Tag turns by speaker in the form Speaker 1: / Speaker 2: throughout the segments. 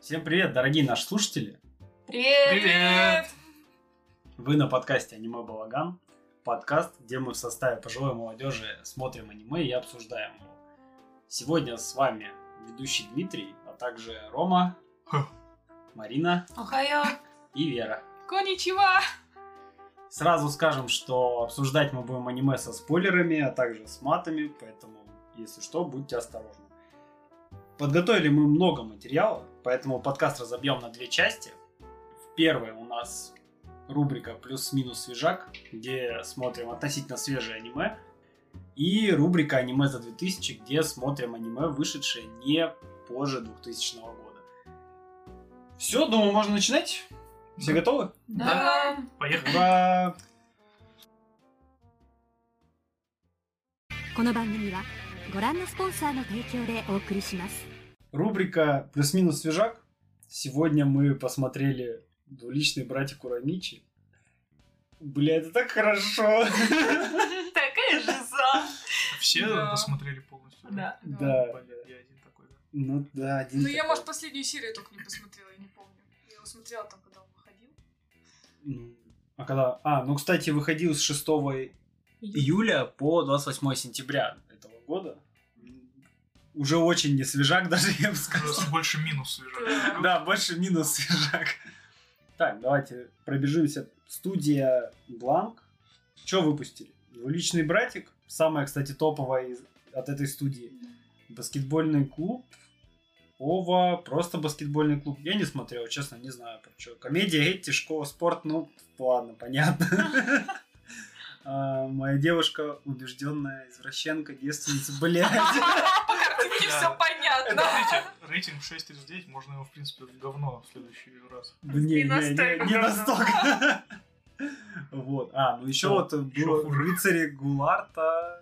Speaker 1: Всем привет, дорогие наши слушатели!
Speaker 2: Привет!
Speaker 3: Привет!
Speaker 1: Вы на подкасте «Аниме Балаган», подкаст, где мы в составе пожилой молодежи смотрим аниме и обсуждаем его. Сегодня с вами ведущий Дмитрий, а также Рома,
Speaker 3: Ха.
Speaker 1: Марина
Speaker 2: Охайо!
Speaker 1: и Вера.
Speaker 2: Коничева!
Speaker 1: Сразу скажем, что обсуждать мы будем аниме со спойлерами, а также с матами, поэтому, если что, будьте осторожны. Подготовили мы много материала, поэтому подкаст разобьем на две части. В первой у нас рубрика «Плюс-минус свежак», где смотрим относительно свежее аниме, и рубрика «Аниме за 2000», где смотрим аниме, вышедшее не позже 2000 года. Все, думаю, можно начинать. Все
Speaker 3: Да.
Speaker 1: готовы?
Speaker 3: Да. Поехали.
Speaker 1: Ура!
Speaker 4: この番組はご覧のスポンサーの提供でお送りします
Speaker 1: Рубрика «Плюс-минус свежак». Сегодня мы посмотрели «Двуличный братик Урамичи». Бля, это так хорошо!
Speaker 2: Такая же за.
Speaker 3: Все
Speaker 2: Да.
Speaker 3: посмотрели полностью.
Speaker 2: Да.
Speaker 1: Да.
Speaker 3: Блин, я один такой. да.
Speaker 1: Ну да, один
Speaker 5: Ну, я,
Speaker 1: такой.
Speaker 5: может, последнюю серию только не посмотрела, я не помню. Я его смотрела там, когда он выходил.
Speaker 1: Ну, А когда... А, ну, кстати, выходил с 6 июля по 28 сентября этого года. Уже очень не свежак даже, я бы сказал.
Speaker 3: Просто больше минус свежак.
Speaker 1: Да, больше минус свежак. Так, давайте пробежимся. Студия Бланк. Что выпустили? Двуличный братик. Самая, кстати, топовая из- от этой студии. Баскетбольный клуб. Ова, просто баскетбольный клуб. Я не смотрел, честно, не знаю про что. Комедия, эти, школа, спорт, ну, ладно, понятно. А, Моя девушка, убежденная извращенка, девственница, блядь.
Speaker 5: Мне
Speaker 3: Да.
Speaker 5: все понятно.
Speaker 3: Ну, Смотрите, рейтинг 6.39, можно его, в принципе, в говно в следующий раз.
Speaker 1: Да Не, не, не,
Speaker 5: настолько,
Speaker 1: не
Speaker 5: правда.
Speaker 1: настолько. Вот. А, ну еще
Speaker 3: Да,
Speaker 1: вот
Speaker 3: ещё
Speaker 1: было
Speaker 3: хуже.
Speaker 1: рыцари Гуларта,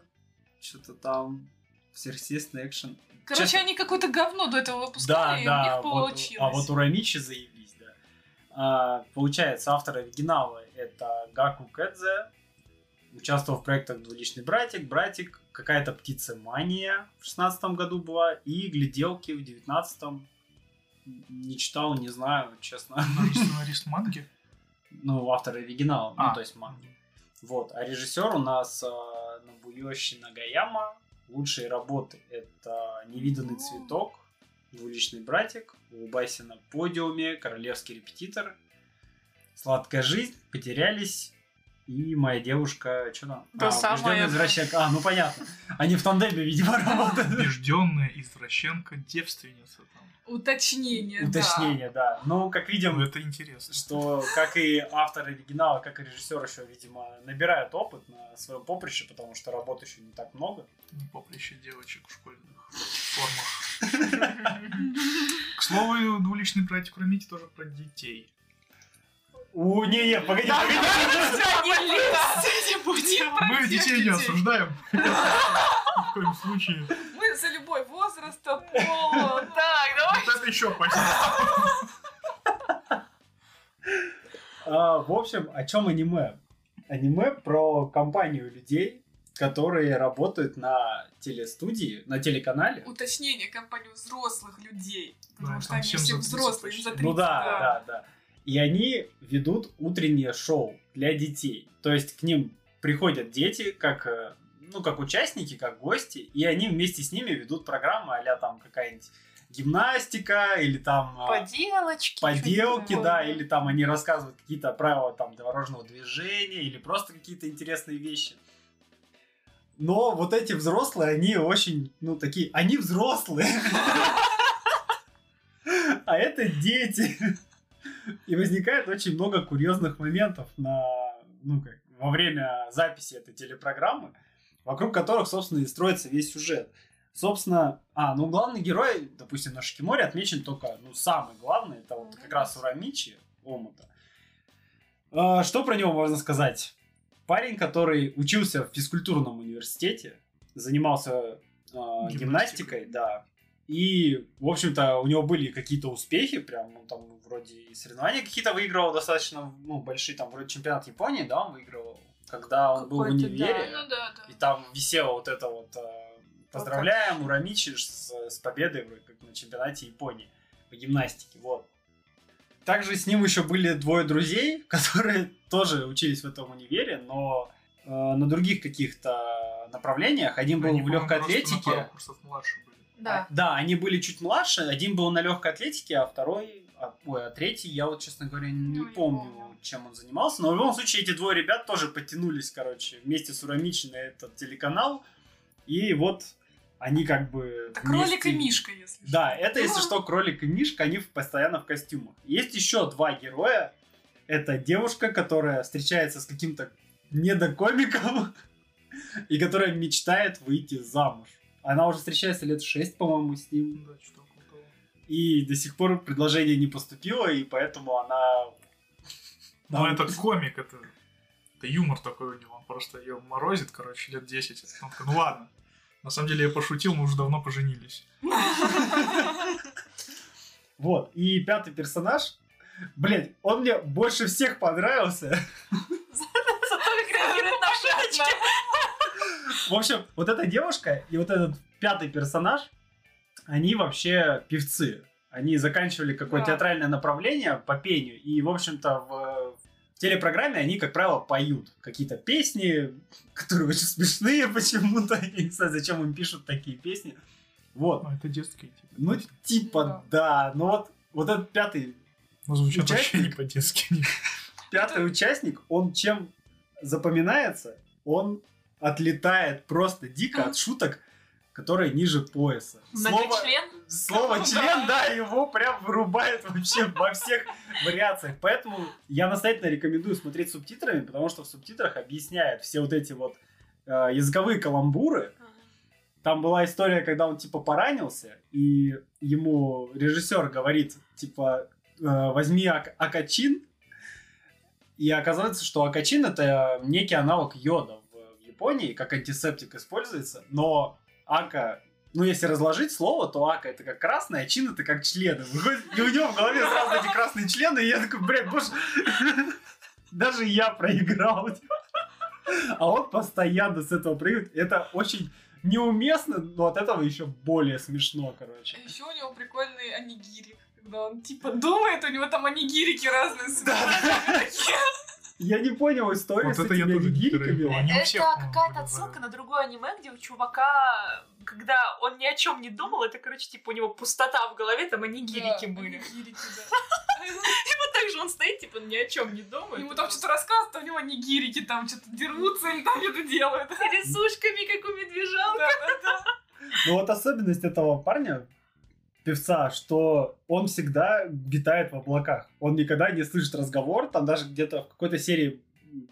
Speaker 1: что-то там сверхъестественный экшен.
Speaker 5: Короче,
Speaker 1: Честно.
Speaker 5: они какое-то говно до этого выпускали, и у них
Speaker 1: вот-
Speaker 5: получилось.
Speaker 1: а вот у Рамичи заебись, да. А, получается, автор оригинала это Гаку Кэдзе, участвовал в проектах «Двуличный братик», «Братик», какая-то «Птица Мания» в шестнадцатом году была и «Гляделки» в девятнадцатом. Н- Не читал, не знаю, честно.
Speaker 3: Она же Сценарист манги.
Speaker 1: ну, автор оригинала, ну,
Speaker 3: А.
Speaker 1: то есть манги. Вот, а режиссер у нас э, Набуёши Нагаяма. Лучшие работы — это «Невиданный цветок», «Двуличный братик», «Улыбайся на подиуме», «Королевский репетитор», «Сладкая жизнь», «Потерялись», и моя девушка, что там?
Speaker 5: Да
Speaker 1: а,
Speaker 5: самая.
Speaker 1: «Убежденный извращенец». А, ну понятно. Они в тандеме, видимо, работают.
Speaker 3: Убежденная извращенка девственница. там.
Speaker 5: Уточнение, да.
Speaker 1: Уточнение, да. Ну, как видим,
Speaker 3: Ну, это интересно.
Speaker 1: что как и автор оригинала, как и режиссер еще, видимо, набирают опыт на своем поприще, потому что работы еще не так много.
Speaker 3: На поприще девочек в школьных формах. К слову, двуличный братик Рамити тоже про детей.
Speaker 1: У, не, не, погоди, погоди.
Speaker 5: Да, не лезь, не будем.
Speaker 3: Мы
Speaker 5: всех
Speaker 3: детей не
Speaker 5: детей.
Speaker 3: осуждаем. В коем случае.
Speaker 5: Мы за любой возраст, пол. Так, давай.
Speaker 3: Вот это еще почти.
Speaker 1: А, в общем, о чем аниме? Аниме про компанию людей, которые работают на телестудии, на телеканале.
Speaker 5: Уточнение компанию взрослых людей.
Speaker 3: Да,
Speaker 5: Потому что
Speaker 3: там
Speaker 5: они
Speaker 3: всем
Speaker 5: все
Speaker 3: за 30
Speaker 5: взрослые, им
Speaker 3: почти.
Speaker 5: за 30.
Speaker 1: Ну да, да, да. И они ведут утреннее шоу для детей. То есть к ним приходят дети, как, э, ну, как участники, как гости, и они вместе с ними ведут программы а там какая-нибудь гимнастика или там э,
Speaker 2: Поделочки.
Speaker 1: поделки,
Speaker 2: Чё-то
Speaker 1: да,
Speaker 2: такое.
Speaker 1: или там они рассказывают какие-то правила там дорожного движения или просто какие-то интересные вещи. Но вот эти взрослые, они очень, ну, такие, они взрослые. А это дети. И возникает очень много курьезных моментов на, ну, как, во время записи этой телепрограммы, вокруг которых, собственно, и строится весь сюжет. Собственно, а, ну главный герой, допустим, на Шикиморе отмечен только, ну, самый главный, это вот как раз Урамичи Омута. А, что про него можно сказать? Парень, который учился в физкультурном университете, занимался а,
Speaker 3: Гимнастикой.
Speaker 1: гимнастикой, да. И, в общем-то, у него были какие-то успехи, прям, ну, там, вроде и соревнования какие-то выигрывал достаточно, ну, большие, там, вроде чемпионат Японии, да, он выигрывал когда он был в
Speaker 6: Какой-то,
Speaker 1: универе,
Speaker 2: Ну да, да.
Speaker 1: и там висело вот это вот э, «Поздравляем, Урамичи с, с победой вроде как на чемпионате Японии по гимнастике». Вот. Также с ним еще были двое друзей, которые тоже учились в этом универе, но э, на других каких-то направлениях. Один был
Speaker 3: Они,
Speaker 1: в
Speaker 3: по-моему,
Speaker 1: легкой
Speaker 3: просто на
Speaker 1: атлетике.
Speaker 3: пару курсов младше были.
Speaker 6: Да.
Speaker 1: А, Да, они были чуть младше. Один был на легкой атлетике, а второй, а, ой, а третий, я вот, честно говоря, не
Speaker 5: Ну, не
Speaker 1: помню,
Speaker 5: помню.
Speaker 1: чем он занимался. Но в любом случае эти двое ребят тоже потянулись, короче, вместе с Урамичи на этот телеканал. И вот они как бы...
Speaker 5: Это кролик и
Speaker 1: вместе-
Speaker 5: мишка, если что.
Speaker 1: Да, это,
Speaker 3: Ну,
Speaker 1: если что, кролик и мишка, они в- постоянно в костюмах. Есть еще два героя. Это девушка, которая встречается с каким-то недокомиком и которая мечтает выйти замуж. Она уже встречается лет шесть, по-моему, с ним.
Speaker 3: Да, что-то около того.
Speaker 1: И до сих пор предложение не поступило, и поэтому она...
Speaker 3: Ну, это комик, это... Это юмор такой у него, он просто ее морозит, короче, лет 10. Он такой, ну ладно. На самом деле я пошутил, мы уже давно поженились.
Speaker 1: Вот. И пятый персонаж... Блин, он мне больше всех понравился.
Speaker 2: Зато играют на шашке.
Speaker 1: В общем, вот эта девушка и вот этот пятый персонаж, они вообще певцы. Они заканчивали какое-то
Speaker 5: Да.
Speaker 1: театральное направление по пению. И, в общем-то, в, в телепрограмме они, как правило, поют какие-то песни, которые очень смешные почему-то. Я не знаю, зачем им пишут такие песни. Вот.
Speaker 3: Ну, это детские типа.
Speaker 1: Ну, типа, да. Но вот, вот этот пятый
Speaker 3: Ну, звучат
Speaker 1: Участник?
Speaker 3: вообще не по-детски.
Speaker 1: пятый участник, он чем запоминается? Он отлетает просто дико от шуток, которые ниже пояса. Слово,
Speaker 2: Многочлен.
Speaker 1: слово член, да, его прям вырубает вообще во всех вариациях. Поэтому я настоятельно рекомендую смотреть с субтитрами, потому что в субтитрах объясняют все вот эти вот э, языковые каламбуры. Там была история, когда он типа поранился, и ему режиссер говорит, типа, э, возьми ак- акачин, и оказывается, что акачин это некий аналог йода в, в Японии, как антисептик используется, но ака, ну если разложить слово, то ака это как красный, а чин это как члены. Выходит, И у него в голове сразу эти красные члены, и я такой, блядь, боже, даже я проиграл. А он постоянно с этого прыгает. Это очень неуместно, но от этого еще более смешно, короче.
Speaker 5: Еще у него прикольный анигири. Когда он типа думает, у него там анигирики разные собираются.
Speaker 1: Я не понял историю
Speaker 3: Вот
Speaker 1: с
Speaker 3: это я
Speaker 1: этими
Speaker 3: тоже не
Speaker 1: гирьками.
Speaker 3: понял. Они у всех, ну,
Speaker 2: Это
Speaker 3: по-моему,
Speaker 2: какая-то
Speaker 3: были,
Speaker 2: отсылка
Speaker 3: да.
Speaker 2: на другое аниме, где у чувака, когда он ни о чем не думал, это, короче, типа у него пустота в голове, там они гирики
Speaker 5: Да,
Speaker 2: были.
Speaker 5: анигирики,
Speaker 2: Вот так же он стоит, типа ни о чем не
Speaker 5: да.
Speaker 2: думает.
Speaker 5: Ему там что-то рассказывают, а у него анигирики там что-то дерутся или там что-то делают.
Speaker 2: с рисушками, как у медвежонка.
Speaker 1: Ну вот особенность этого парня, певца, что он всегда витает в облаках. Он никогда не слышит разговор. Там даже где-то в какой-то серии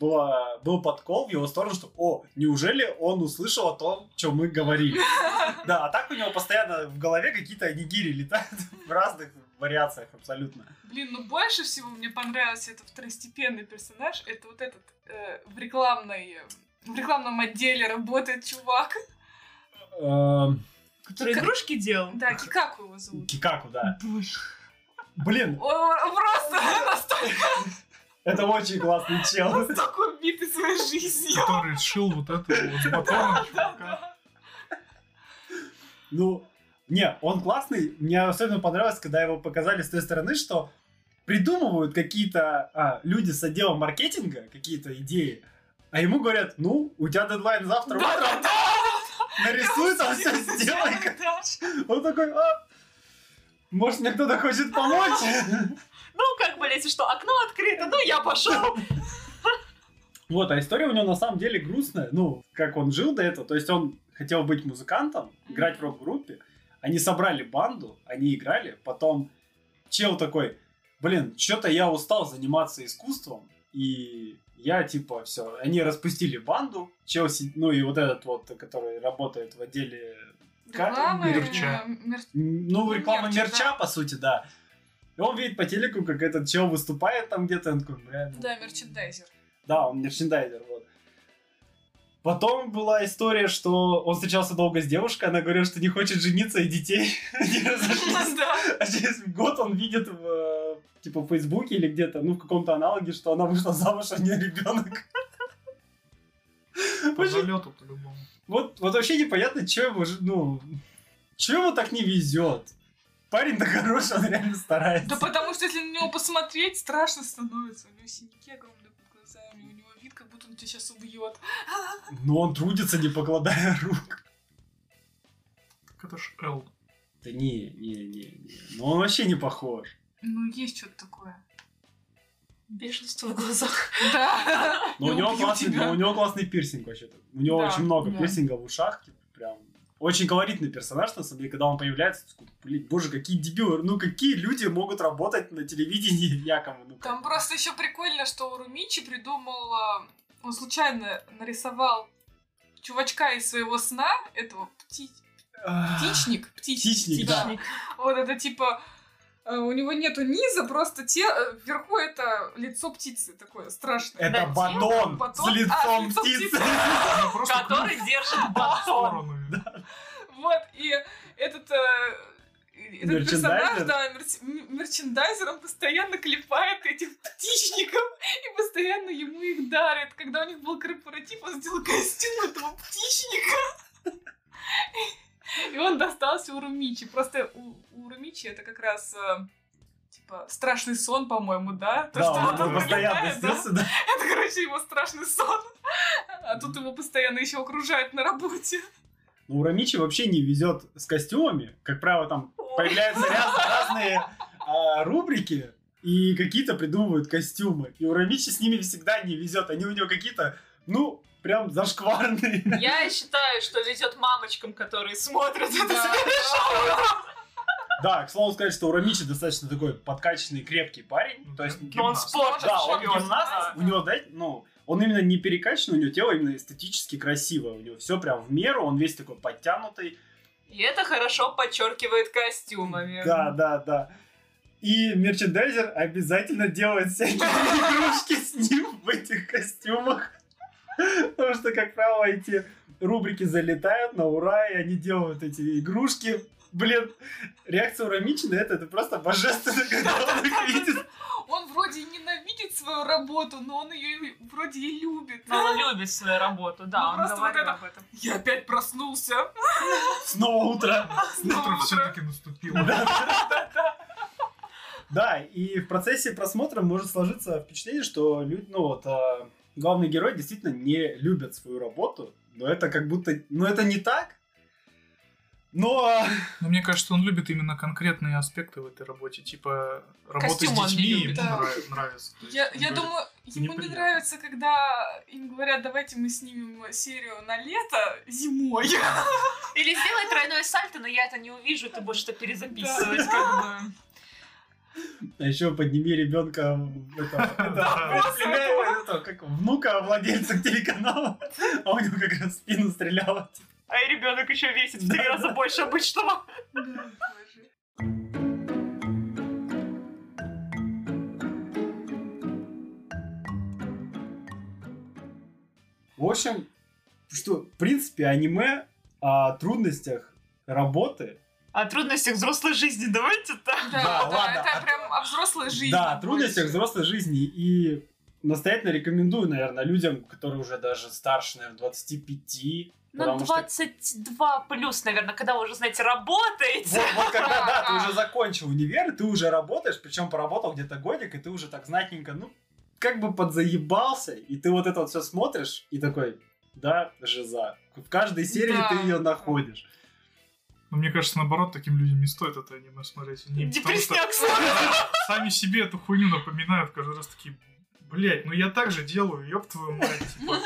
Speaker 1: была, был подкол в его сторону, что «О, неужели он услышал о том, чем мы говорили?» Да, а так у него постоянно в голове какие-то нигири летают в разных вариациях абсолютно.
Speaker 5: Блин, ну больше всего мне понравился этот второстепенный персонаж. Это вот этот э, в рекламной э, в рекламном отделе работает чувак.
Speaker 1: Эм,
Speaker 2: Который игрушки делал.
Speaker 5: Да, Кикаку его зовут.
Speaker 1: Кикаку, да. Блин,
Speaker 5: О, просто настолько,
Speaker 1: это очень классный чел.
Speaker 5: настолько убитый своей жизнью.
Speaker 3: Который шил вот это вот с батоном типа, чувака.
Speaker 1: Ну, не, он классный. Мне особенно понравилось, когда его показали с той стороны, что придумывают какие-то а, люди с отдела маркетинга, какие-то идеи, а ему говорят, ну, у тебя дедлайн завтра утром, нарисуй там все, сделай. Он такой, а, может, мне кто-то хочет помочь?
Speaker 2: Ну, как бы, если что, окно открыто, ну, я пошел.
Speaker 1: Вот, а история у него на самом деле грустная. Ну, как он жил до этого. То есть он хотел быть музыкантом, играть в рок-группе. Они собрали банду, они играли. Потом чел такой, блин, что-то я устал заниматься искусством. И я типа все. Они распустили банду. Чел, си- ну и вот этот вот, который работает в отделе
Speaker 5: Рекламы, э,
Speaker 3: Мерча.
Speaker 5: мер-
Speaker 1: ну, реклама
Speaker 5: Мерча,
Speaker 1: мерча, по сути, да. И он видит по телеку, как этот чел выступает там где-то, и он такой, бля, ну,
Speaker 5: Да, мерчендайзер.
Speaker 1: да, он мерчендайзер, вот. Потом была история, что он встречался долго с девушкой, она говорила, что не хочет жениться и детей. Они разошлись.
Speaker 5: Да.
Speaker 1: А через год он видит в э, типа в Фейсбуке или где-то, ну, в каком-то аналоге, что она вышла замуж, а у нее ребенок.
Speaker 3: По залету по-любому.
Speaker 1: Вот, вот вообще непонятно, что ему, ж- ну, чё ему так не везет. Парень-то хороший, он реально старается.
Speaker 5: Да потому что если на него посмотреть, страшно становится. У него синяки огромные под глазами, у него вид, как будто он тебя сейчас убьет.
Speaker 1: Но он трудится, не покладая рук.
Speaker 3: Так это ж Эл.
Speaker 1: Да не, не, не, не. Ну он вообще не похож.
Speaker 5: Ну, есть что-то такое.
Speaker 2: Бешенство в глазах.
Speaker 5: Да.
Speaker 1: Но Ну, у,
Speaker 5: Я
Speaker 1: него
Speaker 5: убью
Speaker 1: классный,
Speaker 5: тебя.
Speaker 1: но у него классный пирсинг вообще-то. У него
Speaker 5: Да,
Speaker 1: очень много
Speaker 5: да.
Speaker 1: пирсингов в ушах. типа, Прям очень колоритный персонаж, на самом деле, когда он появляется, ты такой, блин, боже, какие дебилы, ну какие люди могут работать на телевидении якобы. Ну,
Speaker 5: Там просто еще прикольно, что Румичи придумал, а, он случайно нарисовал чувачка из своего сна, этого пти- птичник,
Speaker 1: А, Птичник, да.
Speaker 5: Вот это типа э, у него нету низа, просто те э, вверху это лицо птицы такое страшное.
Speaker 1: Это
Speaker 2: Да,
Speaker 1: батон,
Speaker 5: типа батон.
Speaker 1: с
Speaker 5: А, с
Speaker 1: лицом
Speaker 5: лицом
Speaker 1: птицы.
Speaker 5: птицы.
Speaker 3: Ну, Просто
Speaker 2: Который держит батон.
Speaker 3: стороны.
Speaker 5: Вот и этот э, этот персонаж,
Speaker 1: Мерчендайзер?
Speaker 5: да, мерч- м- мерчендайзер, он постоянно клепает этих птичников и постоянно ему их дарит. Когда у них был корпоратив, он сделал костюм этого птичника. И он достался у Румичи. Просто у, у Румичи это как раз э, типа страшный сон, по-моему, да? То,
Speaker 1: Да,
Speaker 5: что он
Speaker 1: он,
Speaker 5: там
Speaker 1: постоянно
Speaker 5: прилетает, да?
Speaker 1: снится, да.
Speaker 5: Это, короче, его страшный сон. А тут его постоянно еще окружают на работе.
Speaker 1: Ну, у Рамичи вообще не везет с костюмами. Как правило, там появляются раз- разные а, рубрики, и какие-то придумывают костюмы. И у Рамичи с ними всегда не везет. Они у него какие-то, ну, прям зашкварные.
Speaker 2: Я считаю, что везет мамочкам, которые смотрят это
Speaker 5: Да.
Speaker 2: шоу.
Speaker 1: Да, к слову сказать, что у Рамичи достаточно такой подкачанный, крепкий парень. То есть,
Speaker 3: Ну,
Speaker 2: Но он
Speaker 3: Гимнаст.
Speaker 2: спорт.
Speaker 1: да, он
Speaker 5: шагом,
Speaker 1: гимнаст,
Speaker 5: да.
Speaker 1: у него, да, ну, он именно не перекачан, у него тело именно эстетически красивое. У него все прям в меру, он весь такой подтянутый.
Speaker 2: И это хорошо подчеркивает костюмами.
Speaker 1: Да, да, да. И мерчендайзер обязательно делает всякие игрушки с ним в этих костюмах. Потому что, как правило, эти рубрики залетают на ура, и они делают эти игрушки. Блин, реакция у Рамичи на это, это просто божественно, когда он их видит.
Speaker 5: Он вроде и ненавидит свою работу, но он ее вроде и любит.
Speaker 2: Но Ну, он любит свою работу, да,
Speaker 5: Ну,
Speaker 2: он
Speaker 5: просто вот
Speaker 2: говорил
Speaker 5: это-
Speaker 2: об этом.
Speaker 5: Я опять проснулся.
Speaker 1: Снова утро.
Speaker 3: Утро
Speaker 5: Утро.
Speaker 3: все-таки наступило.
Speaker 1: Да, и в процессе просмотра может сложиться впечатление, что люди, ну вот, а, главные герои действительно не любят свою работу, но это как будто, ну это не так, но а,
Speaker 3: Но Ну, мне кажется, он любит именно конкретные аспекты в этой работе. Типа, работа с
Speaker 2: Костюм он не
Speaker 3: детьми ему
Speaker 2: любит.
Speaker 5: Да.
Speaker 3: нрав- нравится. То есть
Speaker 5: Я,
Speaker 3: он
Speaker 5: я
Speaker 3: говорит,
Speaker 5: думаю, ему не
Speaker 3: неприятно.
Speaker 5: нравится, когда им говорят, давайте мы снимем серию на лето зимой.
Speaker 2: Или сделай тройное сальто, но я это не увижу, ты будешь это перезаписывать, как бы.
Speaker 1: а еще подними ребенка
Speaker 3: Да.
Speaker 1: внука владельца телеканала, а у него как раз в спину стреляла.
Speaker 2: А и ребенок еще весит в три раза больше обычного.
Speaker 1: В общем, что, в принципе, аниме о трудностях работы
Speaker 2: О трудностях А взрослой жизни давайте так.
Speaker 1: Да, ладно, а-
Speaker 5: это прям о взрослой жизни.
Speaker 1: Да,
Speaker 5: больше.
Speaker 1: трудностях взрослой жизни. И настоятельно рекомендую, наверное, людям, которые уже даже старше, наверное, 25.
Speaker 2: Ну,
Speaker 1: потому что-
Speaker 2: 22 плюс, наверное, когда вы уже, знаете, работаете.
Speaker 1: Вот, вот когда, да, ты уже закончил универ, и ты уже работаешь, причем поработал где-то годик, и ты уже так знатненько, ну, как бы подзаебался, и ты вот это вот все смотришь, и такой, да, жиза. В каждой серии
Speaker 5: Да.
Speaker 1: ты ее находишь.
Speaker 3: Но мне кажется, наоборот, таким людям не стоит это аниме смотреть. Они, потому что
Speaker 2: Депресняк смотрит.
Speaker 3: сами себе эту хуйню напоминают каждый раз такие, блять, ну я так же делаю, ёб твою мать. Типа,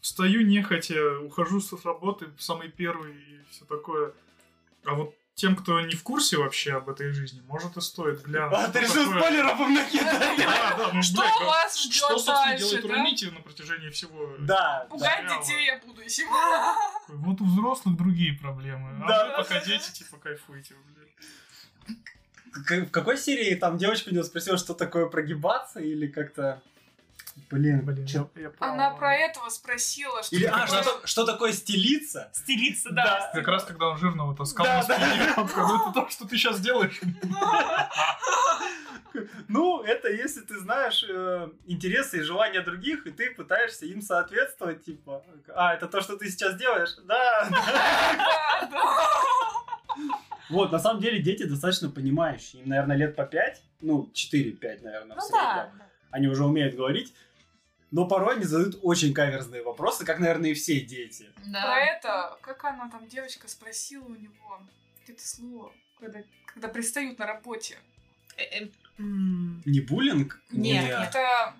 Speaker 3: встаю нехотя, ухожу с работы, самый первый и все такое. А вот тем, кто не в курсе вообще об этой жизни, может и стоит глянуть.
Speaker 1: А,
Speaker 3: что
Speaker 1: ты решил
Speaker 3: такое.
Speaker 1: спойлеров им накидать?
Speaker 3: Да, да, ну,
Speaker 5: Что
Speaker 3: блядь, а
Speaker 5: вас
Speaker 3: Что,
Speaker 5: ждет
Speaker 3: собственно,
Speaker 5: дальше,
Speaker 3: делает
Speaker 5: да?
Speaker 3: Румити на протяжении всего? э,
Speaker 1: Да, да.
Speaker 5: Пугать
Speaker 3: Да.
Speaker 5: детей я буду еще.
Speaker 3: Вот у взрослых другие проблемы.
Speaker 1: Да.
Speaker 3: А вы пока дети, типа, кайфуйте, блядь.
Speaker 1: К- В какой серии там девочка у него спросила, что такое прогибаться, или как-то... Блин, блин.
Speaker 5: Она про этого спросила,
Speaker 2: ну,
Speaker 5: что
Speaker 1: Или, а, что,
Speaker 5: такое-
Speaker 1: та- что такое стелиться?
Speaker 2: Стелиться, да.
Speaker 3: Как раз, когда он жирного таскал
Speaker 1: Да,
Speaker 3: на спине, он сказал, это то, что ты сейчас делаешь.
Speaker 1: Ну, это если ты знаешь э, интересы и желания других, и ты пытаешься им соответствовать, типа, а, это то, что ты сейчас делаешь? Да,
Speaker 5: Да, да.
Speaker 1: Вот, на самом деле дети достаточно понимающие. Им, наверное, лет по 5, ну, 4-5, наверное, в
Speaker 5: Ну
Speaker 1: среднем.
Speaker 5: да.
Speaker 1: Они уже умеют говорить. Но порой они задают очень каверзные вопросы, как, наверное, и все дети.
Speaker 5: Про
Speaker 6: Да.
Speaker 5: это, как она там, девочка спросила у него, это слово, когда, когда пристают на работе.
Speaker 6: Э, э,
Speaker 2: эм, М.
Speaker 1: Не буллинг?
Speaker 6: Нет,
Speaker 1: Не.
Speaker 6: нет.
Speaker 5: Это...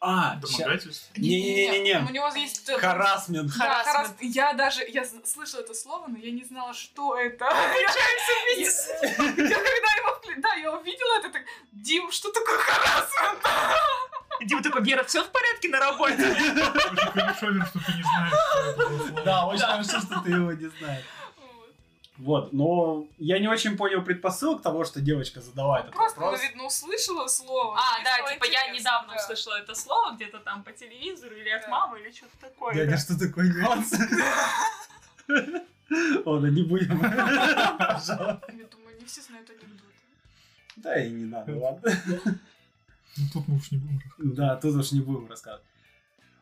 Speaker 1: А, ща-
Speaker 3: Домогательство.
Speaker 5: У
Speaker 1: не-не-не-не.
Speaker 5: него есть... э,
Speaker 1: Харасмент.
Speaker 5: Да,
Speaker 2: Харасмент.
Speaker 5: харас- Я даже, я з- слышала это слово, но я не знала, что это. Я- Я когда его, вкли- да, я увидела это, так, Дим, что такое харасмент?
Speaker 2: Дима такой, Вера, все в порядке на работе?
Speaker 3: Очень хорошо, Лен, что ты не знаешь. что это было слово.
Speaker 1: Да, очень хорошо, что ты его не знаешь.
Speaker 5: Вот.
Speaker 1: Вот, но я не очень понял предпосылок того, что девочка задала этот
Speaker 5: Просто, она,
Speaker 1: вопрос.
Speaker 5: видно, услышала слово.
Speaker 2: А,
Speaker 5: и
Speaker 2: да,
Speaker 5: стало
Speaker 2: типа я
Speaker 5: интересно,
Speaker 2: недавно
Speaker 5: да.
Speaker 2: услышала это слово где-то там по телевизору или от
Speaker 5: Да.
Speaker 2: мамы или что-то такое.
Speaker 1: Дядя,
Speaker 2: да.
Speaker 1: что такое нюанс? Ладно, не будем. Пожалуй.
Speaker 5: Я думаю, не все знают анекдот.
Speaker 1: Да и не надо, ладно.
Speaker 3: Ну, тут мы уж не будем.
Speaker 1: Да, тут уж не будем рассказывать.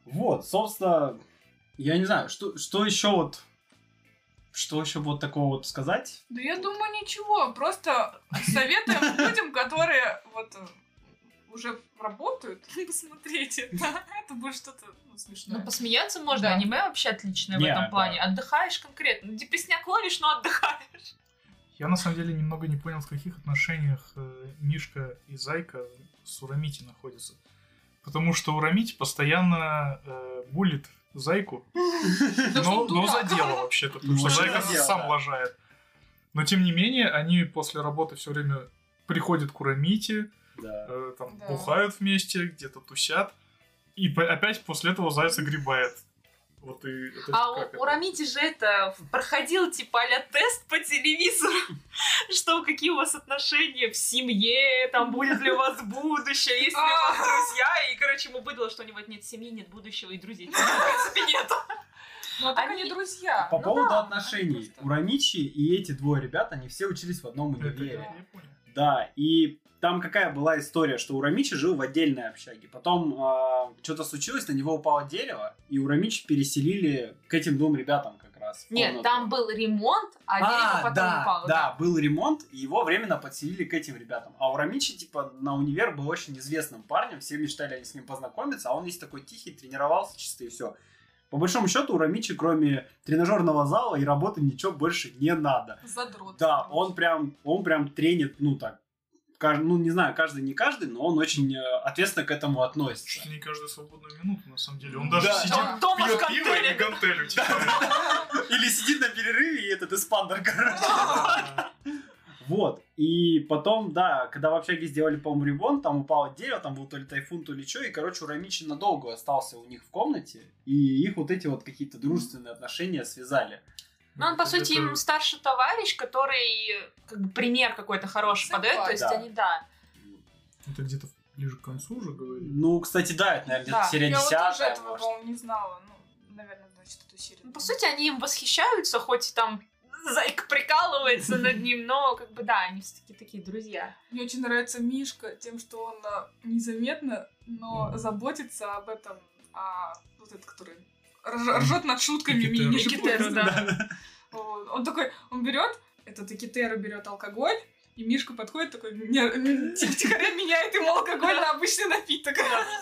Speaker 1: Вот, собственно, я не знаю, что, что еще вот... Что еще вот такого вот сказать?
Speaker 5: Да я думаю, ничего, просто советуем людям, которые вот э, уже работают, посмотреть это. Это будет что-то ну,
Speaker 6: Ну,
Speaker 5: смешное.
Speaker 6: посмеяться можно,
Speaker 5: Да.
Speaker 6: аниме вообще отличное в
Speaker 1: Не,
Speaker 6: этом
Speaker 1: да.
Speaker 6: плане. Отдыхаешь конкретно.
Speaker 2: Депресняк ловишь, но отдыхаешь.
Speaker 3: Я на самом деле немного не понял, в каких отношениях э, Мишка и Зайка с Урамити находятся. Потому что Урамити постоянно э, булит Зайку,
Speaker 5: что
Speaker 3: но,
Speaker 5: он
Speaker 3: но Ну, за
Speaker 5: дурак.
Speaker 3: дело вообще-то, потому что
Speaker 1: Ну,
Speaker 3: Зайка
Speaker 1: за дело,
Speaker 3: сам
Speaker 1: да.
Speaker 3: лажает. Но тем не менее, они после работы все время приходят к Урамити,
Speaker 1: Да.
Speaker 3: э, там
Speaker 5: Да.
Speaker 3: бухают вместе, где-то тусят, и по- опять после этого Заяц огребает. Вот и это
Speaker 2: А
Speaker 3: как это?
Speaker 2: у, у Рамити же это проходил типа а тест по телевизору, что какие у вас отношения в семье, там будет ли у вас будущее, есть ли у вас друзья. И, короче, ему выдало, что у него нет семьи, нет будущего и друзей. В принципе, нет.
Speaker 5: Ну, а так
Speaker 2: Они-
Speaker 5: они друзья.
Speaker 1: По
Speaker 5: Ну
Speaker 1: поводу
Speaker 5: да, они
Speaker 1: отношений.
Speaker 5: просто-
Speaker 1: У Рамичи и эти двое ребят, они все учились в одном
Speaker 3: Это
Speaker 1: универе.
Speaker 3: я не понял.
Speaker 1: Да, и там какая была история, что Урамичи жил в отдельной общаге. Потом а, что-то случилось, на него упало дерево, и Урамичи переселили к этим двум ребятам как раз. в
Speaker 6: Нет,
Speaker 1: комнату.
Speaker 6: там был ремонт, а дерево
Speaker 1: А,
Speaker 6: потом
Speaker 1: да,
Speaker 6: упало.
Speaker 1: да, был ремонт, и его временно подселили к этим ребятам. А Урамичи, типа, на универ был очень известным парнем, все мечтали с ним познакомиться, а он весь такой тихий, тренировался чисто и все. По большому счету, Урамичи, кроме тренажерного зала и работы, ничего больше не надо.
Speaker 5: Ну, Задрот.
Speaker 1: Да, он прям, он прям тренит, ну так, каж- ну не знаю, каждый не каждый, но он очень э, ответственно к этому
Speaker 3: Чуть
Speaker 1: относится.
Speaker 3: ли не каждую свободную минуту, на самом деле. Он
Speaker 5: Да.
Speaker 3: даже
Speaker 1: Да.
Speaker 3: сидит,
Speaker 2: Он дома в
Speaker 3: пьет пиво или
Speaker 2: контейнере.
Speaker 3: гантелю, типа.
Speaker 1: Или сидит на перерыве, и этот эспандер, короче.
Speaker 3: Да.
Speaker 1: Вот, и потом, да, когда в общаге сделали, по-моему, ремонт, там упало дерево, там был то ли тайфун, то ли что, и, короче, Урамичи надолго остался у них в комнате, и их вот эти вот какие-то дружественные отношения связали.
Speaker 2: Ну, он, по
Speaker 3: Это-
Speaker 2: сути, им
Speaker 3: это-
Speaker 2: старший товарищ, который как бы пример какой-то хороший
Speaker 5: Цепляй,
Speaker 2: подает. То есть
Speaker 1: да.
Speaker 2: они, да.
Speaker 3: Это где-то ближе к концу уже говорили.
Speaker 1: Ну, кстати, да, это, наверное,
Speaker 5: Да,
Speaker 1: где-то серия
Speaker 5: я вот тоже
Speaker 1: десятая,
Speaker 5: этого,
Speaker 1: может.
Speaker 5: по-моему, не знала. Ну, наверное, значит, эту серию.
Speaker 2: Ну, По сути, они им восхищаются, хоть и там зайка прикалывается над ним, но как бы да, они все-таки такие друзья.
Speaker 5: Мне очень нравится Мишка тем, что он а, незаметно, но заботится об этом, а, вот этот, который рж- ржет над шутками
Speaker 3: Никитеру.
Speaker 5: ниже
Speaker 2: Никитеру,
Speaker 5: пояса.
Speaker 2: да.
Speaker 5: Вот. Он такой, он берет, этот Экитеру берет алкоголь, и Мишка подходит такой, меня- м, тихо- тихоря типа, меняет ему алкоголь на обычный напиток.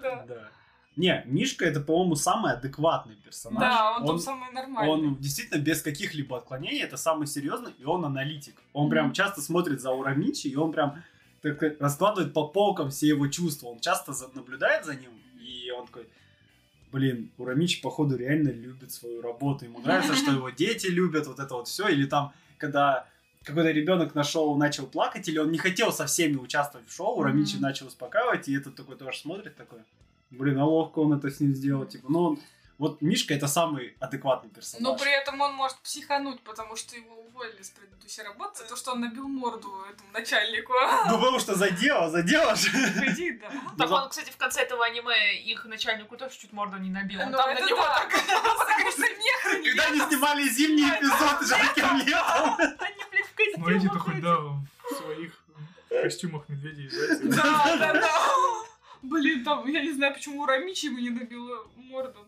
Speaker 5: Да.
Speaker 1: Да. Не, Мишка это, по-моему, самый адекватный персонаж.
Speaker 5: Да, он там самый нормальный.
Speaker 1: Он действительно без каких-либо отклонений, это самый серьезный, и он аналитик. Он прям
Speaker 5: Мгм.
Speaker 1: часто смотрит за Урамичи, и он прям так сказать, раскладывает по полкам все его чувства. Он часто за- наблюдает за ним, и он такой, блин, Урамичи, походу, реально любит свою работу. Ему нравится, что его дети любят, вот это вот все. Или там, когда какой-то ребенок нашел, начал плакать, или он не хотел со всеми участвовать в шоу, Урамичи
Speaker 5: Мгм.
Speaker 1: начал успокаивать, и этот такой тоже смотрит такой, блин, а ловко он это с ним сделал. Типа, ну, он вот Мишка это самый адекватный персонаж.
Speaker 5: Но Ну, при этом он может психануть, потому что его уволили с предыдущей работы за то, что он набил морду этому начальнику.
Speaker 1: Ну потому что за дело, за дело же.
Speaker 5: По идее, да.
Speaker 2: Так
Speaker 1: Ну, за-
Speaker 2: он, кстати, в конце этого аниме их начальнику тоже чуть морду не набил. Он
Speaker 5: Ну,
Speaker 2: там на
Speaker 5: это
Speaker 2: него
Speaker 5: да.
Speaker 2: так
Speaker 5: Потому что нехрен
Speaker 1: Ну, Когда они снимали зимний эпизод, уже таким летом.
Speaker 2: они блевкой
Speaker 3: Ну, эти-то
Speaker 2: сделали.
Speaker 3: хоть, да, в своих костюмах медведей и зайцев.
Speaker 5: Да, да, да. Блин, там, я не знаю, почему Рамичи ему не добила морду.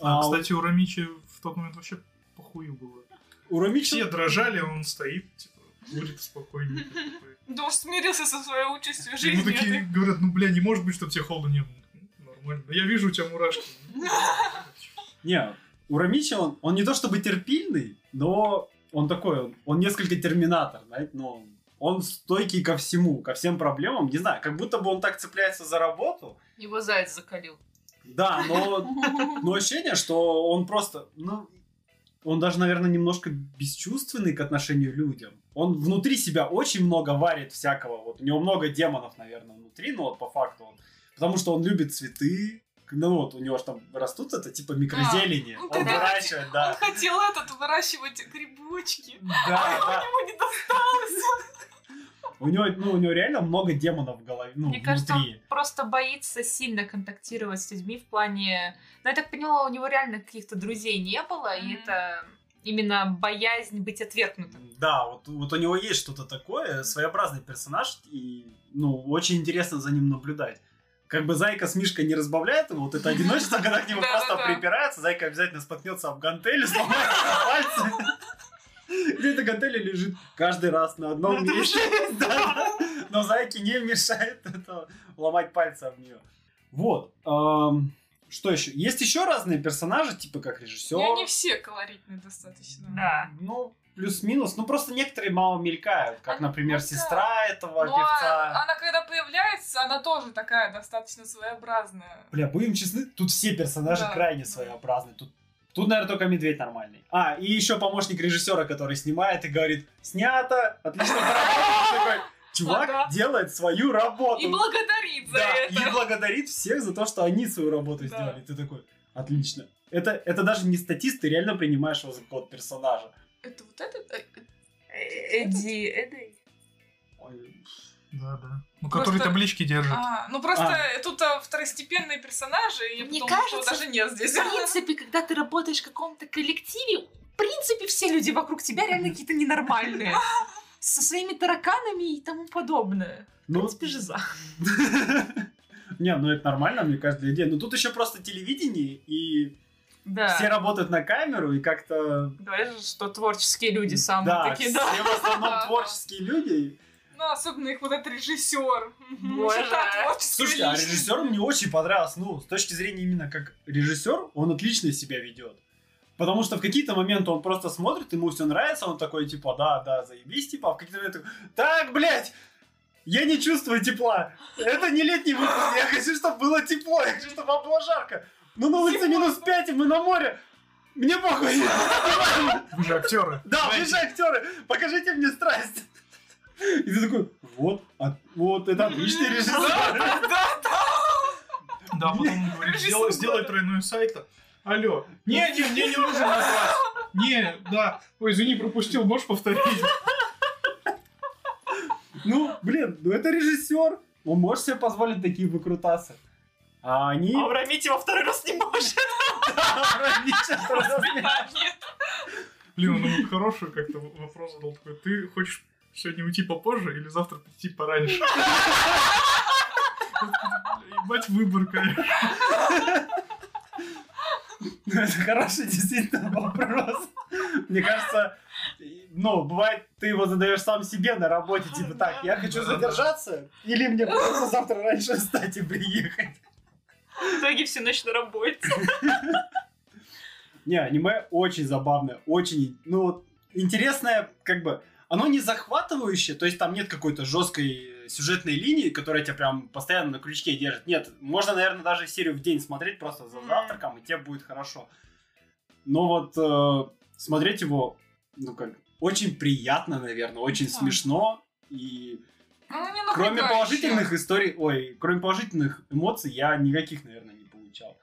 Speaker 3: А,
Speaker 1: А,
Speaker 3: кстати, у Рамичи в тот момент вообще похую было.
Speaker 1: у Ромича-
Speaker 3: Все дрожали, а он стоит, типа, курит спокойно.
Speaker 5: Да уж смирился со своей участью
Speaker 3: Ему
Speaker 5: жизни.
Speaker 3: такие говорят, ну, бля, не может быть, чтобы тебе холодно не было. Ну, Нормально. Да я вижу, у тебя мурашки.
Speaker 1: Не, у Рамича он, он не то чтобы терпильный, но он такой, он, он несколько терминатор, знаете, но он, он стойкий ко всему, ко всем проблемам. Не знаю, как будто бы он так цепляется за работу.
Speaker 6: Его заяц закалил.
Speaker 1: Да, но, но ощущение, что он просто, ну, он даже, наверное, немножко бесчувственный к отношению к людям. Он внутри себя очень много варит всякого. Вот у него много демонов, наверное, внутри, но вот по факту он. Потому что он любит цветы. Ну вот у него же там растут это типа микрозелени.
Speaker 5: ну,
Speaker 1: он
Speaker 5: когда-
Speaker 1: выращивает, да.
Speaker 5: Он хотел этот выращивать грибочки.
Speaker 1: Да, да.
Speaker 5: Ему а, не досталось.
Speaker 1: У него, ну, у него реально много демонов в голове, ну,
Speaker 6: Мне кажется,
Speaker 1: внутри.
Speaker 6: он просто боится сильно контактировать с людьми в плане... Ну, я так поняла, у него реально каких-то друзей не было, и
Speaker 5: Мгм.
Speaker 6: это именно боязнь быть отвергнутым.
Speaker 1: Да, вот, вот у него есть что-то такое, своеобразный персонаж, и, ну, очень интересно за ним наблюдать. Как бы Зайка с Мишкой не разбавляет его, вот это одиночество, когда к нему просто
Speaker 5: Да-да-да.
Speaker 1: припирается, Зайка обязательно споткнется об гантели, сломает пальцы. Где-то гантели лежит каждый раз на одном
Speaker 2: Это
Speaker 1: месте. Да. Но Зайке не мешает это ломать пальцы об нее. Вот. эм, Что еще? Есть еще разные персонажи, типа как режиссер.
Speaker 5: И они все колоритные достаточно.
Speaker 6: Да.
Speaker 1: Ну, плюс-минус. Ну, просто некоторые мало мелькают, как,
Speaker 5: Они
Speaker 1: например,
Speaker 5: мелькают.
Speaker 1: сестра этого
Speaker 5: А, Ну,
Speaker 1: певца.
Speaker 5: а- она когда появляется, она тоже такая достаточно своеобразная.
Speaker 1: Бля, будем честны, тут все персонажи
Speaker 5: Да.
Speaker 1: крайне своеобразны. Тут, тут, наверное, только медведь нормальный. А, и еще помощник режиссера, который снимает и говорит, снято, отлично поработано». Такой,
Speaker 5: Ага.
Speaker 1: Чувак делает свою работу.
Speaker 5: И благодарит за
Speaker 1: Да,
Speaker 5: это.
Speaker 1: и благодарит всех за то, что они свою работу
Speaker 5: Да.
Speaker 1: сделали. Ты такой, отлично. Это, это даже не статист, ты реально принимаешь его за код персонажа.
Speaker 5: Это вот этот? Э, э,
Speaker 6: Эдди, Эдди.
Speaker 1: Ой,
Speaker 3: Да, да. Ну,
Speaker 5: Просто-
Speaker 3: который таблички держит.
Speaker 5: А, ну просто тут а, второстепенные персонажи, и
Speaker 6: Мне
Speaker 5: потому что
Speaker 6: кажется,
Speaker 5: даже нет
Speaker 6: В
Speaker 5: здесь.
Speaker 6: принципе, когда ты работаешь в каком-то коллективе, в принципе, все люди вокруг тебя реально какие-то ненормальные. Со своими тараканами и тому подобное. В
Speaker 1: Ну,
Speaker 6: принципе, жиза.
Speaker 1: Не, ну это нормально, мне кажется, для людей. Но тут еще просто телевидение, и все
Speaker 6: Да.
Speaker 1: работают на камеру, и как-то...
Speaker 6: Говорят, же, что творческие люди самые
Speaker 1: да,
Speaker 6: такие, да.
Speaker 1: все в основном творческие люди.
Speaker 5: Ну, особенно их вот этот режиссер.
Speaker 6: Боже.
Speaker 1: Слушайте, а режиссер мне очень понравился. Ну, с точки зрения именно как режиссер, он отлично себя ведет. Потому что в какие-то моменты он просто смотрит, ему все нравится, он такой, типа, да, да, заебись, типа, а в какие-то моменты, такой, так, блядь, я не чувствую тепла. Это не летний выпуск, я хочу, чтобы было тепло, я хочу, чтобы вам было жарко. Ну, на улице минус 5, и мы на море. Мне похуй.
Speaker 3: Вы же актеры.
Speaker 1: Да, вы же актеры, покажите мне страсть. И ты такой, вот, а- вот, это отличный режиссер.
Speaker 3: Да, потом он говорит, сделай, сделай тройной сайт. Алло. Не, не, мне не нужен назвать. Не, да. Ой, извини, пропустил, можешь повторить?
Speaker 1: Ну, блин, ну это режиссер. Он может себе позволить такие выкрутасы. А они...
Speaker 2: А Аврамить его второй раз не может.
Speaker 3: Блин, ну хороший как-то вопрос задал такой. Ты хочешь сегодня уйти попозже или завтра прийти пораньше? Ебать выбор, конечно.
Speaker 1: Ну, Это хороший действительно вопрос. Мне кажется, и- ну, бывает, ты его задаешь сам себе на работе, типа, так, я хочу
Speaker 3: Да-да-да.
Speaker 1: задержаться, или мне придется завтра раньше встать и приехать.
Speaker 2: В итоге всю ночь на работе.
Speaker 1: Не, аниме очень забавное, очень, ну, вот, интересное, как бы, оно не захватывающее, то есть там нет какой-то жесткой э, сюжетной линии, которая тебя прям постоянно на крючке держит. Нет, можно, наверное, даже серию в день смотреть просто за
Speaker 5: Мгм.
Speaker 1: завтраком, и тебе будет хорошо. Но вот э, смотреть его, ну как, очень приятно, наверное, очень
Speaker 5: Да.
Speaker 1: смешно. И
Speaker 5: Ну, не
Speaker 1: кроме
Speaker 5: напрягающе.
Speaker 1: положительных историй, ой, кроме положительных эмоций я никаких, наверное, не получал.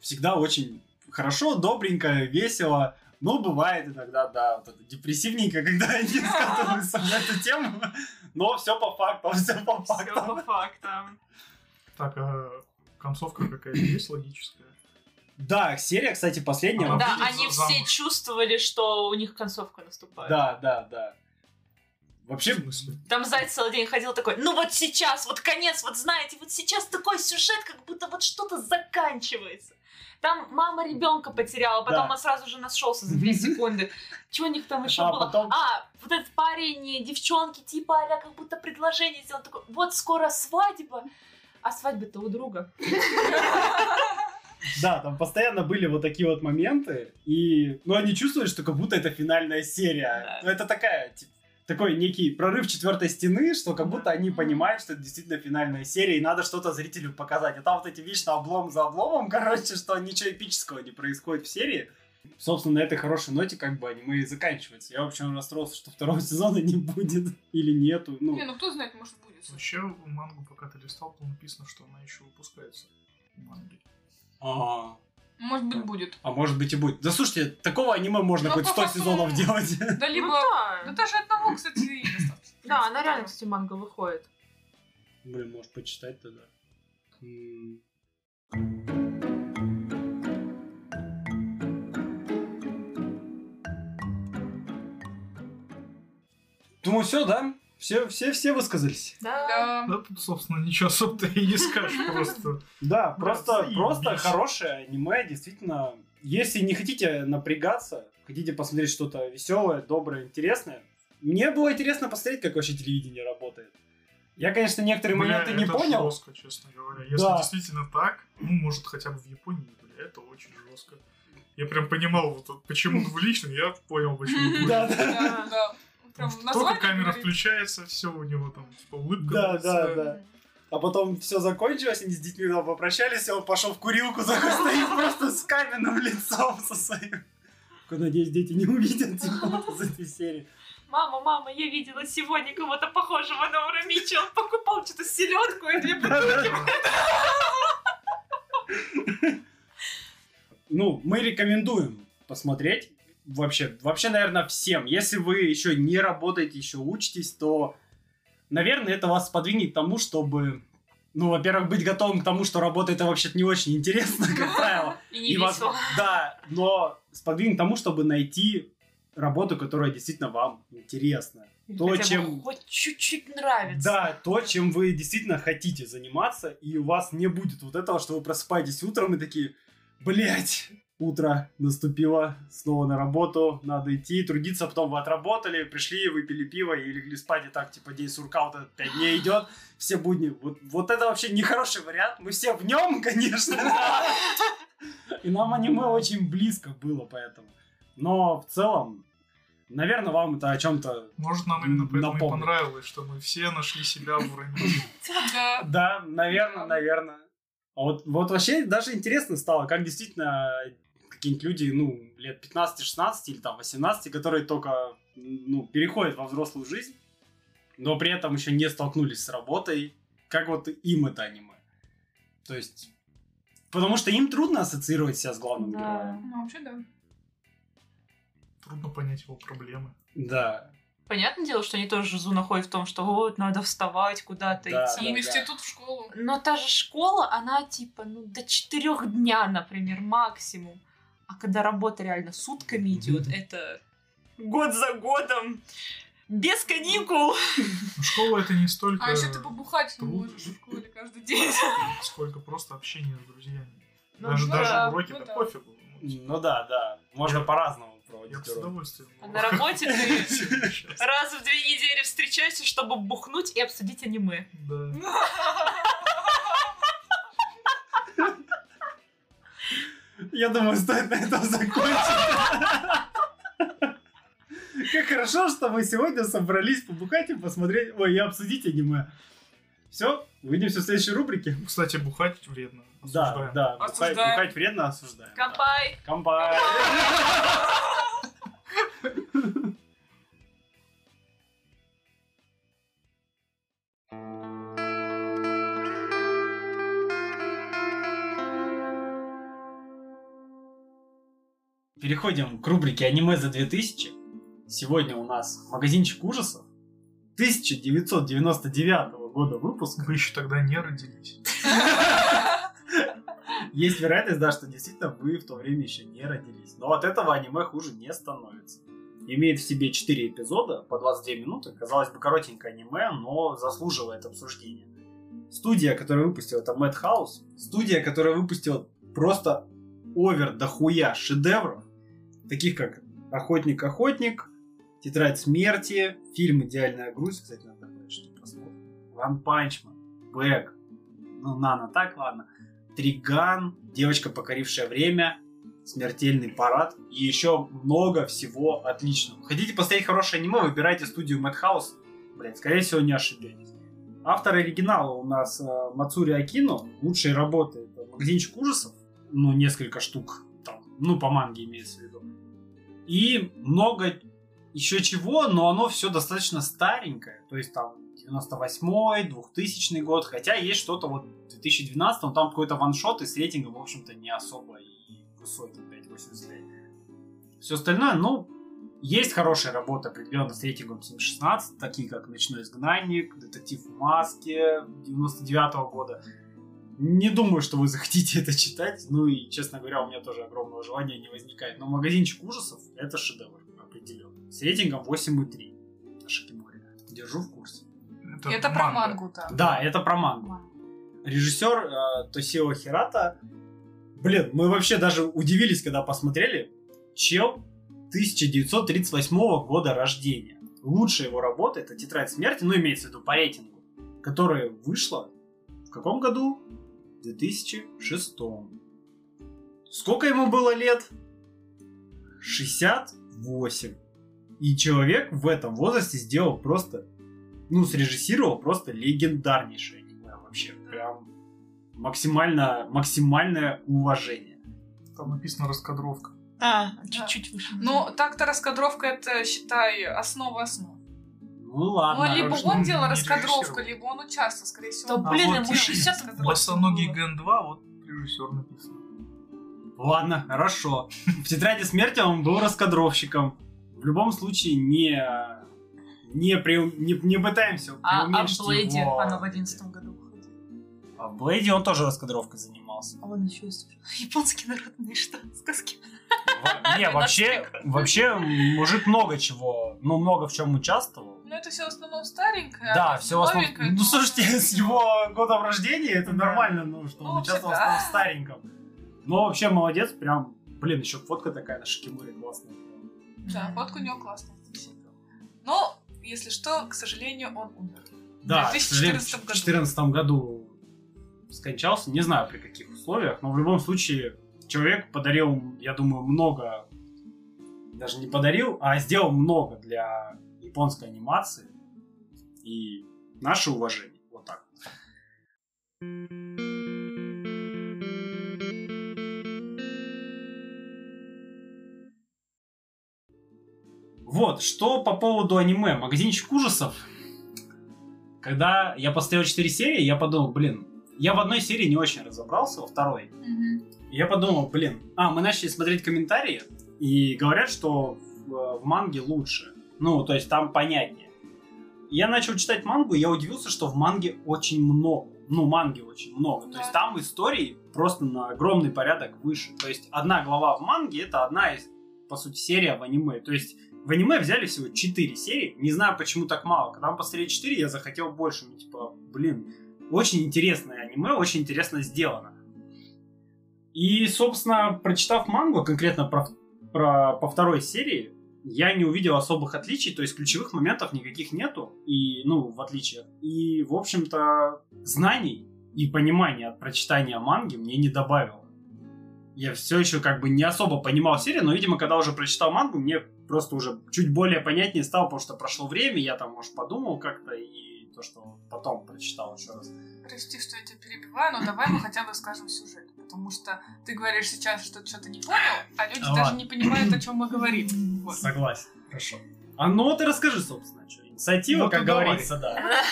Speaker 1: Всегда очень хорошо, добренько, весело. Но бывает иногда, да, вот это депрессивненько, когда они скатываются в эту тему. Но все по факту, все по
Speaker 2: Все
Speaker 1: факту.
Speaker 2: по фактам.
Speaker 3: Так, а концовка какая-то есть логическая?
Speaker 1: Да, серия, кстати, последняя.
Speaker 3: Она
Speaker 6: Да,
Speaker 3: выйдет
Speaker 6: они
Speaker 3: за- замуж.
Speaker 6: все чувствовали, что у них концовка наступает.
Speaker 1: Да, да, да. Вообще,
Speaker 2: Там заяц целый день ходил такой, ну вот сейчас, вот конец, вот знаете, вот сейчас такой сюжет, как будто вот что-то заканчивается. Там мама ребенка потеряла, потом
Speaker 1: Да.
Speaker 2: он сразу же нашелся за две секунды. Чего у них там еще
Speaker 1: А,
Speaker 2: было?
Speaker 1: потом-
Speaker 2: А, вот этот парень и девчонки, типа, а как будто предложение сделал. Такой, вот скоро свадьба. А свадьба-то у друга.
Speaker 1: да, там постоянно были вот такие вот моменты, и, ну, они чувствуют, что как будто это финальная серия. Ну, Это такая, типа, такой некий прорыв четвертой стены, что как будто они понимают, что это действительно финальная серия, и надо что-то зрителю показать. А там вот эти вечно облом за обломом, короче, что ничего эпического не происходит в серии. Собственно, на этой хорошей ноте как бы аниме и заканчивается. Я, в общем, расстроился, что второго сезона не будет или нету. Ну,
Speaker 5: Не, ну кто знает, может будет. слушай.
Speaker 3: Вообще, в мангу, пока ты листал, было написано, что она еще выпускается. Манги.
Speaker 1: а,
Speaker 5: Может быть будет.
Speaker 1: а может быть и будет. Да слушайте, такого аниме можно
Speaker 5: Ну,
Speaker 1: хоть
Speaker 5: по
Speaker 1: 100
Speaker 5: факту,
Speaker 1: сезонов
Speaker 5: ну,
Speaker 1: делать.
Speaker 5: Да либо... Да
Speaker 2: да.
Speaker 5: даже одного, кстати, и достаточно.
Speaker 2: Да, она реально, кстати, манга выходит.
Speaker 1: Блин, может почитать тогда. М. Думаю, все, да? Все, все, все высказались.
Speaker 5: Да.
Speaker 3: Да тут, собственно, ничего особо-то и не скажешь, просто...
Speaker 1: Да, просто,
Speaker 3: заебись.
Speaker 1: просто хорошее аниме, действительно. Если не хотите напрягаться, хотите посмотреть что-то веселое, доброе, интересное. Мне было интересно посмотреть, как вообще телевидение работает. Я, конечно, некоторые
Speaker 3: Бля,
Speaker 1: моменты не
Speaker 3: это
Speaker 1: понял.
Speaker 3: жестко, честно говоря. Если
Speaker 1: Да.
Speaker 3: действительно так, ну, может, хотя бы в Японии, бля, это очень жестко. Я прям понимал, вот, вот почему двуличный, я понял, почему
Speaker 1: Да, да.
Speaker 5: Да, да. Прям
Speaker 3: Только
Speaker 5: название
Speaker 3: камера
Speaker 5: говорит.
Speaker 3: включается, все у него там, типа, улыбка.
Speaker 1: Да,
Speaker 3: на лице.
Speaker 1: да, да. А потом все закончилось, они с детьми там попрощались, и он пошел в курилку, такой стоит просто с каменным лицом со своим. Такой, Надеюсь, дети не увидят типа, вот из этой серии.
Speaker 2: Мама, мама, я видела сегодня кого-то похожего на Урамича. Он покупал что-то селедку и две
Speaker 1: Ну, мы рекомендуем посмотреть вообще, вообще, наверное, всем. Если вы еще не работаете, еще учитесь, то, наверное, это вас подвинет к тому, чтобы, ну, во-первых, быть готовым к тому, что работа это вообще-то не очень интересно, как правило.
Speaker 2: И не
Speaker 1: И воз-
Speaker 2: весело.
Speaker 1: Да, но сподвинет к тому, чтобы найти работу, которая действительно вам интересна. То,
Speaker 2: Хотя бы
Speaker 1: чем-
Speaker 2: Хоть чуть-чуть нравится.
Speaker 1: Да, то, чем вы действительно хотите заниматься, и у вас не будет вот этого, что вы просыпаетесь утром и такие, блять, утро наступило, снова на работу, надо идти, трудиться, потом вы отработали, пришли, выпили пиво и легли спать, и так, типа, день суркаута 5 дней идет, все будни. Вот, вот это вообще нехороший вариант, мы все в нем, конечно. И нам аниме очень близко было, поэтому. Но в целом, наверное, вам это о чем-то
Speaker 3: Может, нам именно поэтому
Speaker 1: Напомню.
Speaker 3: и понравилось, что мы все нашли себя в Рамиле.
Speaker 5: Да.
Speaker 1: Да, наверное,
Speaker 5: Да.
Speaker 1: наверное. А вот, вот вообще даже интересно стало, как действительно какие-нибудь люди, ну, лет 15-16 или там 18, которые только, ну, переходят во взрослую жизнь, но при этом еще не столкнулись с работой, как вот им это аниме. То есть, потому что им трудно ассоциировать себя с главным
Speaker 2: Да.
Speaker 1: героем.
Speaker 5: Ну, вообще, да.
Speaker 3: Трудно понять его проблемы.
Speaker 1: Да.
Speaker 2: Понятное дело, что они тоже жезу находят в том, что вот, надо вставать, куда-то
Speaker 1: Да,
Speaker 5: В
Speaker 1: да.
Speaker 2: идти.
Speaker 5: институт, в школу.
Speaker 2: Но та же школа, она типа, ну, до четырех дня, например, максимум. А когда работа реально сутками идет, это год за годом, без каникул.
Speaker 3: Ну, Школа это не столько...
Speaker 5: А еще ты побухать не
Speaker 3: Трудно.
Speaker 5: можешь в школе каждый день.
Speaker 3: сколько просто общения с друзьями.
Speaker 2: Ну,
Speaker 3: даже
Speaker 5: ну
Speaker 3: даже
Speaker 5: да,
Speaker 3: уроки
Speaker 5: ну
Speaker 3: то
Speaker 5: да.
Speaker 3: пофигу. Ну, типа,
Speaker 1: Ну да, да. Можно
Speaker 3: Я-
Speaker 1: по-разному проводить
Speaker 3: Я бы с
Speaker 1: уроки.
Speaker 3: удовольствием.
Speaker 2: А на работе ты
Speaker 3: Сейчас.
Speaker 2: раз в две недели встречаешься, чтобы бухнуть и обсудить аниме.
Speaker 3: Да.
Speaker 1: Я думаю, стоит на этом закончить. Как хорошо, что мы сегодня собрались побухать и посмотреть, ой, и обсудить аниме. Все, увидимся в следующей рубрике.
Speaker 3: Кстати, бухать вредно.
Speaker 1: Да,
Speaker 3: Осуждаем.
Speaker 1: да, бухать,
Speaker 5: Осуждаем.
Speaker 1: бухать вредно, осуждаем. да.
Speaker 2: Компай!
Speaker 1: Компай. Переходим к рубрике «Аниме за 2000». Сегодня у нас магазинчик ужасов 1999 года выпуска.
Speaker 3: Вы еще тогда не родились.
Speaker 1: Есть вероятность, да, что действительно вы в то время еще не родились. Но от этого аниме хуже не становится. имеет в себе 4 эпизода по 22 минуты. Казалось бы, коротенькое аниме, но заслуживает обсуждения. Студия, которая выпустила, это Madhouse. Студия, которая выпустила просто овер дохуя шедевров, таких как «Охотник-охотник», «Тетрадь смерти», фильм «Идеальная грусть», кстати, надо сказать, что посмотрел. «Ван Панчман», «Бэк», ну, Нана, так, ладно. Триган, девочка, покорившая время, смертельный парад и еще много всего отличного. Хотите посмотреть хорошее аниме, выбирайте студию Madhouse. Блять, скорее всего, не ошибетесь. Автор оригинала у нас э, Мацури Акино. Лучшие работы это «Магазинчик ужасов», ну, несколько штук там, ну, по манге имеется в виду. И много еще чего, но оно все достаточно старенькое. То есть там 98-й, 2000 год, хотя есть что-то вот в 2012 но там какой-то ваншот и с рейтингом, в общем-то, не особо и высокий, 5,85. Все остальное, ну, есть хорошая работа определенно с рейтингом 7.16, такие как «Ночной изгнанник», «Детектив в маске» 99 года. Не думаю, что вы захотите это читать, ну и, честно говоря, у меня тоже огромного желания не возникает. Но «Магазинчик ужасов» — это шедевр определенно. С рейтингом 8,3 на Шикиморе. Держу в курсе.
Speaker 5: Это про мангу там.
Speaker 1: Да, это про мангу. Режиссер э, Тосио Хирата. Блин, мы вообще даже удивились, когда посмотрели. Чел 1938 года рождения. Лучшая его работа это «Тетрадь смерти», ну, имеется в виду по рейтингу, которая вышла в каком году? В 2006. Сколько ему было лет? 68. И человек в этом возрасте сделал просто ну, срежиссировал просто легендарнейшее аниме вообще. Прям максимально, максимальное уважение.
Speaker 3: Там написано раскадровка.
Speaker 6: А, чуть-чуть выше.
Speaker 5: Ну, так-то раскадровка это, считай, основа основ.
Speaker 1: Ну ладно.
Speaker 5: ну, либо
Speaker 3: хорошо,
Speaker 5: он
Speaker 3: не
Speaker 5: делал раскадровку,
Speaker 3: режиссировал.
Speaker 5: либо он участвовал, скорее всего.
Speaker 6: Да
Speaker 5: он
Speaker 6: блин,
Speaker 5: делал
Speaker 6: ему
Speaker 5: дело
Speaker 6: 60
Speaker 5: раскадровки.
Speaker 3: Босоногий Ген 2, вот режиссер написано.
Speaker 1: Ладно, хорошо. В «Тетради смерти» он был раскадровщиком. В любом случае, не... Не, преу- не, не пытаемся
Speaker 6: А, а
Speaker 1: преуменьшить
Speaker 6: Блэйди,
Speaker 1: его.
Speaker 6: она в одиннадцатом году выходила.
Speaker 1: А в Блэйде он тоже раскадровкой занимался.
Speaker 6: А он еще есть. Японские народные что? Сказки.
Speaker 1: Во- Не, вообще, вообще мужик много чего, ну много в чем участвовал.
Speaker 5: Ну, это все в основном старенькое.
Speaker 1: Да,
Speaker 5: а
Speaker 1: все в основном...
Speaker 5: новенькое,
Speaker 1: Ну, слушайте, с его годом рождения это
Speaker 5: Да.
Speaker 1: нормально, ну, что
Speaker 5: Ну,
Speaker 1: он
Speaker 5: вообще,
Speaker 1: участвовал в
Speaker 5: да.
Speaker 1: основном в стареньком. Но вообще молодец, прям, блин, еще фотка такая на Шикимуре классная.
Speaker 5: Да, фотка у
Speaker 1: Ну,
Speaker 5: него классная. Но, если что, к сожалению, он умер.
Speaker 1: Да,
Speaker 5: В 2014
Speaker 1: в 2014 году скончался, не знаю при каких условиях, но в любом случае человек подарил, я думаю, много, даже не подарил, а сделал много для японской анимации и наше уважение. Вот так. Вот, что по поводу аниме. Магазинчик ужасов. Когда я посмотрел 4 серии, я подумал, блин, я в одной серии не очень разобрался, во второй. И Я подумал, блин, а, мы начали смотреть комментарии, и говорят, что в, в манге лучше. Ну, то есть там понятнее. И Я начал читать мангу, и я удивился, что в манге очень много. Ну, манги очень много. То
Speaker 5: Да.
Speaker 1: есть там истории просто на огромный порядок выше. То есть одна глава в манге это одна из, по сути, серия в аниме. То есть в аниме взяли всего 4 серии. Не знаю, почему так мало. Когда мы посмотрели 4, я захотел больше. Ну, типа, блин, очень интересное аниме, очень интересно сделано. И, собственно, прочитав мангу, конкретно про, про- по второй серии, я не увидел особых отличий, то есть ключевых моментов никаких нету, и, ну, в отличие. И, в общем-то, знаний и понимания от прочитания манги мне не добавило. Я все еще как бы не особо понимал серию, но, видимо, когда уже прочитал мангу, мне просто уже чуть более понятнее стало, потому что прошло время, я там, может, подумал как-то, и то, что потом прочитал еще раз.
Speaker 5: Прости, что я тебя перебиваю, но давай мы хотя бы скажем сюжет. Потому что ты говоришь сейчас, что ты что-то не понял, а люди
Speaker 1: Ладно.
Speaker 5: даже не понимают, о чем мы говорим. Вот.
Speaker 1: Согласен. Хорошо. А ну ты расскажи, собственно, что. Инициатива,
Speaker 3: Ну,
Speaker 1: как
Speaker 3: ты давай.
Speaker 1: говорится, да.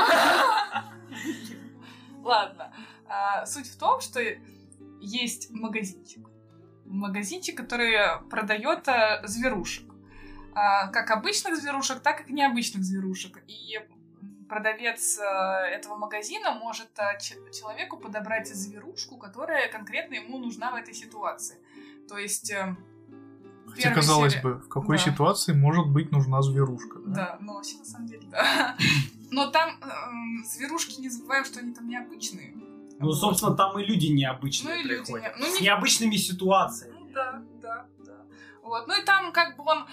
Speaker 5: Ладно. А, Суть в том, что есть магазинчик. Магазинчик, который продает а, зверушек. А, Как обычных зверушек, так и необычных зверушек. И м, продавец а, этого магазина может а, ч- человеку подобрать зверушку, которая конкретно ему нужна в этой ситуации. То есть эм,
Speaker 3: Хотя, казалось бы, в какой
Speaker 5: Да.
Speaker 3: ситуации может быть нужна зверушка? да?
Speaker 5: Да, но вообще на самом деле, да. Но там эм, зверушки, не забываем, что они там необычные.
Speaker 1: Ну,
Speaker 5: Вот.
Speaker 1: собственно, там и люди необычные
Speaker 5: Ну и люди
Speaker 1: приходят.
Speaker 5: не- ну,
Speaker 1: С
Speaker 5: не-
Speaker 1: необычными ситуациями.
Speaker 5: Ну да, да, да. Вот. Ну и там как бы он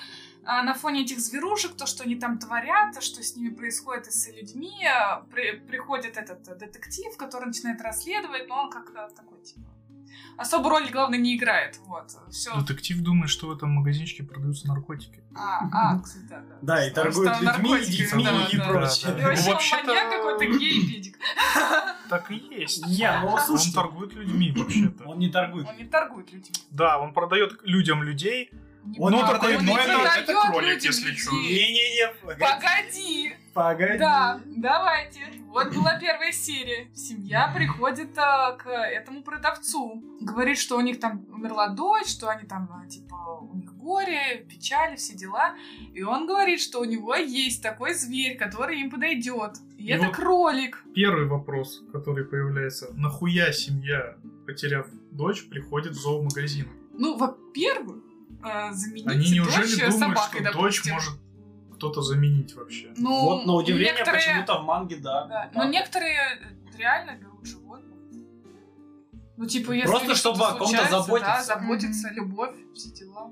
Speaker 5: а, на фоне этих зверушек, то, что они там творят, то, что с ними происходит и с людьми, а, при- приходит этот э, детектив, который начинает расследовать, но он как-то такой, типа, особо роль, главное, не играет, вот. Все.
Speaker 3: Детектив думает, что в этом магазинчике продаются наркотики.
Speaker 5: А, а, кстати, да, да.
Speaker 1: Да, и
Speaker 5: Потому
Speaker 1: торгуют людьми,
Speaker 5: что наркотики,
Speaker 1: детьми
Speaker 5: да,
Speaker 1: и
Speaker 5: да.
Speaker 1: прочее.
Speaker 5: И
Speaker 3: Да.
Speaker 5: вообще он
Speaker 3: Вообще-то-
Speaker 5: маньяк какой-то гей-педик.
Speaker 3: Так и есть.
Speaker 1: Я, ну
Speaker 3: Он
Speaker 1: слушайте,
Speaker 3: торгует людьми вообще-то.
Speaker 1: он не торгует.
Speaker 5: Он не торгует людьми.
Speaker 3: Да, он продает людям людей.
Speaker 5: Не
Speaker 1: Он
Speaker 3: ну,
Speaker 5: правда,
Speaker 3: такой,
Speaker 5: он
Speaker 3: ну,
Speaker 5: не
Speaker 3: это- это
Speaker 5: продает
Speaker 3: кролик,
Speaker 5: людям
Speaker 3: если чё.
Speaker 5: людей.
Speaker 1: Не-не-не, погоди.
Speaker 5: Погоди,
Speaker 1: погоди.
Speaker 5: Да, давайте. Вот была первая серия. Семья приходит а, к этому продавцу. Говорит, что у них там умерла дочь, что они там, а, типа, у них горе, печали, все дела. И он говорит, что у него есть такой зверь, который им подойдет. И,
Speaker 3: И
Speaker 5: это
Speaker 3: вот-
Speaker 5: кролик.
Speaker 3: Первый вопрос, который появляется. Нахуя семья, потеряв дочь, приходит в зоомагазин?
Speaker 5: Ну, во-первых, а, замените
Speaker 3: Они неужели
Speaker 5: дочь э,
Speaker 3: думают,
Speaker 5: собакой,
Speaker 3: что дочь
Speaker 5: допустим.
Speaker 3: может кто-то заменить вообще?
Speaker 5: Ну,
Speaker 1: Вот, на удивление,
Speaker 5: некоторые-
Speaker 1: почему-то в манге, да.
Speaker 5: Да,
Speaker 1: Да.
Speaker 5: Но некоторые э, реально берут животных. Ну, типа, если
Speaker 1: Просто
Speaker 5: что-то
Speaker 1: чтобы о ком-то
Speaker 5: случается, Да,
Speaker 1: заботиться.
Speaker 5: заботиться, любовь, все дела.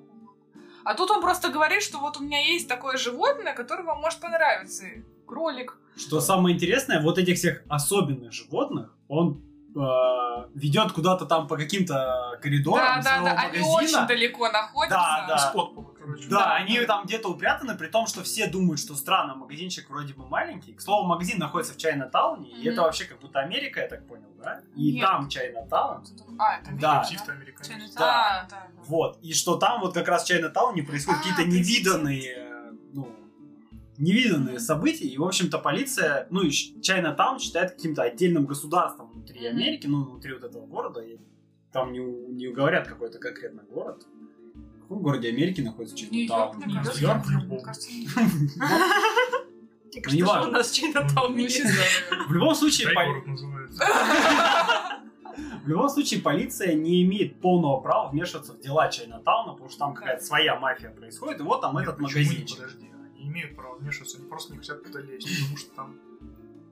Speaker 5: А тут он просто говорит, что вот у меня есть такое животное, которое вам может понравиться. И Кролик.
Speaker 1: Что самое интересное, вот этих всех особенных животных, он э, ведет куда-то там по каким-то коридорам
Speaker 5: да,
Speaker 1: Ну, своего
Speaker 5: да, да. Они очень
Speaker 1: магазина.
Speaker 5: далеко находятся.
Speaker 1: Да, да.
Speaker 3: Из подпола, короче.
Speaker 1: Да, они там где-то упрятаны, при том, что все думают, что странно, магазинчик вроде бы маленький. К слову, магазин находится в Чайна-тауне, и
Speaker 5: Мгм.
Speaker 1: это вообще как будто Америка, я так понял, да? И
Speaker 5: Нет.
Speaker 1: там Чайна-таун.
Speaker 5: А, это
Speaker 1: Да. ну,
Speaker 3: Детектив-то американский.
Speaker 5: видно.
Speaker 1: Да.
Speaker 5: Да, да, да.
Speaker 1: Вот, и что там вот как раз в Чайна-тауне происходят
Speaker 5: А,
Speaker 1: какие-то
Speaker 5: простите.
Speaker 1: невиданные, э, ну, невиданные
Speaker 5: Мгм.
Speaker 1: события, и, в общем-то, полиция, ну, и Щ- Чайна-таун считает каким-то отдельным государством внутри
Speaker 5: Мгм.
Speaker 1: Америки, ну, внутри вот этого города, и там не, у- не говорят какой-то конкретный город. В каком городе Америки находится
Speaker 5: Нью-Йорк,
Speaker 1: Чайна-таун?
Speaker 5: мне кажется.
Speaker 3: Нью-Йорк,
Speaker 5: Мне
Speaker 3: любой.
Speaker 5: кажется, не-
Speaker 2: Мне
Speaker 1: не
Speaker 2: кажется, что
Speaker 1: важно.
Speaker 2: у нас Чайнатаун
Speaker 5: Ну,
Speaker 2: есть.
Speaker 5: сейчас,
Speaker 1: В любом случае,
Speaker 3: Дай
Speaker 1: по-
Speaker 3: город называется.
Speaker 1: В любом случае, полиция не имеет полного права вмешиваться в дела Чайнатауна, потому что там
Speaker 5: Да.
Speaker 1: какая-то своя мафия происходит, и вот там
Speaker 3: Нет,
Speaker 1: этот
Speaker 3: почему не?
Speaker 1: магазинчик.
Speaker 3: Подожди, они имеют право вмешиваться, они просто не хотят туда лезть, потому что там...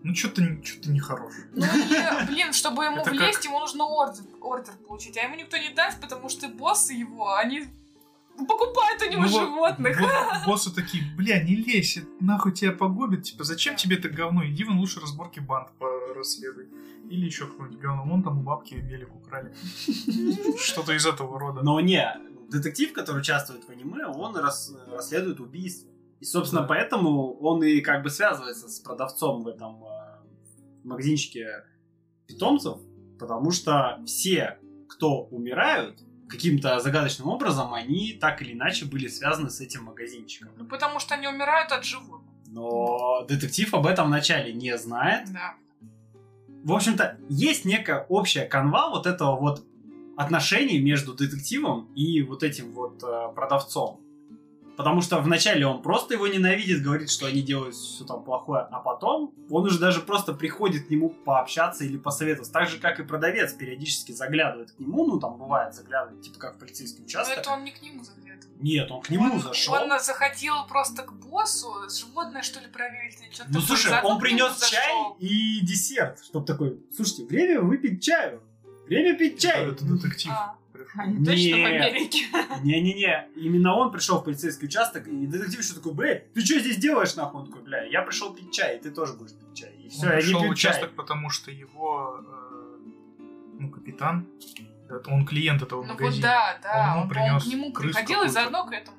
Speaker 3: Ну, что-то что нехорошее.
Speaker 5: Ну и, блин, чтобы ему
Speaker 3: Это как-
Speaker 5: влезть, ему нужно ордер, ордер получить, а ему никто не даст, потому что боссы его, они покупают у него
Speaker 3: Ну вот-
Speaker 5: животных.
Speaker 3: вот боссы такие, бля, не лезь, это нахуй тебя погубит, типа, зачем тебе это говно, иди вон лучше разборки банд расследуй. Или еще какое-нибудь говно, вон там у бабки велик украли. Что-то из этого рода.
Speaker 1: Но не, детектив, который участвует в аниме, он рас- расследует убийство. И, собственно,
Speaker 3: Да.
Speaker 1: поэтому он и как бы связывается с продавцом в этом э, магазинчике питомцев, потому что все, кто умирают, каким-то загадочным образом, они так или иначе были связаны с этим магазинчиком.
Speaker 5: Ну потому что они умирают от животных.
Speaker 1: Но детектив об этом вначале не знает,
Speaker 5: Да.
Speaker 1: в общем-то, есть некая общая канва вот этого вот отношений между детективом и вот этим вот э, продавцом. Потому что вначале он просто его ненавидит, говорит, что они делают все там плохое, а потом он уже даже просто приходит к нему пообщаться или посоветоваться. Так же, как и продавец периодически заглядывает к нему, ну там бывает заглядывает, типа как в полицейский
Speaker 5: Но
Speaker 1: участок.
Speaker 5: Ну, это он не к нему заглядывал.
Speaker 1: Нет, он к нему
Speaker 5: он,
Speaker 1: зашел.
Speaker 5: Он захотел просто к боссу животное, что ли, проверить или что-то
Speaker 1: Ну
Speaker 5: такое.
Speaker 1: слушай,
Speaker 5: Зато
Speaker 1: он
Speaker 5: к нему
Speaker 1: принес чай
Speaker 5: зашел.
Speaker 1: и десерт, чтобы такой, слушайте, время выпить чаю. Время пить чай.
Speaker 3: Это детектив.
Speaker 5: А.
Speaker 3: пришёл.
Speaker 2: Они точно в
Speaker 1: Нет.
Speaker 2: Америке.
Speaker 1: Не-не-не, именно он пришел в полицейский участок, и детектив еще такой, блядь, ты что здесь делаешь нахуй? Он такой, бля, я пришел пить чай, и ты тоже будешь пить чай. И все,
Speaker 3: он
Speaker 1: я не
Speaker 3: пришел в
Speaker 1: пью чай.
Speaker 3: участок, потому что его э, ну, капитан, это он клиент этого
Speaker 5: Ну вот
Speaker 3: магазина.
Speaker 5: да, да.
Speaker 3: Он ему
Speaker 5: Он, по-моему,
Speaker 3: принес
Speaker 5: к нему
Speaker 3: крыс
Speaker 5: приходил и
Speaker 3: какую-то.
Speaker 5: заодно к этому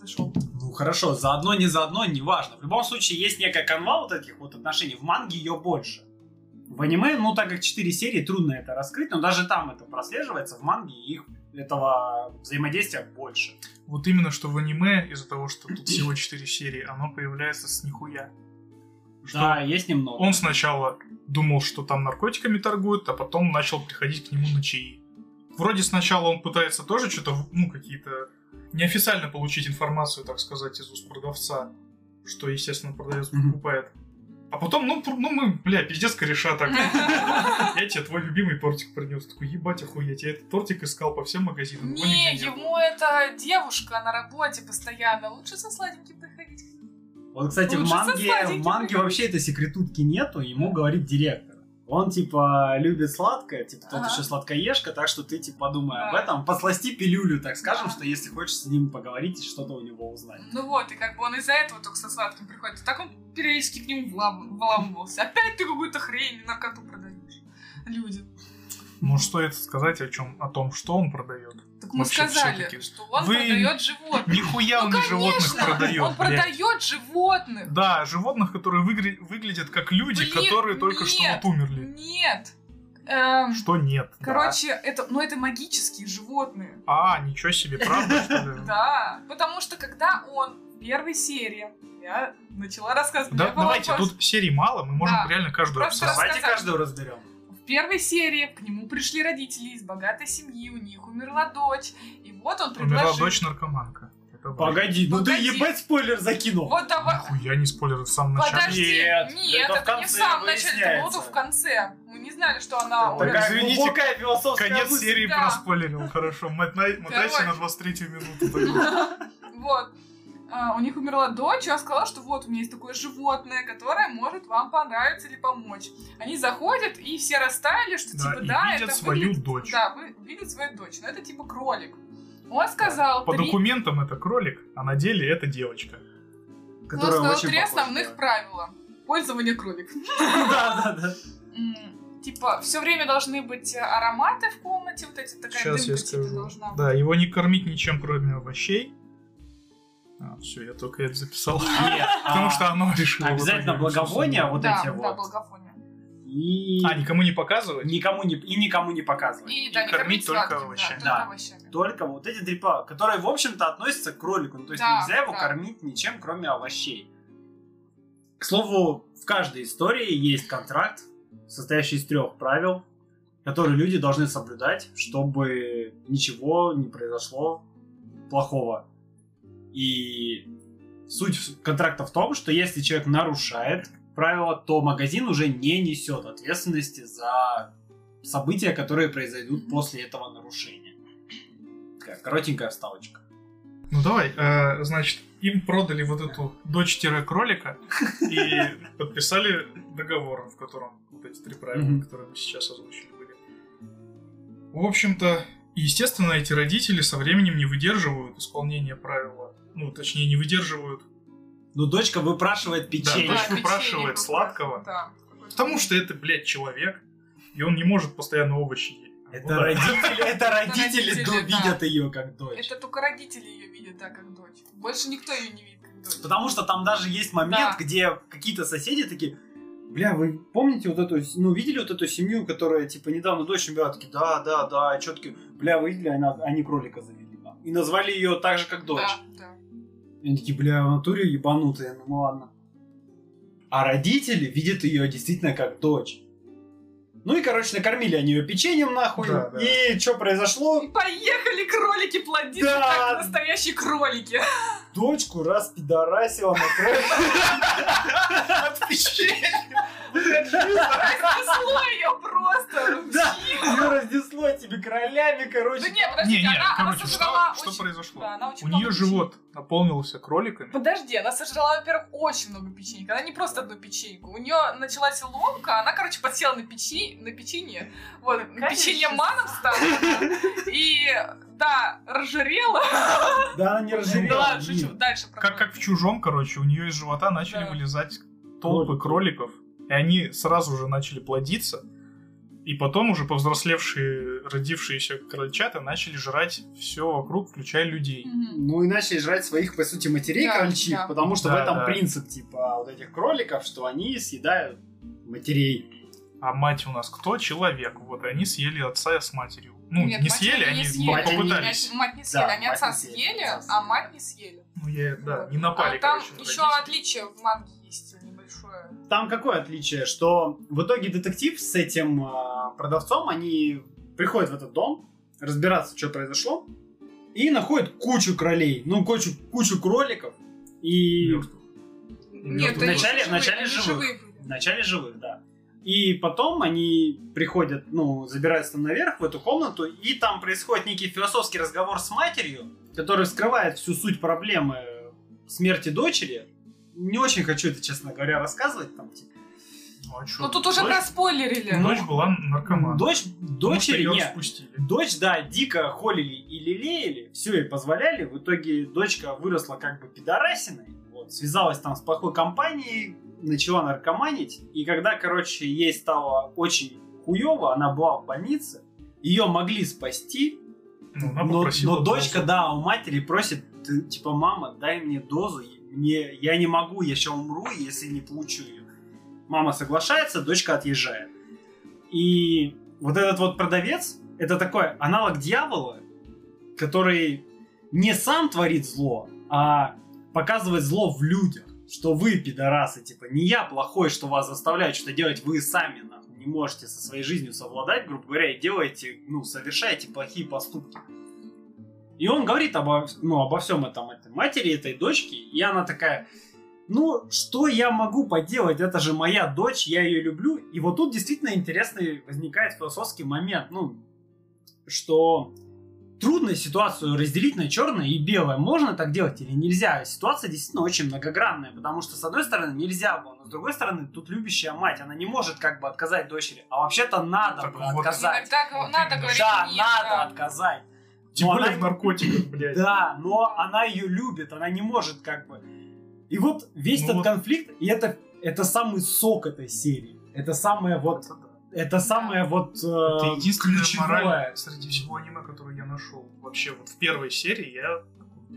Speaker 5: зашел.
Speaker 1: Ну хорошо, заодно, не заодно, неважно. В любом случае, есть некая канва вот этих вот отношений, в манге ее больше. В аниме, ну так как 4 серии, трудно это раскрыть, но даже там это прослеживается, в манге их этого взаимодействия больше.
Speaker 3: Вот именно что в аниме, из-за того, что тут всего 4 серии, оно появляется с нихуя. Что
Speaker 1: Да, есть немного.
Speaker 3: Он сначала думал, что там наркотиками торгуют, а потом начал приходить к нему на чаи. Вроде сначала он пытается тоже что-то, ну, какие-то... Неофициально получить информацию, так сказать, из уст продавца, что, естественно, продавец
Speaker 1: Мгм.
Speaker 3: покупает. А потом, ну, пр- ну мы, бля, пиздец кореша так. Я тебе твой любимый тортик принес. Такой, ебать, охуеть. Я этот тортик искал по всем магазинам. его
Speaker 5: Не,
Speaker 3: нигде было.
Speaker 5: ему эта девушка на работе постоянно. Лучше со сладеньким доходить.
Speaker 1: Он, кстати, в
Speaker 5: Лучше со
Speaker 1: манге,
Speaker 5: сладеньким
Speaker 1: в манге
Speaker 5: приходить.
Speaker 1: вообще этой секретутки нету, ему говорит директор. Он, типа, любит сладкое, типа, тот
Speaker 5: Ага.
Speaker 1: еще сладкоежка, так что ты, типа, подумай об
Speaker 5: Да.
Speaker 1: этом, посласти пилюлю, так скажем,
Speaker 5: Да.
Speaker 1: что если хочешь с ним поговорить и что-то у него узнать.
Speaker 5: Ну вот, и как бы он из-за этого только со сладким приходит. Так он периодически к ним влам- вламывался. Опять ты какую-то хрень наркоту продаешь. Люди.
Speaker 3: Может, стоит Ну, сказать о чем? О том, что он продает.
Speaker 5: Так мы
Speaker 3: Вообще,
Speaker 5: сказали,
Speaker 3: всё-таки.
Speaker 5: что он
Speaker 3: Вы-
Speaker 5: продает животных.
Speaker 3: Нихуя он не животных продает,
Speaker 5: Ну, он
Speaker 3: блядь.
Speaker 5: продает животных.
Speaker 3: Да, животных, которые выгля- выглядят как люди,
Speaker 5: Блин,
Speaker 3: которые только что
Speaker 5: нет.
Speaker 3: вот умерли.
Speaker 5: Нет. Эм,
Speaker 3: Что нет. да.
Speaker 5: короче, это, ну это магические животные.
Speaker 3: А, ничего себе, правда, что ли?
Speaker 5: Да, потому что когда он в первой серии, я начала рассказывать. у
Speaker 3: Да,
Speaker 5: меня была
Speaker 3: давайте,
Speaker 5: вопрос.
Speaker 3: тут серий мало, мы можем
Speaker 5: Да.
Speaker 3: реально каждую
Speaker 5: Просто
Speaker 3: обсосать.
Speaker 1: Давайте
Speaker 5: рассказать.
Speaker 1: каждого разберем.
Speaker 5: В первой серии к нему пришли родители из богатой семьи, у них умерла дочь, и вот он
Speaker 3: Умерла
Speaker 5: предложил...
Speaker 3: дочь наркоманка. Это важно.
Speaker 1: Погоди, ну ты
Speaker 5: Погоди.
Speaker 1: ебать спойлер закинул.
Speaker 5: Вот давай...
Speaker 3: Нихуя не спойлер в самом начале.
Speaker 5: Подожди,
Speaker 1: Нет,
Speaker 5: нет,
Speaker 1: это
Speaker 5: это,
Speaker 1: в
Speaker 5: не в
Speaker 1: конце
Speaker 5: самом начале, это
Speaker 1: выясняется.
Speaker 5: было в конце. Мы не знали, что она
Speaker 3: Так,
Speaker 5: умерла.
Speaker 1: Такая
Speaker 3: извините,
Speaker 1: глубокая философская
Speaker 3: Конец
Speaker 1: мысль.
Speaker 3: серии
Speaker 5: да.
Speaker 3: проспойлерил, хорошо. Мот- най- Мотайся
Speaker 5: Короче.
Speaker 3: на 23 минуту.
Speaker 5: Вот. А, у них умерла дочь, и она сказала, что вот, у меня есть такое животное, которое может вам понравиться или помочь. Они заходят, и все растаяли, что
Speaker 3: Да,
Speaker 5: типа
Speaker 3: и
Speaker 5: да,
Speaker 3: видят
Speaker 5: это
Speaker 3: свою
Speaker 5: выглядит-
Speaker 3: дочь.
Speaker 5: Да, вы, видят свою дочь, но это типа кролик. Он сказал
Speaker 3: По
Speaker 5: три,
Speaker 3: документам это кролик, а на деле это девочка.
Speaker 5: он
Speaker 1: которая
Speaker 5: сказал
Speaker 1: очень
Speaker 5: три
Speaker 1: похожа,
Speaker 5: основных правила. Пользование кролик.
Speaker 1: Да, да, да.
Speaker 5: М, Типа, все время должны быть э, ароматы в комнате, вот эти такая
Speaker 3: Сейчас я
Speaker 5: дымка типа
Speaker 3: скажу.
Speaker 5: должна быть.
Speaker 3: Да, его не кормить ничем, кроме овощей. А, все, я только это записал.
Speaker 1: Нет,
Speaker 3: Потому
Speaker 1: а,
Speaker 3: что оно решило. в
Speaker 1: Обязательно
Speaker 3: итоге, что
Speaker 1: благовония,
Speaker 3: сложно.
Speaker 1: вот
Speaker 5: да,
Speaker 1: эти
Speaker 5: да,
Speaker 1: вот.
Speaker 5: благовония.
Speaker 1: И
Speaker 3: А, никому не показывать?
Speaker 1: никому не и никому не показывать.
Speaker 5: И, да, не кормить
Speaker 3: кормить только
Speaker 5: сладким, да,
Speaker 3: овощами.
Speaker 5: только
Speaker 1: Да.
Speaker 5: овощами.
Speaker 1: Только вот эти три па- которые, в общем-то, относятся к кролику. Ну, то есть
Speaker 5: Да,
Speaker 1: нельзя его
Speaker 5: да.
Speaker 1: кормить ничем, кроме овощей. К слову, в каждой истории есть контракт, состоящий из трех правил, которые люди должны соблюдать, чтобы ничего не произошло плохого. И суть в- контракта в том, что если человек нарушает правила, то магазин уже не несет ответственности за события, которые произойдут после этого нарушения. Такая коротенькая вставочка.
Speaker 3: Ну давай, э, значит, им продали вот эту дочь-кролика и подписали договор, в котором вот эти три правила,
Speaker 1: Мгм.
Speaker 3: которые мы сейчас озвучили, были. В общем-то, естественно, эти родители со временем не выдерживают исполнения правила. Ну, точнее, не выдерживают.
Speaker 1: Ну, дочка выпрашивает печенье.
Speaker 3: Да, дочь
Speaker 5: печенье
Speaker 3: выпрашивает
Speaker 5: как
Speaker 3: сладкого.
Speaker 5: раз, Да.
Speaker 3: Потому что это, блядь, человек, и он не может постоянно овощи есть.
Speaker 1: Это,
Speaker 3: Ну да.
Speaker 1: родители, это родители
Speaker 5: родители,
Speaker 1: ду-
Speaker 5: да.
Speaker 1: видят ее как дочь.
Speaker 5: Это только родители ее видят, да, как дочь. Больше никто ее не видит как дочь.
Speaker 1: Потому что там даже есть момент,
Speaker 5: Да.
Speaker 1: где какие-то соседи такие, бля, вы помните вот эту, с- ну, видели вот эту семью, которая, типа, недавно дочь умерла? Такие, да, да, да, четкие, бля, вы видели, она, они кролика завели. нам». И назвали ее так же, как дочь.
Speaker 5: Да,
Speaker 1: И они такие, бля, в натуре ебанутые, ну ладно. А родители видят ее действительно как дочь. Ну и, короче, накормили они ее печеньем нахуй.
Speaker 3: Да, да.
Speaker 1: И что произошло?
Speaker 5: да. Поехали, кролики плодиться,
Speaker 1: Да.
Speaker 5: как настоящие кролики.
Speaker 1: Дочку раз пидорасила
Speaker 5: Разнесло ее просто.
Speaker 1: Да, ее разнесло тебе королями,
Speaker 5: Да
Speaker 1: короче.
Speaker 5: не,
Speaker 3: Не,
Speaker 5: подожди,
Speaker 3: не,
Speaker 5: она, она
Speaker 3: короче,
Speaker 5: сожрала
Speaker 3: что, что
Speaker 5: очень...
Speaker 3: произошло?
Speaker 5: Да, она очень
Speaker 3: У нее
Speaker 5: много
Speaker 3: живот наполнился кроликами.
Speaker 5: печенья. Подожди, она сожрала, во-первых, очень много печенья. Она не просто одну печеньку. У нее началась ломка, она, короче, подсела на, печи... на печенье. Вот, на печенье
Speaker 2: Количество.
Speaker 5: маном стала. И, да, разжирела.
Speaker 1: Да, она не разжирела.
Speaker 5: Да, шучу, дальше.
Speaker 3: Как, как в чужом, короче, у нее из живота начали
Speaker 5: Да.
Speaker 3: вылезать толпы кроликов, и они сразу же начали плодиться, и потом уже повзрослевшие, родившиеся крольчата начали жрать все вокруг, включая людей.
Speaker 5: Мгм.
Speaker 1: Ну и начали жрать своих, по сути, матерей
Speaker 5: Да,
Speaker 1: крольчих,
Speaker 5: да.
Speaker 1: потому что в
Speaker 3: Да,
Speaker 1: этом
Speaker 3: да.
Speaker 1: принцип, типа, вот этих кроликов, что они съедают матерей.
Speaker 3: А мать у нас кто? Человек. Вот и они съели отца с матерью. Ну,
Speaker 5: Нет,
Speaker 3: не
Speaker 5: мать
Speaker 3: съели,
Speaker 5: они
Speaker 3: они
Speaker 5: не
Speaker 3: ну,
Speaker 5: съели.
Speaker 3: попытались.
Speaker 5: Мать, мать не
Speaker 1: Да,
Speaker 5: съели, они
Speaker 1: мать
Speaker 5: отца
Speaker 1: не съели,
Speaker 5: съели,
Speaker 1: отца
Speaker 5: а
Speaker 1: съели.
Speaker 5: мать не съели.
Speaker 3: Ну, я, да,
Speaker 5: Вот.
Speaker 3: не напали,
Speaker 5: а там
Speaker 3: короче, на
Speaker 5: еще
Speaker 3: родителей.
Speaker 5: отличие в манге есть небольшое.
Speaker 1: Там какое отличие, что в итоге детектив с этим а, продавцом, они приходят в этот дом, разбираться, что произошло, и находят кучу кролей, ну, кучу, кучу кроликов, и...
Speaker 3: Мёртвых.
Speaker 5: Нет,
Speaker 3: Мёртвых.
Speaker 5: они
Speaker 1: Вначале-
Speaker 5: живые,
Speaker 3: ну,
Speaker 1: вначале
Speaker 5: они
Speaker 1: живых.
Speaker 5: были.
Speaker 1: Вначале живых, да. И потом они приходят, ну, забираются там наверх, в эту комнату, и там происходит некий философский разговор с матерью, который вскрывает всю суть проблемы э, смерти дочери. Не очень хочу это, честно говоря, рассказывать. Там, типа,
Speaker 3: Ну, а чё?
Speaker 5: Ну тут уже
Speaker 3: Дочь-
Speaker 5: проспойлерили.
Speaker 3: Дочь была наркоман.
Speaker 1: дочь, дочери,
Speaker 3: ее
Speaker 1: не,
Speaker 3: распустили.
Speaker 1: Дочь, да, дико холили и лелеяли, все ей позволяли. В итоге дочка выросла как бы пидорасиной. Вот, связалась там с плохой компанией, начала наркоманить. И когда, короче, ей стало очень хуево, она была в больнице, ее могли спасти,
Speaker 3: Ну, она
Speaker 1: но,
Speaker 3: попросила
Speaker 1: но дочка,
Speaker 3: дозу.
Speaker 1: да, у матери просит, ты, типа, мама, дай мне дозу, и мне, я не могу, я сейчас умру, если не получу ее. Мама соглашается, дочка отъезжает. И вот этот вот продавец, это такой аналог дьявола, который не сам творит зло, а показывает зло в людях. Что вы, пидорасы, типа, не я плохой, что вас заставляют что-то делать, вы сами, нахуй, не можете со своей жизнью совладать, грубо говоря, и делаете, ну, совершаете плохие поступки. И он говорит обо, вс- ну, обо всем этом этой матери, этой дочке, и она такая, ну, что я могу поделать, это же моя дочь, я ее люблю. И вот тут действительно интересный возникает философский момент, ну, что трудно ситуацию разделить на черное и белое. Можно так делать или нельзя? Ситуация действительно очень многогранная, потому что, с одной стороны, нельзя было, но с другой стороны, тут любящая мать, она не может как бы отказать дочери, а вообще-то надо
Speaker 3: Так
Speaker 1: бы
Speaker 3: вот.
Speaker 1: отказать.
Speaker 5: Иногда го-
Speaker 3: Вот
Speaker 5: надо
Speaker 3: именно.
Speaker 5: говорить
Speaker 1: Да,
Speaker 5: «нет»,
Speaker 1: надо
Speaker 5: да.
Speaker 1: отказать.
Speaker 3: Тем
Speaker 1: Но
Speaker 3: более
Speaker 1: она-
Speaker 3: в наркотиках, блядь.
Speaker 1: да, но она ее любит, она не может как бы. И вот весь
Speaker 3: Ну
Speaker 1: этот
Speaker 3: вот.
Speaker 1: конфликт, и это, это самый сок этой серии. Это самое вот... Это самое вот... э,
Speaker 3: Это единственная
Speaker 1: ключевое.
Speaker 3: мораль среди всего аниме, которую я нашел. Вообще, вот в первой серии я...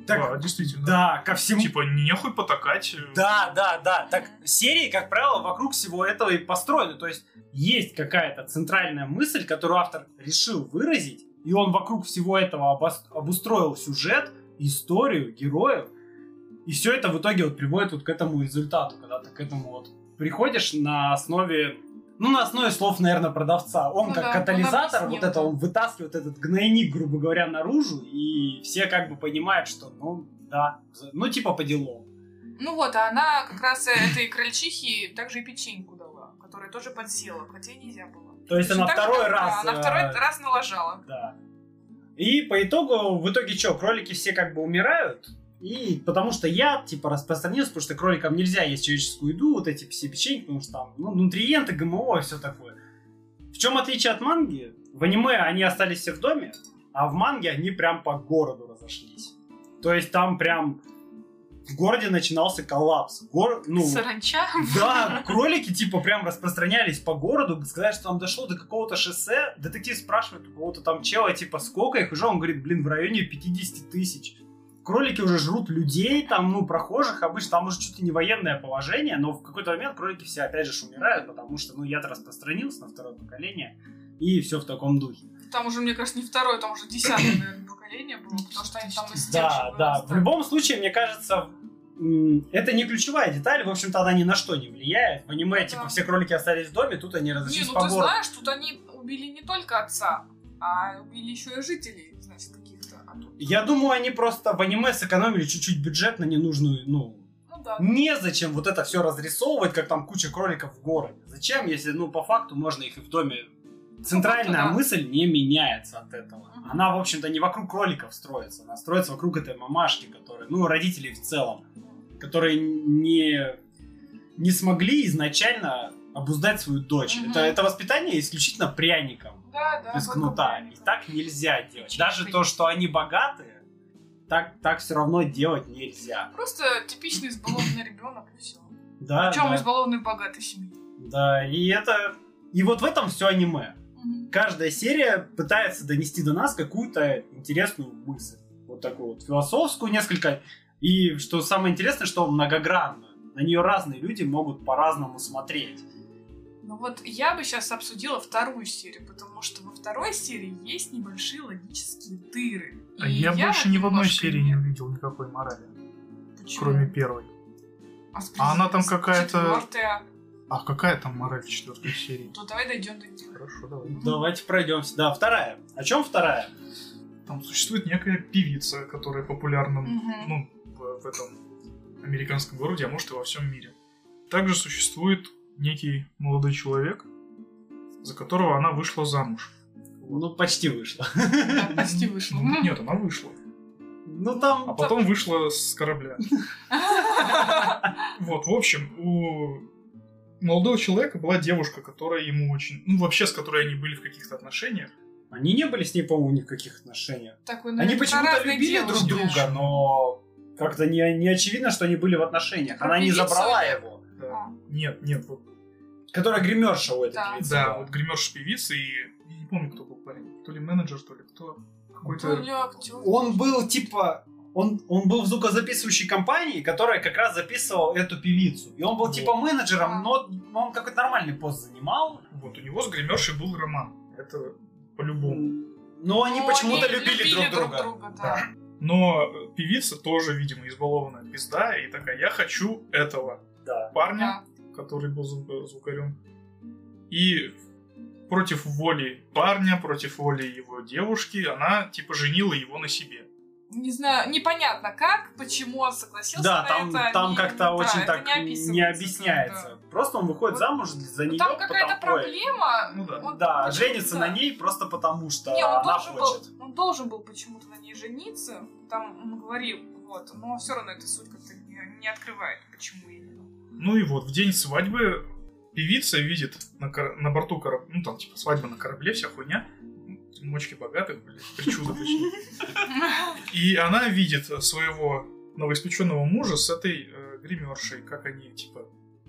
Speaker 1: Так,
Speaker 3: да, действительно.
Speaker 1: Да, ко всему.
Speaker 3: Типа, нехуй потакать. э,
Speaker 1: Да, да, да. Так серии, как правило, вокруг всего этого и построены. То есть есть какая-то центральная мысль, которую автор решил выразить, и он вокруг всего этого обос- обустроил сюжет, историю, героев. И все это в итоге вот приводит вот к этому результату, когда ты к этому вот приходишь на основе, ну, на основе слов, наверное, продавца. Он
Speaker 5: Ну
Speaker 1: как
Speaker 5: да, он
Speaker 1: катализатор,
Speaker 5: объяснил,
Speaker 1: вот это,
Speaker 5: да.
Speaker 1: он вытаскивает этот гнойник, грубо говоря, наружу, и все как бы понимают, что, ну, да, за- ну, типа по делу.
Speaker 5: Ну вот, а она как раз этой крольчихе также и печеньку дала, которая тоже подсела, хотя и нельзя было.
Speaker 1: То есть она
Speaker 5: Точно так же,
Speaker 1: второй
Speaker 5: как-
Speaker 1: раз.
Speaker 5: да,
Speaker 1: э,
Speaker 5: Она второй раз налажала.
Speaker 1: Да. И по итогу, в итоге что, кролики все как бы умирают? И потому что я, типа, распространился, потому что кроликам нельзя есть человеческую еду, вот эти все печеньки, потому что там, ну, нутриенты, ГМО и все такое. В чем отличие от манги? В аниме они остались все в доме, а в манге они прям по городу разошлись. То есть там прям в городе начинался коллапс. Гор... Ну,
Speaker 2: Саранча?
Speaker 1: да, кролики типа прям распространялись по городу, сказали, что там дошло до какого-то шоссе. Детектив спрашивает у кого-то там чела, типа, сколько их уже? Он говорит, блин, в районе 50 тысяч. Кролики уже жрут людей, там, ну, прохожих, обычно там уже чуть ли не военное положение, но в какой-то момент кролики все опять же ж умирают, потому что, ну, яд распространился на второе поколение, и все в таком духе.
Speaker 5: Там уже, мне кажется, не второе, там уже десятое, наверное, поколение было, потому что они там из
Speaker 1: Да, да. В любом случае, мне кажется, м, это не ключевая деталь, в общем-то, она ни на что не влияет. В аниме,
Speaker 5: Ну
Speaker 1: типа,
Speaker 5: да.
Speaker 1: все кролики остались в доме, тут они
Speaker 5: Не,
Speaker 1: разошлись
Speaker 5: ну
Speaker 1: по
Speaker 5: ты
Speaker 1: городу.
Speaker 5: знаешь, тут они убили не только отца, а убили еще и жителей, значит, каких-то. А тут-
Speaker 1: Я думаю, они просто в аниме сэкономили чуть-чуть бюджет на ненужную, ну...
Speaker 5: Ну да.
Speaker 1: Незачем вот это все разрисовывать, как там куча кроликов в городе. Зачем, если, ну, по факту можно их и в доме... Центральная
Speaker 5: Ну, да.
Speaker 1: мысль не меняется от этого.
Speaker 5: Мгм.
Speaker 1: Она, в общем-то, не вокруг кроликов строится. Она строится вокруг этой мамашки, которая... Ну, родителей в целом. Которые не... Не смогли изначально обуздать свою дочь.
Speaker 5: Мгм.
Speaker 1: Это, это воспитание исключительно пряником
Speaker 5: Да, да.
Speaker 1: без
Speaker 5: только
Speaker 1: кнута.
Speaker 5: пряник.
Speaker 1: И так нельзя делать. Даже то, что они богатые, так, так все равно делать нельзя.
Speaker 5: Просто типичный избалованный ребенок и все.
Speaker 1: Да,
Speaker 5: Причем
Speaker 1: да,
Speaker 5: избалованный богатой семьи.
Speaker 1: да. И это... И вот в этом все аниме.
Speaker 5: Мгм.
Speaker 1: Каждая серия пытается донести до нас какую-то интересную мысль. Вот такую вот философскую несколько. И что самое интересное, что многогранную. На нее разные люди могут по-разному смотреть.
Speaker 5: Ну вот я бы сейчас обсудила вторую серию, потому что во второй серии есть небольшие логические дыры.
Speaker 3: А
Speaker 5: И
Speaker 3: я, больше ни в одной
Speaker 5: немножко
Speaker 3: серии не увидел никакой морали,
Speaker 5: Почему?
Speaker 3: кроме первой.
Speaker 5: А, с
Speaker 3: А она там
Speaker 5: с
Speaker 3: какая-то-
Speaker 5: четвёртая.
Speaker 3: А какая там мораль четвертой серии?
Speaker 5: Ну давай дойдем до нее.
Speaker 3: Хорошо, давай.
Speaker 1: Давайте пройдемся. Да, вторая. О чем вторая?
Speaker 3: Там существует некая певица, которая популярна
Speaker 5: Мгм.
Speaker 3: ну, в, в этом американском городе, а может и во всем мире. Также существует некий молодой человек, за которого она вышла замуж.
Speaker 1: Ну, почти вышло.
Speaker 3: ну,
Speaker 5: Да, почти вышло.
Speaker 3: Нет, она вышла.
Speaker 1: Ну,
Speaker 3: А
Speaker 1: там...
Speaker 3: потом вышла с корабля. Вот, в общем, у молодого человека была девушка, которая ему очень... Ну, вообще, с которой они были в каких-то отношениях.
Speaker 1: Они не были с ней, по-моему, ни в каких отношениях.
Speaker 5: Так вы,
Speaker 1: Они
Speaker 5: наверное,
Speaker 1: почему-то
Speaker 5: Ну, разные
Speaker 1: любили друг
Speaker 5: девушки.
Speaker 1: друга, но как-то не, не очевидно, что они были в отношениях.
Speaker 5: Про
Speaker 1: Она не
Speaker 5: певицу
Speaker 1: забрала
Speaker 5: или-
Speaker 1: его.
Speaker 3: Да. Нет, нет, вот,
Speaker 1: Которая гримерша у этой
Speaker 5: Да.
Speaker 1: певицы.
Speaker 3: да,
Speaker 1: была.
Speaker 3: вот гримерша певицы и... Я не помню, кто был парень. То ли менеджер, то ли кто.
Speaker 5: То
Speaker 3: Какой-то...
Speaker 5: ли актер.
Speaker 1: Он был типа... Он, он был в звукозаписывающей компании, которая как раз записывала эту певицу. И он был
Speaker 3: Вот.
Speaker 1: типа менеджером,
Speaker 5: А.
Speaker 1: но он какой-то нормальный пост занимал.
Speaker 3: Вот, у него с гримершей был роман. Это по-любому.
Speaker 1: Но они
Speaker 5: Ну,
Speaker 1: почему-то
Speaker 5: они
Speaker 1: любили,
Speaker 5: любили
Speaker 1: друг друга.
Speaker 5: друг друга, да.
Speaker 3: Но э, певица тоже, видимо, избалованная пизда, и такая, я хочу этого
Speaker 1: Да.
Speaker 3: парня, который был зву- звукарем. И против воли парня, против воли его девушки, она, типа, женила его на себе.
Speaker 5: Не знаю, непонятно как, почему он согласился
Speaker 1: Да,
Speaker 5: на
Speaker 1: там,
Speaker 5: это.
Speaker 1: там
Speaker 5: не-
Speaker 1: как-то
Speaker 5: да,
Speaker 1: очень
Speaker 5: это
Speaker 1: так
Speaker 5: описывается,
Speaker 1: не объясняется.
Speaker 5: да.
Speaker 1: Просто он выходит
Speaker 5: Вот. Ну,
Speaker 1: замуж за нее,
Speaker 5: Там
Speaker 1: потому
Speaker 5: какая-то проблема.
Speaker 3: Ну да.
Speaker 5: он-
Speaker 1: Да,
Speaker 5: он-
Speaker 1: женится
Speaker 5: да.
Speaker 1: на ней просто потому, что
Speaker 5: Не, он
Speaker 1: она
Speaker 5: должен,
Speaker 1: хочет.
Speaker 5: был, он должен был почему-то на ней жениться, там он говорил, вот, но все равно эта суть как-то не, не открывает, почему именно.
Speaker 3: Ну и вот, в день свадьбы певица видит на, кор- на борту корабля, ну там, типа, свадьба на корабле, вся хуйня. Мочки богатых, блядь, причуда точнее. И она видит своего новоиспеченного мужа с этой э, гримершей, как они, типа,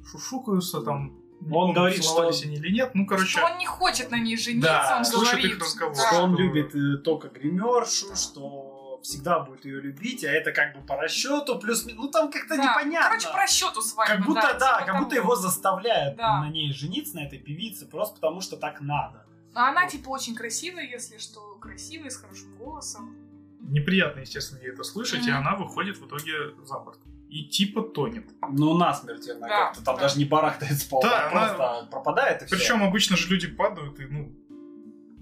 Speaker 3: шушукаются там. не
Speaker 1: Он
Speaker 3: помню,
Speaker 1: говорит, что-
Speaker 3: целовались они или нет. Ну, короче,
Speaker 5: Что он не хочет на ней жениться,
Speaker 1: Да,
Speaker 5: он
Speaker 3: слушает
Speaker 5: говорит.
Speaker 3: их разговор.
Speaker 5: да.
Speaker 1: Что он
Speaker 3: Что-
Speaker 1: любит э, только гримершу, что всегда будет ее любить, а это как бы по расчету, плюс... ми- Ну там как-то
Speaker 5: Да,
Speaker 1: непонятно.
Speaker 5: Короче, по расчету свадьба.
Speaker 1: Как будто, да,
Speaker 5: типа
Speaker 1: как
Speaker 5: того.
Speaker 1: будто его заставляют
Speaker 5: Да.
Speaker 1: на ней жениться, на этой певице, просто потому что так надо.
Speaker 5: А она, типа, очень красивая, если что, красивая, с хорошим голосом.
Speaker 3: неприятно, естественно, ей это слышать, и
Speaker 5: Мгм.
Speaker 3: она выходит в итоге за борт. И типа тонет.
Speaker 1: Ну, насмерть она
Speaker 5: Да,
Speaker 1: как-то там
Speaker 5: да.
Speaker 1: даже не барахтается по
Speaker 3: Да, она-
Speaker 1: просто пропадает и все.
Speaker 3: Причем обычно же люди падают, и, ну,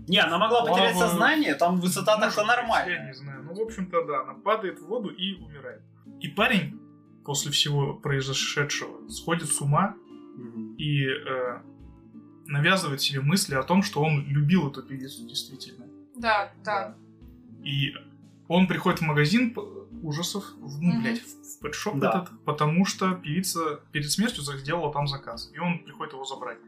Speaker 1: Не, она могла потерять
Speaker 3: Плаваю.
Speaker 1: сознание, там высота
Speaker 3: может
Speaker 1: так-то
Speaker 3: быть, Я
Speaker 1: нормальная.
Speaker 3: не знаю. Ну, в общем-то, да, она падает в воду и умирает. И парень после всего произошедшего сходит с ума
Speaker 1: Мгм.
Speaker 3: и э, навязывает себе мысли о том, что он любил эту певицу действительно.
Speaker 5: Да, да.
Speaker 3: И он приходит в магазин п- ужасов, в, ну,
Speaker 5: Мгм.
Speaker 3: блядь, в в пэтшоп
Speaker 1: Да.
Speaker 3: этот, потому что певица перед смертью за- сделала там заказ. И он приходит его забрать.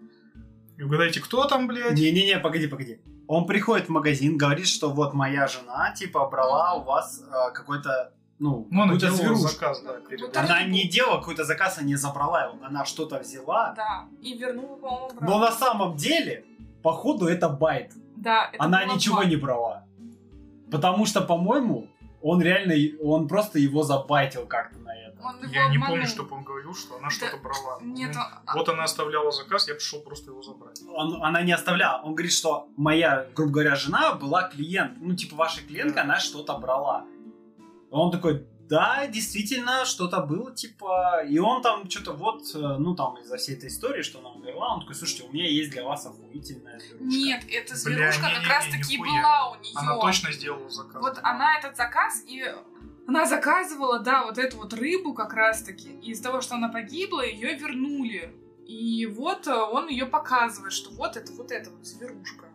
Speaker 3: И угадайте, кто там, блядь?
Speaker 1: Не-не-не, погоди, погоди. Он приходит в магазин, говорит, что вот моя жена, типа, брала у вас э, какой-то, ну,
Speaker 3: Ну, она
Speaker 1: какую-то
Speaker 3: делала
Speaker 1: зверушку.
Speaker 3: заказ, да. перед-
Speaker 5: Ну, так-
Speaker 1: Она не делала какой-то заказ, она не забрала его, она что-то взяла.
Speaker 5: Да. И вернула, по-моему, обратно.
Speaker 1: Но на самом деле, походу, это байт.
Speaker 5: Да, это
Speaker 1: она
Speaker 5: была
Speaker 1: ничего
Speaker 5: Бай.
Speaker 1: не брала. Потому что, по-моему, он реально, он просто его забайтил как-то на это.
Speaker 5: Он его
Speaker 3: Я не
Speaker 5: обманул.
Speaker 3: помню, чтобы он говорил, что она что-то брала.
Speaker 5: Нет, а,
Speaker 3: Ну,
Speaker 5: он-
Speaker 3: Вот она оставляла заказ, я пришел просто его забрать.
Speaker 1: Он- она не оставляла. Он говорит, что моя, грубо говоря, жена была клиент. Ну, типа, ваша клиентка, она что-то брала. Он такой, да, действительно, что-то было, типа... И он там что-то вот, э, ну, там, из-за всей этой истории, что она умерла, он такой, слушайте, у меня есть для вас охуительная зверушка».
Speaker 5: Нет, эта зверушка
Speaker 3: не,
Speaker 5: как
Speaker 3: не,
Speaker 5: раз
Speaker 3: не,
Speaker 5: таки и
Speaker 3: нихуя.
Speaker 5: была у нее.
Speaker 3: Она точно сделала заказ.
Speaker 5: Вот она этот заказ и она заказывала, да, вот эту вот рыбу как раз-таки. И из-за того, что она погибла, ее вернули. И вот э, он ее показывает, что вот это вот эта вот зверушка.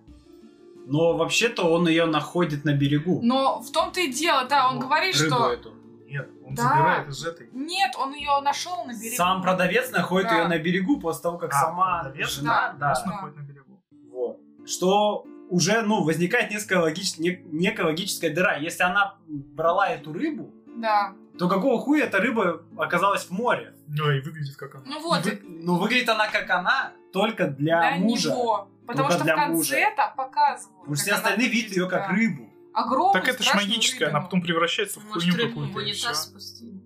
Speaker 1: Но вообще-то он ее находит на берегу.
Speaker 5: Но в том-то Ну и дело, да, он
Speaker 3: Вот,
Speaker 5: говорит,
Speaker 1: рыбу
Speaker 5: что
Speaker 1: эту.
Speaker 3: Нет, он
Speaker 5: Да.
Speaker 3: забирает из этой.
Speaker 5: нет, он ее нашел на берегу.
Speaker 1: Сам продавец находит
Speaker 5: Да.
Speaker 1: ее на берегу после того, как
Speaker 3: А,
Speaker 1: сама
Speaker 3: продавец,
Speaker 1: жена...
Speaker 5: да,
Speaker 3: Нас
Speaker 5: да.
Speaker 3: находит на берегу.
Speaker 1: Вот. Что уже, ну, возникает несколько логич... не- некая логическая дыра. Если она брала эту рыбу,
Speaker 5: Да.
Speaker 1: то какого хуя эта рыба оказалась в море?
Speaker 3: Да, и выглядит как она.
Speaker 5: Ну вот,
Speaker 1: Вы- Ну, выглядит она как она, только для,
Speaker 5: для
Speaker 1: мужа.
Speaker 5: него. Потому
Speaker 1: Только
Speaker 5: что в
Speaker 1: для
Speaker 5: конце
Speaker 1: мужа.
Speaker 5: там показывают.
Speaker 1: Потому что все
Speaker 5: как она
Speaker 1: остальные видят
Speaker 5: выглядит,
Speaker 1: ее как
Speaker 5: да.
Speaker 1: рыбу.
Speaker 5: Огромную,
Speaker 3: Так это ж
Speaker 5: страшную
Speaker 3: магическая,
Speaker 5: рыбину.
Speaker 3: она потом превращается в
Speaker 2: Может,
Speaker 3: хуйню
Speaker 2: рыбу в
Speaker 3: какую-то. и всё.
Speaker 2: унитаз спустили.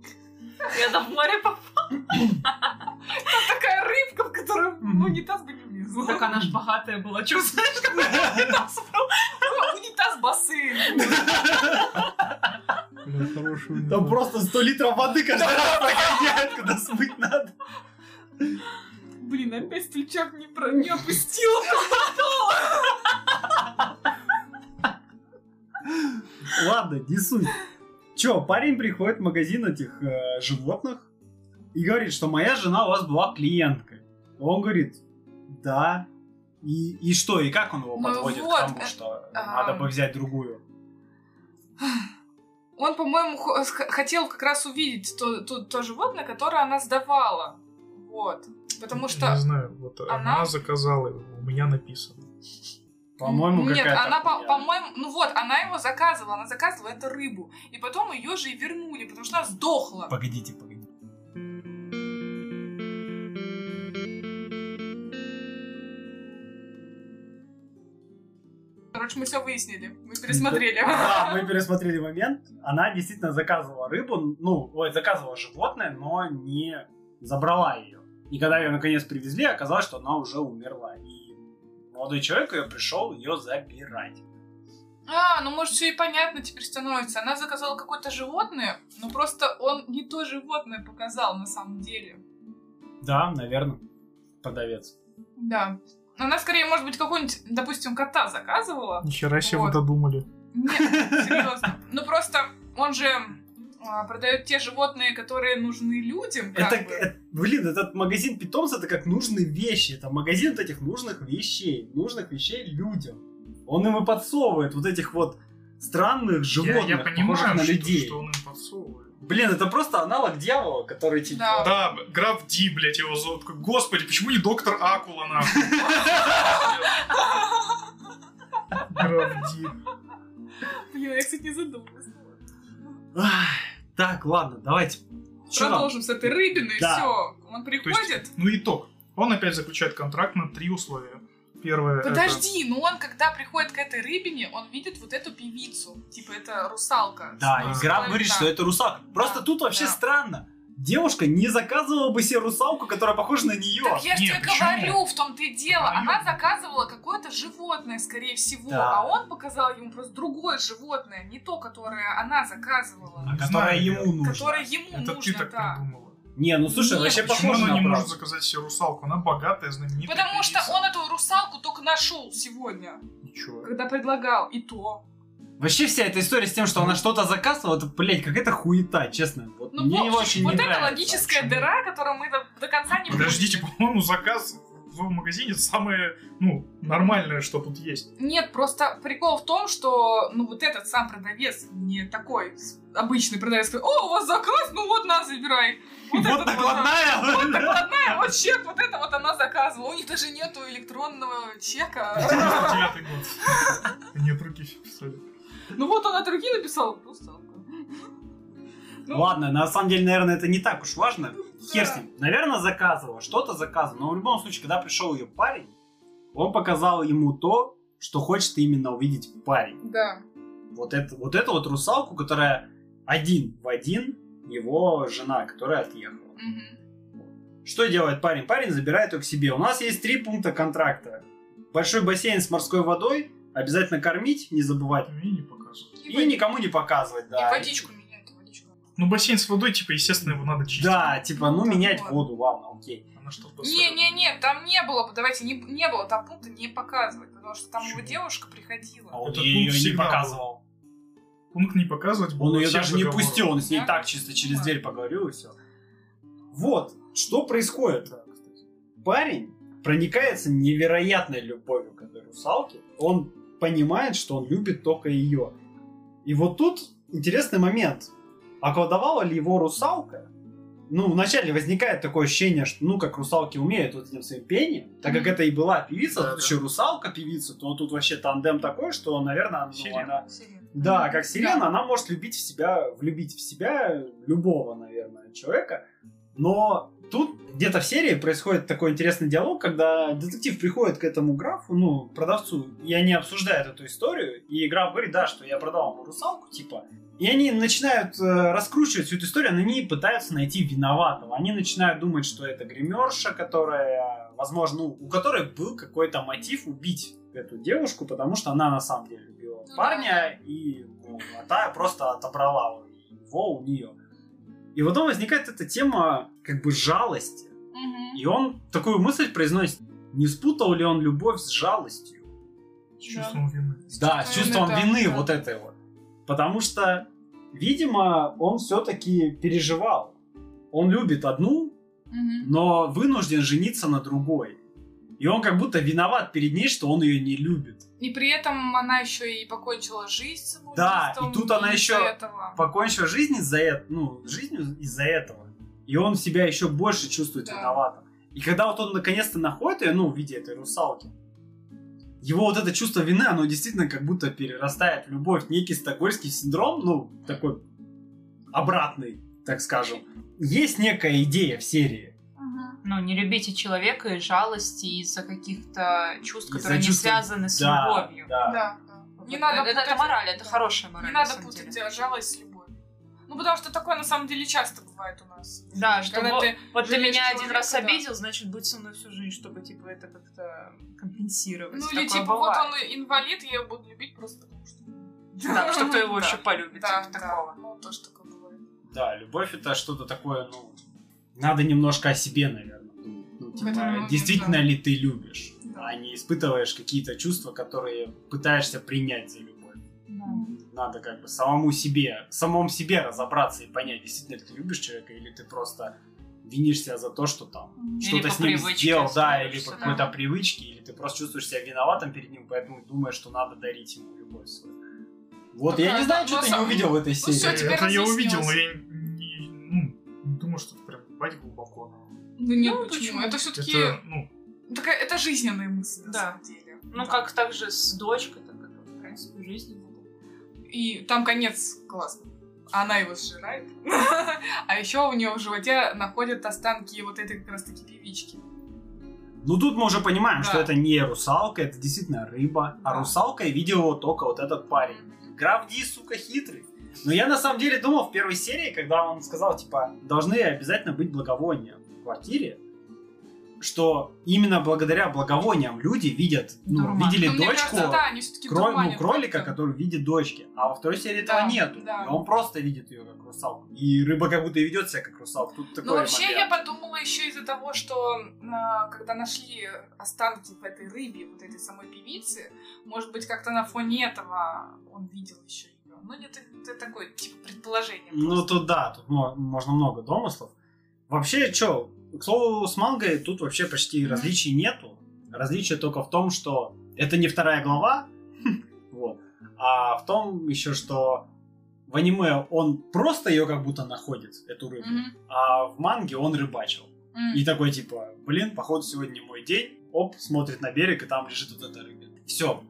Speaker 2: Я там в море попала.
Speaker 5: Такая рыбка, в которую в унитаз были внизу.
Speaker 2: Так она ж богатая была. Чё, знаешь, как унитаз был? Ну,
Speaker 5: Унитаз бассейн.
Speaker 3: Бля, хорошая Ну, у
Speaker 1: Там
Speaker 3: него.
Speaker 1: просто 100 литров воды каждый раз нагоняет, куда смыть надо.
Speaker 5: Блин, а опять стульчак не, про... не опустила.
Speaker 1: Ладно, не суть. Че, парень приходит в магазин этих э, животных и говорит, что моя жена у вас была клиенткой. Он говорит, да. И, и что, и как он его
Speaker 5: Ну
Speaker 1: подводит
Speaker 5: вот,
Speaker 1: к тому,
Speaker 5: э,
Speaker 1: что
Speaker 5: а.
Speaker 1: надо бы взять другую?
Speaker 5: Он, по-моему, хо- х- хотел как раз увидеть то, то- то животное, которое она сдавала. Вот. Потому что...
Speaker 3: Не знаю, вот
Speaker 5: она-
Speaker 3: она, заказала его, у меня написано.
Speaker 1: По-моему,
Speaker 5: Нет,
Speaker 1: какая-то
Speaker 5: она, по-
Speaker 1: хуйня.
Speaker 5: по-моему... Ну вот, она его заказывала. Она заказывала эту рыбу. И потом ее же и вернули, потому что она сдохла.
Speaker 1: Погодите, погодите.
Speaker 5: Короче, мы все выяснили. Мы пересмотрели.
Speaker 1: Да, мы пересмотрели момент. Она действительно заказывала рыбу, ну, ой, заказывала животное, но не забрала ее. И когда ее наконец привезли, оказалось, что она уже умерла. И молодой человек ее пришел ее забирать.
Speaker 5: А, ну может все и понятно теперь становится. Она заказала какое-то животное, но просто он не то животное показал на самом деле.
Speaker 1: Да, наверное, продавец.
Speaker 5: Да. Она скорее, может быть, какого-нибудь, допустим, кота заказывала.
Speaker 3: Нихера себе
Speaker 5: Вот.
Speaker 3: вы додумали.
Speaker 5: Нет, серьезно. Ну просто он же а, продает те животные, которые нужны людям. Как
Speaker 1: Это,
Speaker 5: бы.
Speaker 1: э, блин, этот магазин питомца это как нужные вещи. Это магазин вот этих нужных вещей. Нужных вещей людям. Он им и подсовывает вот этих вот странных животных,
Speaker 3: я, я
Speaker 1: похожих
Speaker 3: понимаю,
Speaker 1: на
Speaker 3: что,
Speaker 1: людей.
Speaker 3: что он им подсовывает.
Speaker 1: Блин, это просто аналог дьявола, который типа...
Speaker 5: Да.
Speaker 3: Да, граф Ди, блядь, его зовут. Господи, почему не доктор Акула, нахуй? Граф Ди.
Speaker 5: Блин, я, кстати, не задумалась.
Speaker 1: Ах, Так, ладно, давайте. Чё там?
Speaker 5: Продолжим с этой рыбиной,
Speaker 1: Да.
Speaker 5: все. Он приходит.
Speaker 3: Ну, итог. Он опять заключает контракт на три условия. Первое... это-
Speaker 5: Подожди, ну он, когда приходит к этой рыбине, он видит вот эту певицу. Типа, это русалка.
Speaker 1: Да, и
Speaker 3: А,
Speaker 1: Граб
Speaker 5: ну,
Speaker 1: говорит,
Speaker 5: да.
Speaker 1: что это русалка. Просто
Speaker 5: Да,
Speaker 1: тут вообще
Speaker 5: да.
Speaker 1: странно. Девушка не заказывала бы себе русалку, которая похожа на нее.
Speaker 5: Так я же
Speaker 3: нет,
Speaker 5: тебе
Speaker 3: почему?
Speaker 5: говорю, в том-то и дело.
Speaker 3: Говорю.
Speaker 5: Она заказывала какое-то животное, скорее всего,
Speaker 1: Да.
Speaker 5: а он показал ему просто другое животное, не то, которое она заказывала,
Speaker 1: А
Speaker 3: Не
Speaker 1: которая
Speaker 3: знаю,
Speaker 1: ему
Speaker 3: ребят.
Speaker 1: нужна.
Speaker 5: которое ему
Speaker 3: Это ты
Speaker 5: нужно,
Speaker 3: так
Speaker 5: да.
Speaker 3: придумала.
Speaker 1: Не, ну слушай,
Speaker 5: Нет,
Speaker 1: вообще
Speaker 3: Почему
Speaker 1: похоже
Speaker 3: она
Speaker 1: на
Speaker 3: не может
Speaker 1: правду.
Speaker 3: заказать себе русалку? Она богатая, знаменитая.
Speaker 5: Потому что
Speaker 3: певица.
Speaker 5: он эту русалку только нашел сегодня,
Speaker 1: Ничего.
Speaker 5: когда предлагал, и то.
Speaker 1: Вообще вся эта история с тем, что она что-то заказывала, это, блядь, какая-то хуета, честно. Вот
Speaker 5: Ну,
Speaker 1: мне
Speaker 5: вот,
Speaker 1: его очень не
Speaker 5: вот это
Speaker 1: нравится.
Speaker 5: логическая дыра, которую мы до, до конца не
Speaker 3: Подождите,
Speaker 5: поняли.
Speaker 3: по-моему, заказ в магазине самое, ну, нормальное, что тут есть.
Speaker 5: Нет, просто прикол в том, что ну вот этот сам продавец, не такой с- обычный продавец, который, о, у вас заказ, ну вот на, забирай.
Speaker 1: Вот
Speaker 5: этот да. Вот
Speaker 1: накладная!
Speaker 5: накладная, вот чек, вот это вот она заказывала. У них даже нету электронного чека.
Speaker 3: 99 год. Нет руки писали.
Speaker 5: Ну вот она другие написала, русалка. Ну,
Speaker 1: Ладно, на самом деле, наверное, это не так уж важно. Хер с
Speaker 5: да.
Speaker 1: ним. Наверное, заказывала, что-то заказывала. Но в любом случае, когда пришел ее парень, он показал ему то, что хочет именно увидеть парень.
Speaker 5: Да.
Speaker 1: Вот это вот, эту вот русалку, которая один в один его жена, которая отъехала.
Speaker 5: Мгм.
Speaker 1: Что делает парень? Парень забирает ее к себе. У нас есть три пункта контракта. Большой бассейн с морской водой, обязательно кормить, не забывать.
Speaker 3: Мне не показывают.
Speaker 1: И никому не показывать,
Speaker 5: И
Speaker 1: да.
Speaker 5: водичку меняет, и водичку.
Speaker 3: Ну, бассейн с водой, типа, естественно, его надо чистить.
Speaker 1: Да, типа, ну
Speaker 5: Ну,
Speaker 1: менять
Speaker 5: ладно.
Speaker 1: воду, ладно, окей.
Speaker 3: Она что
Speaker 5: Не-не-не, там не было, давайте, не, не было там пункта не показывать, потому что там его
Speaker 3: Почему?
Speaker 5: девушка приходила.
Speaker 1: А он
Speaker 3: Этот
Speaker 1: ее
Speaker 3: пункт
Speaker 1: не
Speaker 3: всегда был.
Speaker 1: показывал.
Speaker 3: Пункт не показывать был
Speaker 1: Он
Speaker 3: во
Speaker 1: ее
Speaker 3: всех
Speaker 1: даже не
Speaker 3: договорах.
Speaker 1: пустил, он с ней
Speaker 5: Да?
Speaker 1: так чисто через
Speaker 5: Да.
Speaker 1: дверь поговорил и все. Вот, что происходит. Парень проникается невероятной любовью к этой русалке. Он понимает, что он любит только ее. И вот тут интересный момент. Околдовала ли его русалка? Ну, вначале возникает такое ощущение, что, ну, как русалки умеют вот этим своим пением, так как
Speaker 5: Мгм.
Speaker 1: это и была певица,
Speaker 3: Да,
Speaker 1: тут
Speaker 3: да.
Speaker 1: еще русалка певица, то тут вообще тандем такой, что, наверное, ну,
Speaker 3: Сирена.
Speaker 1: она
Speaker 5: Сирена.
Speaker 1: да,
Speaker 5: Мгм.
Speaker 1: как сирена, она может любить в себя, влюбить в себя любого, наверное, человека. Но тут где-то в серии происходит такой интересный диалог, когда детектив приходит к этому графу, ну, продавцу, и они обсуждают эту историю, и граф говорит, да, что я продал вам русалку, типа. И они начинают э, раскручивать всю эту историю, но они пытаются найти виноватого. Они начинают думать, что это гримерша, которая, возможно, ну, у которой был какой-то мотив убить эту девушку, потому что она на самом деле любила
Speaker 5: да,
Speaker 1: парня,
Speaker 5: да.
Speaker 1: и ну, а та просто отобрала его у нее. И потом возникает эта тема как бы жалости.
Speaker 5: Мгм.
Speaker 1: И он такую мысль произносит, не спутал ли он любовь с жалостью?
Speaker 3: С чувством вины.
Speaker 1: Да, с чувством
Speaker 5: вины, да,
Speaker 1: вины
Speaker 5: да.
Speaker 1: вот этой вот. Потому что, видимо, он все-таки переживал. Он любит одну,
Speaker 5: Мгм.
Speaker 1: но вынужден жениться на другой. И он как будто виноват перед ней, что он ее не любит.
Speaker 5: И при этом она еще и покончила жизнь
Speaker 1: Да,
Speaker 5: самоубийством
Speaker 1: и тут она
Speaker 5: из-за
Speaker 1: ещё-
Speaker 5: этого.
Speaker 1: Покончил жизнь из-за этого, ну, жизнь из-за этого. И он себя еще больше чувствует
Speaker 5: Да.
Speaker 1: виноватым. И когда вот он наконец-то находит ее, ну, в виде этой русалки, его вот это чувство вины, оно действительно как будто перерастает в любовь. Некий стокгольмский синдром, ну, такой обратный, так скажем. Есть некая идея в серии,
Speaker 5: Мгм.
Speaker 2: Ну, не любите человека из жалости, из-за каких-то чувств,
Speaker 1: Из-за
Speaker 2: которые не
Speaker 1: чувства-
Speaker 2: связаны с
Speaker 1: Да,
Speaker 2: любовью.
Speaker 1: да.
Speaker 5: Да, да.
Speaker 2: Вот
Speaker 5: Не надо
Speaker 2: это, это
Speaker 5: путать-
Speaker 2: мораль, это хорошая мораль.
Speaker 5: Не
Speaker 2: на
Speaker 5: надо
Speaker 2: самом
Speaker 5: путать
Speaker 2: деле.
Speaker 5: э, жалость с любовью. Ну, потому что такое на самом деле часто бывает у нас.
Speaker 2: Да, что
Speaker 5: Когда
Speaker 2: вот,
Speaker 5: ты
Speaker 2: вот ты
Speaker 5: жалеешь
Speaker 2: меня один
Speaker 5: человека,
Speaker 2: раз
Speaker 5: да.
Speaker 2: обидел, значит, будь со мной всю жизнь, чтобы, типа, это как-то компенсировать.
Speaker 5: Ну,
Speaker 2: Такое
Speaker 5: или типа,
Speaker 2: бывает.
Speaker 5: вот он инвалид, я его буду любить просто потому что...
Speaker 2: Да, что кто его
Speaker 5: Да,
Speaker 2: еще полюбит,
Speaker 5: Да,
Speaker 2: типа
Speaker 5: да.
Speaker 2: такого.
Speaker 5: Ну, тоже такое бывает.
Speaker 1: Да, любовь это что-то такое, ну, надо немножко о себе, наверное. думать. Ну, типа,
Speaker 5: этом момент,
Speaker 1: действительно
Speaker 5: да.
Speaker 1: ли ты любишь,
Speaker 5: Да.
Speaker 1: а не испытываешь какие-то чувства, которые пытаешься принять за любовь. Надо как бы самому себе, самому себе разобраться и понять, действительно ли ты любишь человека, или ты просто винишь себя за то, что там что-то
Speaker 2: по
Speaker 1: с ним
Speaker 2: привычке
Speaker 1: сделал, да, или
Speaker 2: становишься,
Speaker 1: по
Speaker 2: да.
Speaker 1: какой-то привычке, или ты просто чувствуешь себя виноватым перед ним, поэтому думаешь, что надо дарить ему любовь свою. Вот, я
Speaker 5: Такая,
Speaker 1: не знаю,
Speaker 5: да,
Speaker 1: что ты не
Speaker 5: класса.
Speaker 1: увидел в этой
Speaker 5: Ну,
Speaker 1: серии.
Speaker 5: всё, теперь
Speaker 3: Это я
Speaker 5: разъяснилось.
Speaker 3: увидел, но я не, ну, не думаю, что это прям бать глубоко.
Speaker 5: Да нет,
Speaker 2: Ну,
Speaker 5: почему?
Speaker 2: почему?
Speaker 5: Это все-таки...
Speaker 3: Это, ну,
Speaker 5: Такая, это жизненная мысль, на
Speaker 2: Да.
Speaker 5: самом деле.
Speaker 2: Ну, как так же с дочкой, так это, в принципе, жизнь.
Speaker 1: Ну,
Speaker 5: И там конец классный. Она его сжирает. А еще у нее в животе находят останки вот этой как раз таки певички.
Speaker 1: Ну тут мы уже понимаем,
Speaker 5: Да.
Speaker 1: что это не русалка, это действительно рыба. А
Speaker 5: Да.
Speaker 1: русалкой видел его только вот этот парень.
Speaker 5: Ну,
Speaker 1: Гравди, сука, хитрый. Но я на самом деле думал в первой серии, когда он сказал, типа, должны обязательно быть благовония в квартире, что именно благодаря благовониям люди видят, ну,
Speaker 2: Дурман.
Speaker 1: видели
Speaker 5: Ну, мне
Speaker 1: дочку,
Speaker 5: кажется, да, они все-таки
Speaker 1: кро- ну, кролика, который видит дочки. А во второй серии
Speaker 5: Да,
Speaker 1: этого нету.
Speaker 5: да.
Speaker 1: И он просто видит ее как русалку. И рыба как будто и ведет себя как русалка. Тут такой
Speaker 5: Ну, вообще,
Speaker 1: момент.
Speaker 5: я подумала еще из-за того, что а, когда нашли останки в этой рыбе, вот этой самой певицы, может быть, как-то на фоне этого он видел еще ее. Ну, это, это такое, типа, предположение.
Speaker 1: Ну,
Speaker 5: просто.
Speaker 1: тут да, тут мо- можно много домыслов. Вообще, что, к слову, с мангой тут вообще почти
Speaker 5: Мгм.
Speaker 1: различий нету. Различие только в том, что это не вторая глава, вот, а в том еще, что в аниме он просто ее как будто находит, эту рыбу,
Speaker 5: Мгм.
Speaker 1: а в манге он рыбачил.
Speaker 5: М.
Speaker 1: И такой типа, блин, походу сегодня мой день. Оп, смотрит на берег, и там лежит вот эта рыба. Все.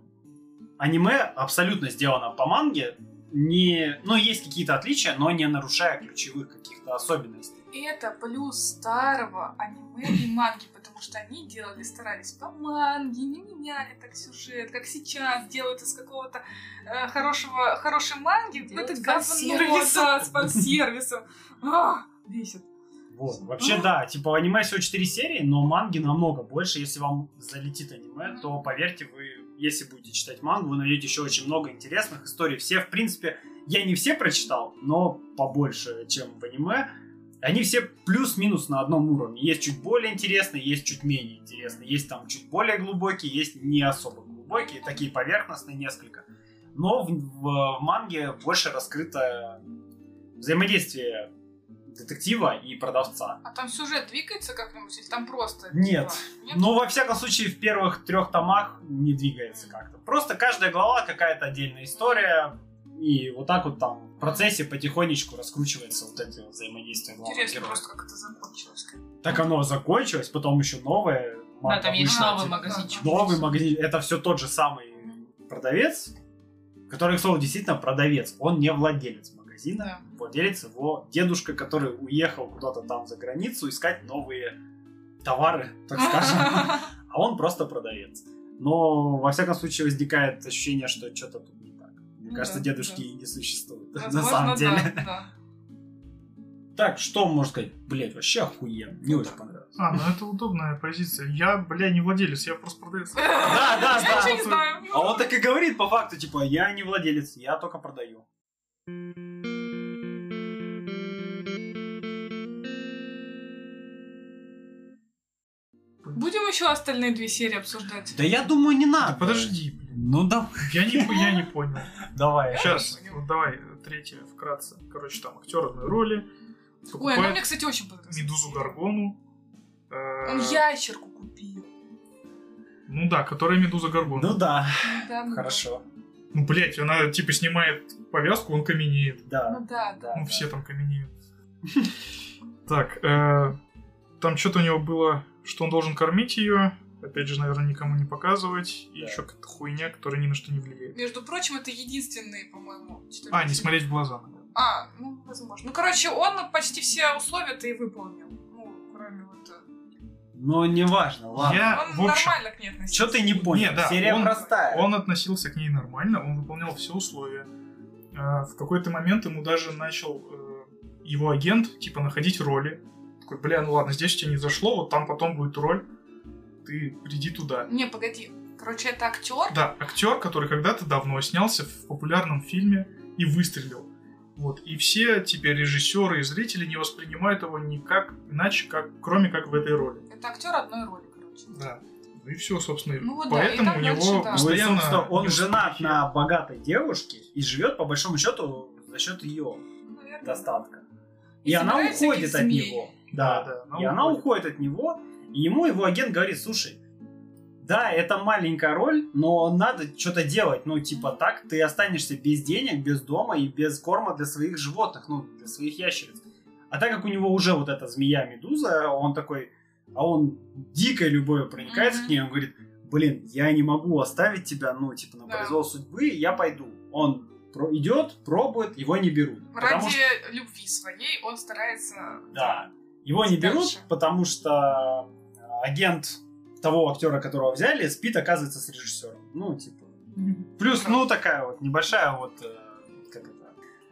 Speaker 1: Аниме абсолютно сделано по манге. Не... Ну, есть какие-то отличия, но не нарушая ключевых каких-то особенностей.
Speaker 5: Это плюс старого аниме и манги, потому что они делали, старались по манге, не меняли так сюжет, как сейчас делают из какого-то э, хорошего, хорошей манги, какое-то
Speaker 2: Делают
Speaker 5: говно
Speaker 2: фан-сервис.
Speaker 5: да, с фан-сервисом. А, Бесит.
Speaker 1: Вот. Вообще, да, типа в аниме всего 4 серии, но манги намного больше. Если вам залетит аниме, то поверьте, вы, если будете читать мангу, вы найдете еще очень много интересных историй. Все, в принципе, я не все прочитал, но побольше, чем в аниме. Они все плюс-минус на одном уровне. Есть чуть более интересные, есть чуть менее интересные. Есть там чуть более глубокие, есть не особо глубокие, такие поверхностные несколько. Но в, в- в манге больше раскрыто взаимодействие детектива и продавца.
Speaker 5: А там сюжет двигается как-нибудь или там просто?
Speaker 1: Нет.
Speaker 5: типа, нет?
Speaker 1: Ну, во всяком случае, в первых трех томах не двигается как-то. Просто каждая глава какая-то отдельная история, и вот так вот там в процессе потихонечку раскручивается вот это вот взаимодействие главных
Speaker 5: Интересно
Speaker 1: героев.
Speaker 5: просто, как это закончилось.
Speaker 1: Так оно закончилось, потом еще новое.
Speaker 2: Да,
Speaker 1: манга
Speaker 2: там есть
Speaker 1: вышла.
Speaker 2: новый
Speaker 1: Типа,
Speaker 2: магазинчик.
Speaker 1: Новый магазин. Это все тот же самый продавец, который, к слову, действительно продавец. Он не владелец магазина.
Speaker 5: Да.
Speaker 1: Владелец его дедушка, который уехал куда-то там за границу искать новые товары, так скажем. а он просто продавец. Но, во всяком случае, возникает ощущение, что что-то тут не так. Мне
Speaker 5: Ну
Speaker 1: кажется,
Speaker 5: да,
Speaker 1: дедушки и не существует, на
Speaker 5: Возможно,
Speaker 1: самом деле.
Speaker 5: Ну да, да.
Speaker 1: Так, что можно сказать? Блять, вообще охуенно. Мне
Speaker 5: Ну
Speaker 1: очень
Speaker 5: да.
Speaker 1: понравилось.
Speaker 3: а, ну это удобная позиция. Я, бля, не владелец, я просто продавец.
Speaker 1: Да, да,
Speaker 5: Я
Speaker 1: да.
Speaker 5: ничего не знаю.
Speaker 1: А он так и говорит по факту, типа, я не владелец, я только продаю.
Speaker 5: Будем еще остальные две серии обсуждать?
Speaker 1: Да я думаю, не
Speaker 3: Да
Speaker 1: надо.
Speaker 3: Подожди, блин.
Speaker 1: Ну да,
Speaker 3: Я не, я не понял.
Speaker 1: давай.
Speaker 3: Сейчас, вот ну давай, третье вкратце. Короче, там актер одной роли.
Speaker 5: Ой, она
Speaker 3: Покупает
Speaker 5: ну мне, кстати, очень понравилась.
Speaker 3: медузу Гаргону. э,
Speaker 5: Он ящерку купил.
Speaker 3: Ну да, которая медуза Горгона.
Speaker 1: Ну да,
Speaker 5: Ну да, ну
Speaker 1: хорошо.
Speaker 3: Ну, блять, она типа снимает повязку, он каменеет.
Speaker 5: да.
Speaker 1: Да.
Speaker 5: Ну да, да.
Speaker 1: да,
Speaker 3: Ну,
Speaker 1: да.
Speaker 3: все там каменеют. Так, э, там что-то у него было, что он должен кормить ее. Опять же, наверное, никому не показывать. И
Speaker 1: Да.
Speaker 3: еще какая-то хуйня, которая ни на что не влияет.
Speaker 5: Между прочим, это единственный, по-моему, четыре
Speaker 3: А, не
Speaker 5: серии.
Speaker 3: смотреть в глаза. надо.
Speaker 5: А, ну, возможно. Ну, короче, он почти все условия-то и выполнил. Ну, кроме вот... э,
Speaker 1: Ну, неважно, ладно.
Speaker 3: Я,
Speaker 5: Он
Speaker 3: А, в общем,
Speaker 5: нормально к ней относился.
Speaker 1: Что ты не понял?
Speaker 3: Не, да,
Speaker 1: Серия
Speaker 3: он-
Speaker 1: простая.
Speaker 3: он относился к ней нормально, он выполнял все условия. Э, в какой-то момент ему даже начал э, его агент, типа, находить роли. Такой, бля, ну ладно, здесь тебе не зашло, вот там потом будет роль. Ты приди туда.
Speaker 5: Не, погоди. Короче, это актер.
Speaker 3: Да, актер, который когда-то давно снялся в популярном фильме и выстрелил. Вот. И все теперь режиссеры и зрители не воспринимают его никак иначе, как, кроме как в этой роли.
Speaker 5: Это актер одной роли, короче.
Speaker 3: Да. Ну и все, собственно.
Speaker 5: Ну вот да,
Speaker 3: Поэтому
Speaker 5: и там
Speaker 3: у него
Speaker 5: дальше, да.
Speaker 1: Ну, и,
Speaker 3: постоянно...
Speaker 1: собственно, он
Speaker 3: неуспехи.
Speaker 1: женат на богатой девушке и живет, по большому счету, за счет ее
Speaker 5: Ну, Наверное.
Speaker 1: достатка. И,
Speaker 5: И
Speaker 1: она
Speaker 5: собирает всяких
Speaker 1: уходит от
Speaker 5: змей.
Speaker 1: него.
Speaker 3: Да,
Speaker 1: Да,
Speaker 3: да.
Speaker 1: И она уходит от него, и ему его агент говорит, слушай, да, это маленькая роль, но надо что-то делать. Ну, типа так, ты останешься без денег, без дома и без корма для своих животных, ну, для своих ящериц. А так как у него уже вот эта змея-медуза, он такой, а он дикой любовью проникается
Speaker 5: Мгм.
Speaker 1: к ней, он говорит, блин, я не могу оставить тебя, ну, типа, на
Speaker 5: Да.
Speaker 1: произвол судьбы, я пойду. Он про- идет, пробует, его не берут. Потому
Speaker 5: Ради любви своей он старается...
Speaker 1: да. Его не берут,
Speaker 5: Дальше.
Speaker 1: потому что э, агент того актера, которого взяли, спит, оказывается, с режиссером. Ну, типа. Плюс, ну, такая вот небольшая вот... э, Как это?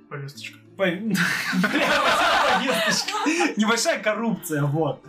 Speaker 3: Повесточка.
Speaker 1: По- Повесточка. Небольшая коррупция, вот.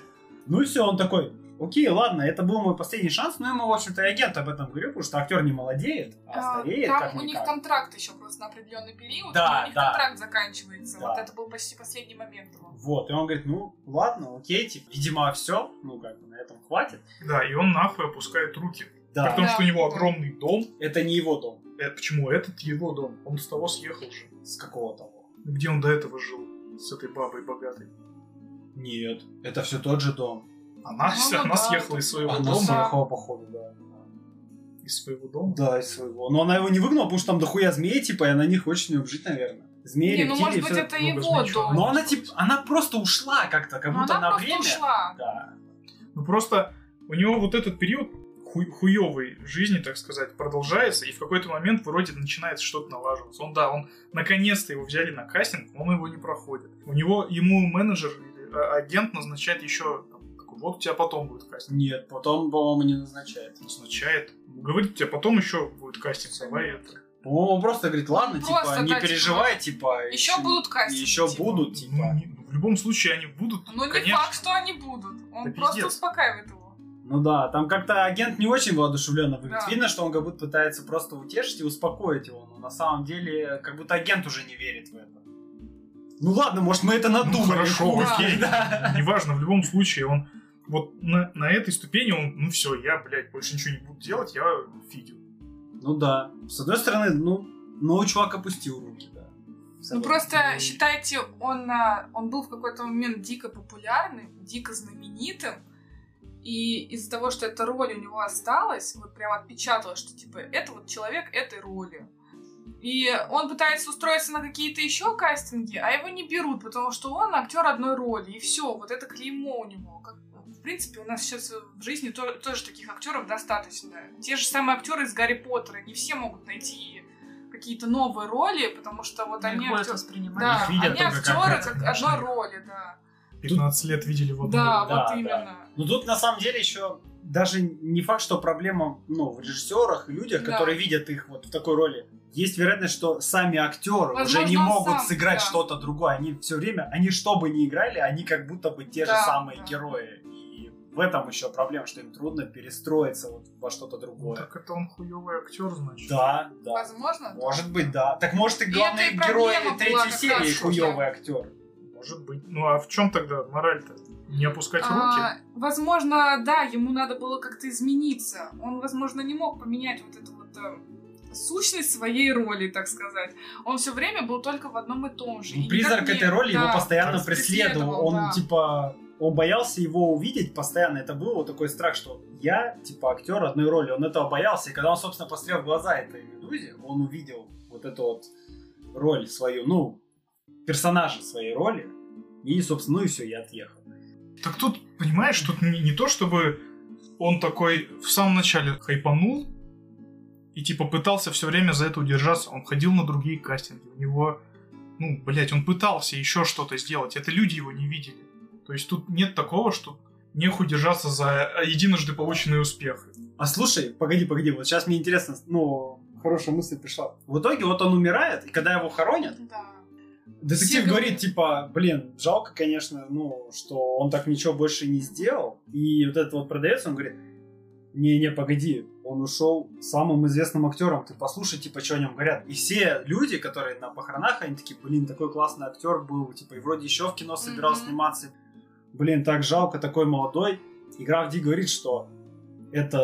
Speaker 1: Ну и все, он такой, окей, ладно, это был мой последний шанс, но ему, в общем-то, и агент об этом говорил, потому что актер не молодеет, а
Speaker 5: А,
Speaker 1: стареет
Speaker 5: Там у
Speaker 1: как-никак.
Speaker 5: них контракт еще просто на определенный период,
Speaker 1: Да,
Speaker 5: и у них
Speaker 1: да.
Speaker 5: контракт заканчивается.
Speaker 1: Да.
Speaker 5: Вот это был почти последний момент его.
Speaker 1: Вот, и он говорит, ну, ладно, окей, типа, видимо, все, ну, как бы, на этом хватит.
Speaker 3: Да, и он нахуй опускает руки. При
Speaker 1: Да,
Speaker 3: том,
Speaker 5: Да.
Speaker 3: что у него огромный дом.
Speaker 1: это не его дом,
Speaker 3: Э, почему этот его дом? Он с того съехал же.
Speaker 1: с какого того.
Speaker 3: Где он до этого жил? С этой бабой богатой.
Speaker 1: Нет, это все тот же дом.
Speaker 3: Она,
Speaker 5: Ну,
Speaker 3: вся-
Speaker 5: ну
Speaker 3: она
Speaker 5: да.
Speaker 3: съехала из своего
Speaker 1: Она
Speaker 3: дома.
Speaker 1: съехала, походу, да.
Speaker 3: Из своего дома.
Speaker 1: Да, из своего. Но она его не выгнала, потому что там дохуя змеи, типа, и она не хочет в нем жить, наверное. Змеи,
Speaker 5: Не, ну
Speaker 1: рептилии,
Speaker 5: может быть
Speaker 1: всё.
Speaker 5: это
Speaker 3: много
Speaker 5: его
Speaker 3: значит.
Speaker 5: дом.
Speaker 1: Но она, типа, она просто ушла как-то, как
Speaker 5: Ну,
Speaker 1: будто
Speaker 5: она
Speaker 1: на
Speaker 5: просто
Speaker 1: время.
Speaker 5: ушла.
Speaker 1: Да.
Speaker 3: Ну просто у него вот этот период хуй- хуёвой жизни, так сказать, продолжается, и в какой-то момент вроде начинает что-то налаживаться. Он, да, он наконец-то его взяли на кастинг, он его не проходит. У него, ему менеджер, или, а, агент назначает еще вот у тебя потом будет кастинг.
Speaker 1: Нет, потом, по-моему, не назначает.
Speaker 3: Назначает. Говорит, у тебя потом еще будет кастинг, давай это.
Speaker 1: По-моему, он просто говорит, ладно,
Speaker 5: Ну,
Speaker 1: типа,
Speaker 5: просто,
Speaker 1: не
Speaker 5: да,
Speaker 1: переживай, типа.
Speaker 5: Еще будут кастинги.
Speaker 1: Еще
Speaker 5: типа.
Speaker 1: будут,
Speaker 3: Ну,
Speaker 1: типа.
Speaker 3: не- в любом случае они будут,
Speaker 5: Ну не
Speaker 3: конечно.
Speaker 5: факт, что они будут. Он
Speaker 3: Да
Speaker 5: просто
Speaker 3: пиздец.
Speaker 5: успокаивает его.
Speaker 1: Ну да, там как-то агент не очень воодушевленно выглядит.
Speaker 5: Да.
Speaker 1: Видно, что он как будто пытается просто утешить и успокоить его, но на самом деле как будто агент уже не верит в это. Ну ладно, может мы это надумали.
Speaker 3: хорошо, Ну,
Speaker 1: хуй,
Speaker 5: окей.
Speaker 1: да.
Speaker 3: Неважно, в любом случае, он вот на, на этой ступени он, ну все, я, блядь, больше ничего не буду делать, я фидю.
Speaker 1: Ну да. С одной стороны, ну, ну чувак опустил руки, да.
Speaker 5: Ну просто считайте, он, а, он был в какой-то момент дико популярным, дико знаменитым. И из-за того, что эта роль у него осталась, вот прям отпечаталось, что типа это вот человек этой роли. И он пытается устроиться на какие-то еще кастинги, а его не берут, потому что он актер одной роли. И все, вот это клеймо у него. Как- в принципе, у нас сейчас в жизни то- тоже таких актеров достаточно. Те же самые актеры из Гарри Поттера. Не все могут найти какие-то новые роли, потому что вот они
Speaker 2: Легко это
Speaker 5: актё-
Speaker 2: воспринимать.
Speaker 5: да,
Speaker 1: Их видят
Speaker 5: они
Speaker 1: только как
Speaker 5: актеры
Speaker 1: это,
Speaker 5: как
Speaker 1: конечно.
Speaker 5: одной роли, да.
Speaker 3: 15 лет видели в одном.
Speaker 5: Да,
Speaker 1: да,
Speaker 5: вот
Speaker 1: да.
Speaker 5: именно.
Speaker 1: Ну тут на самом деле еще даже не факт, что проблема ну, в режиссерах и людях,
Speaker 5: Да.
Speaker 1: которые видят их вот в такой роли. Есть вероятность, что сами актеры
Speaker 5: Возможно,
Speaker 1: уже не
Speaker 5: он
Speaker 1: могут
Speaker 5: сам,
Speaker 1: сыграть
Speaker 5: да.
Speaker 1: что-то другое. Они все время, они что бы ни играли, они как будто бы те же
Speaker 5: Да,
Speaker 1: самые
Speaker 5: да.
Speaker 1: герои. И в этом еще проблема, что им трудно перестроиться вот во что-то
Speaker 3: Ну,
Speaker 1: другое.
Speaker 3: так это он хуёвый актер, значит.
Speaker 1: Да, да.
Speaker 5: Возможно?
Speaker 1: Может быть, да. Так может и
Speaker 5: И
Speaker 1: главный
Speaker 5: это и
Speaker 1: герой
Speaker 5: проблема была
Speaker 1: третьей
Speaker 5: как
Speaker 1: серии
Speaker 5: раз, что-
Speaker 1: хуёвый актер.
Speaker 3: Может быть. Ну а в чем тогда мораль-то? Не опускать
Speaker 5: А,
Speaker 3: руки?
Speaker 5: возможно, да, ему надо было как-то измениться. Он, возможно, не мог поменять вот эту вот э, сущность своей роли, так сказать. Он все время был только в одном и том же.
Speaker 1: Ну,
Speaker 5: И
Speaker 1: Призрак
Speaker 5: никак не-
Speaker 1: этой роли
Speaker 5: да.
Speaker 1: его постоянно
Speaker 3: Да,
Speaker 1: преследовал.
Speaker 5: преследовал,
Speaker 1: Он
Speaker 5: да.
Speaker 1: типа Он боялся его увидеть постоянно. Это был вот такой страх, что я, типа, актер одной роли. Он этого боялся. И когда он, собственно, посмотрел в глаза этой медузе, он увидел вот эту вот роль свою, ну, персонажа своей роли. И, собственно, ну и все, я отъехал.
Speaker 3: Так тут, понимаешь, тут не, не то, чтобы он такой в самом начале хайпанул и типа пытался все время за это удержаться. Он ходил на другие кастинги. У него, ну, блять, он пытался еще что-то сделать. Это люди его не видели. То есть тут нет такого, что нехуй держаться за э, единожды полученный успех.
Speaker 1: А слушай, погоди, погоди, вот сейчас мне интересно, ну, хорошая мысль пришла. В итоге вот он умирает, и когда его хоронят,
Speaker 5: Да.
Speaker 1: Детектив
Speaker 5: Все
Speaker 1: говорит, типа, блин, жалко, конечно, ну, что он так ничего больше не сделал. И вот этот вот продавец, он говорит, не-не, погоди, он ушел самым известным актером, ты послушай, типа, что о нем говорят. И все люди, которые на похоронах, они такие, блин, такой классный актер был, типа, и вроде еще в кино собирался
Speaker 5: Мгм.
Speaker 1: сниматься. Блин, так жалко, такой молодой. И граф Ди говорит, что это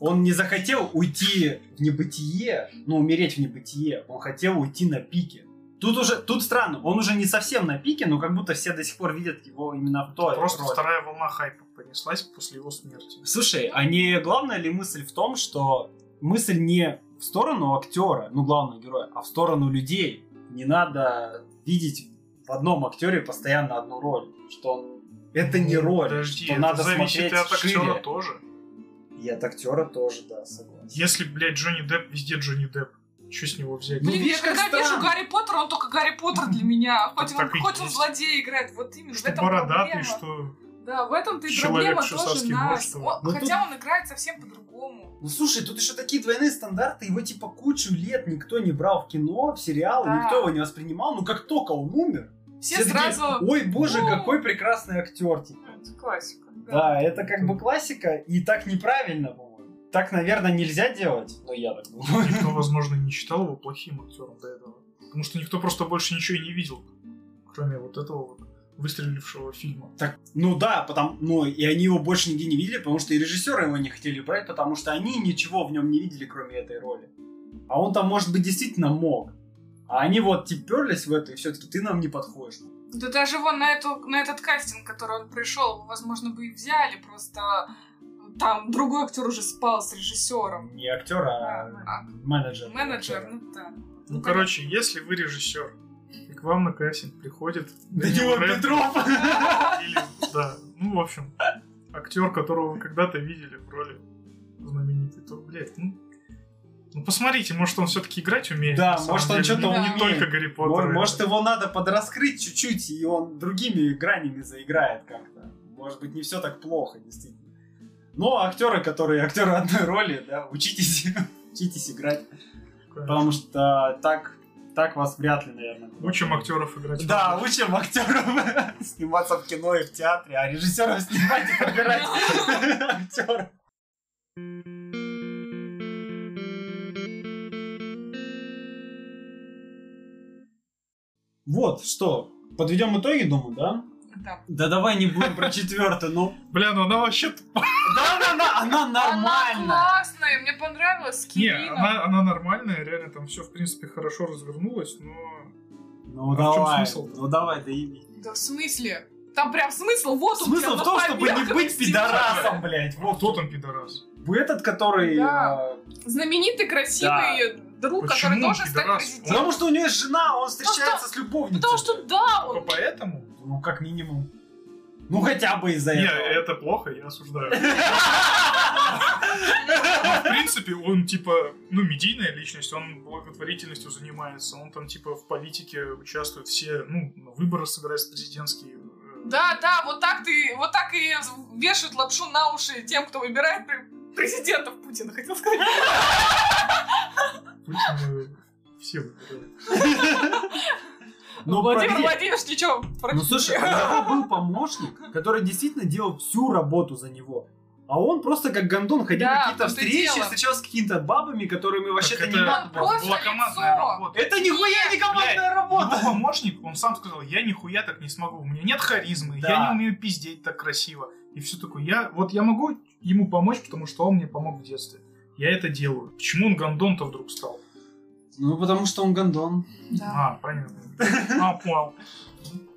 Speaker 1: он не захотел уйти в небытие, ну, умереть в небытие, он хотел уйти на пике. Тут уже, тут странно, он уже не совсем на пике, но как будто все до сих пор видят его именно в той
Speaker 3: Просто
Speaker 1: роли.
Speaker 3: вторая волна хайпа понеслась после его смерти.
Speaker 1: Слушай, а не главная ли мысль в том, что мысль не в сторону актера, ну, главного героя, а в сторону людей? Не надо видеть в одном актере постоянно одну роль, что он... Это не роль,
Speaker 3: Ну, Подожди,
Speaker 1: что
Speaker 3: это
Speaker 1: надо
Speaker 3: зависит
Speaker 1: смотреть
Speaker 3: и от актера
Speaker 1: шире.
Speaker 3: тоже.
Speaker 1: И от актера тоже, да, согласен.
Speaker 3: Если, блядь, Джонни Депп, везде Джонни Депп. Что с него взять?
Speaker 1: Ну,
Speaker 5: Блин,
Speaker 1: видишь,
Speaker 5: я
Speaker 1: как
Speaker 5: когда вижу
Speaker 1: странно.
Speaker 5: Гарри Поттера, он только Гарри Поттер для меня. Хоть
Speaker 3: Так
Speaker 5: он,
Speaker 3: и
Speaker 5: хоть он
Speaker 3: есть.
Speaker 5: злодей играет, вот именно. в
Speaker 3: что
Speaker 5: этом
Speaker 3: бородатый,
Speaker 5: проблема.
Speaker 3: что...
Speaker 5: Да, в этом-то и
Speaker 3: человек
Speaker 5: проблема тоже
Speaker 3: швейцарский нож,
Speaker 5: нас.
Speaker 3: что ли?
Speaker 5: О,
Speaker 1: Ну,
Speaker 5: хотя он играет совсем по-другому.
Speaker 1: Ну слушай, тут еще такие двойные стандарты, его типа кучу лет никто не брал в кино, в сериалы,
Speaker 5: Да.
Speaker 1: никто его не воспринимал, но как только он умер,
Speaker 5: Все,
Speaker 1: все такие,
Speaker 5: сразу...
Speaker 1: ой боже,
Speaker 5: «Ну».
Speaker 1: какой прекрасный актер, типа.
Speaker 5: Это классика. Да.
Speaker 1: Да, это как бы классика, и так неправильно, по-моему. Так, наверное, нельзя делать, но Ну, я так думаю.
Speaker 3: Никто, возможно, не считал его плохим актером до этого. Потому что никто просто больше ничего и не видел, кроме вот этого вот выстрелившего фильма.
Speaker 1: Так, ну да, потому, ну и они его больше нигде не видели, потому что и режиссеры его не хотели брать, потому что они ничего в нем не видели, кроме этой роли. А он там, может быть, действительно мог. А они вот типа перлись в это, и все-таки ты нам не подходишь.
Speaker 5: Да даже его на, эту, на этот кастинг, который он пришел, возможно, бы и взяли, просто там другой актер уже спал с режиссером.
Speaker 1: Не актер, а
Speaker 5: А,
Speaker 1: менеджер.
Speaker 5: менеджер,
Speaker 1: актера.
Speaker 5: ну да.
Speaker 3: Ну, короче, если вы режиссер, и к вам на кастинг приходит
Speaker 1: Данила
Speaker 3: Данила Рэдклифф
Speaker 1: Петров!
Speaker 3: или- да, ну, в общем, актер, которого вы когда-то видели в роли знаменитой, то, блядь, ну, ну, посмотрите, может, он все-таки играть умеет.
Speaker 1: Да,
Speaker 3: на самом
Speaker 1: может, он
Speaker 3: деле.
Speaker 1: что-то
Speaker 3: Ну, Не-
Speaker 1: умеет.
Speaker 3: Не только Гарри Поттер.
Speaker 1: Мож- Может, его надо подраскрыть чуть-чуть, и он другими гранями заиграет как-то. Может быть, не все так плохо, действительно. Но актеры, которые актеры одной роли, да, учитесь, учитесь играть. Потому что так, так вас вряд ли, наверное.
Speaker 3: Учим актеров играть.
Speaker 1: Да, учим актеров сниматься в кино и в театре, а режиссеров снимать и подбирать актеров. Вот, что, подведем итоги, думаю, да?
Speaker 5: Да.
Speaker 1: Да давай не будем про четвертую, ну...
Speaker 3: Бля, ну она вообще
Speaker 1: Да, да, да, она нормальная.
Speaker 5: Она классная, мне понравилась. с
Speaker 3: Не,
Speaker 5: Кирином.
Speaker 3: она, она нормальная, реально там все в принципе хорошо развернулось, но
Speaker 1: Ну
Speaker 3: А в чём
Speaker 1: давай,
Speaker 3: смысл?
Speaker 1: ну давай, доеби.
Speaker 5: Да в смысле? Там прям смысл, вот он.
Speaker 1: Смысл
Speaker 5: прям
Speaker 1: в
Speaker 5: на
Speaker 1: том, чтобы не
Speaker 5: поверхности.
Speaker 1: быть пидорасом, блядь.
Speaker 3: вот
Speaker 1: Вот
Speaker 3: кто там пидорас?
Speaker 1: Этот, который...
Speaker 5: Да.
Speaker 1: э,
Speaker 5: Знаменитый, красивый друг, который
Speaker 3: Почему
Speaker 5: должен стать
Speaker 3: пидорас?
Speaker 5: президентом.
Speaker 1: Потому что у нее есть жена, он встречается с любовницей.
Speaker 5: Потому что да,
Speaker 3: Только
Speaker 5: А он...
Speaker 3: поэтому?
Speaker 1: Ну, как минимум. Ну, хотя бы из-за
Speaker 3: Не,
Speaker 1: этого.
Speaker 3: это плохо, я осуждаю. Ну, В принципе, он типа, ну, медийная личность, он благотворительностью занимается, он там типа в политике участвует, все, ну, на выборы собираются президентские. э,
Speaker 5: Да, да, вот так ты, вот так и вешают лапшу на уши тем, кто выбирает пр- президентов Путина, хотел сказать.
Speaker 3: Путин, э, Все выбирают.
Speaker 1: Ну,
Speaker 5: Владимир
Speaker 1: погоди.
Speaker 5: Владимирович ничего
Speaker 1: Ну,
Speaker 5: против
Speaker 1: слушай, у
Speaker 5: не-
Speaker 1: него был помощник, который действительно делал всю работу за него. А он просто как гондон ходил
Speaker 5: Да,
Speaker 1: на какие-то
Speaker 5: в том-то и
Speaker 1: встречи,
Speaker 5: дело.
Speaker 1: встречался с какими-то бабами, которыми вообще-то
Speaker 3: Так
Speaker 1: не
Speaker 3: это
Speaker 1: надо было.
Speaker 5: Просто
Speaker 3: была командная
Speaker 5: лицо.
Speaker 3: работа.
Speaker 1: Это нихуя не командная
Speaker 3: Его
Speaker 1: работа!
Speaker 3: помощник, он сам сказал, я нихуя так не смогу, у меня нет харизмы,
Speaker 1: Да.
Speaker 3: я не умею пиздеть так красиво. И все такое, я, вот я могу ему помочь, потому что он мне помог в детстве. Я это делаю. Почему он гандон-то вдруг стал?
Speaker 1: Ну, потому что он гондон.
Speaker 5: Да.
Speaker 3: А, понятно. А, понял.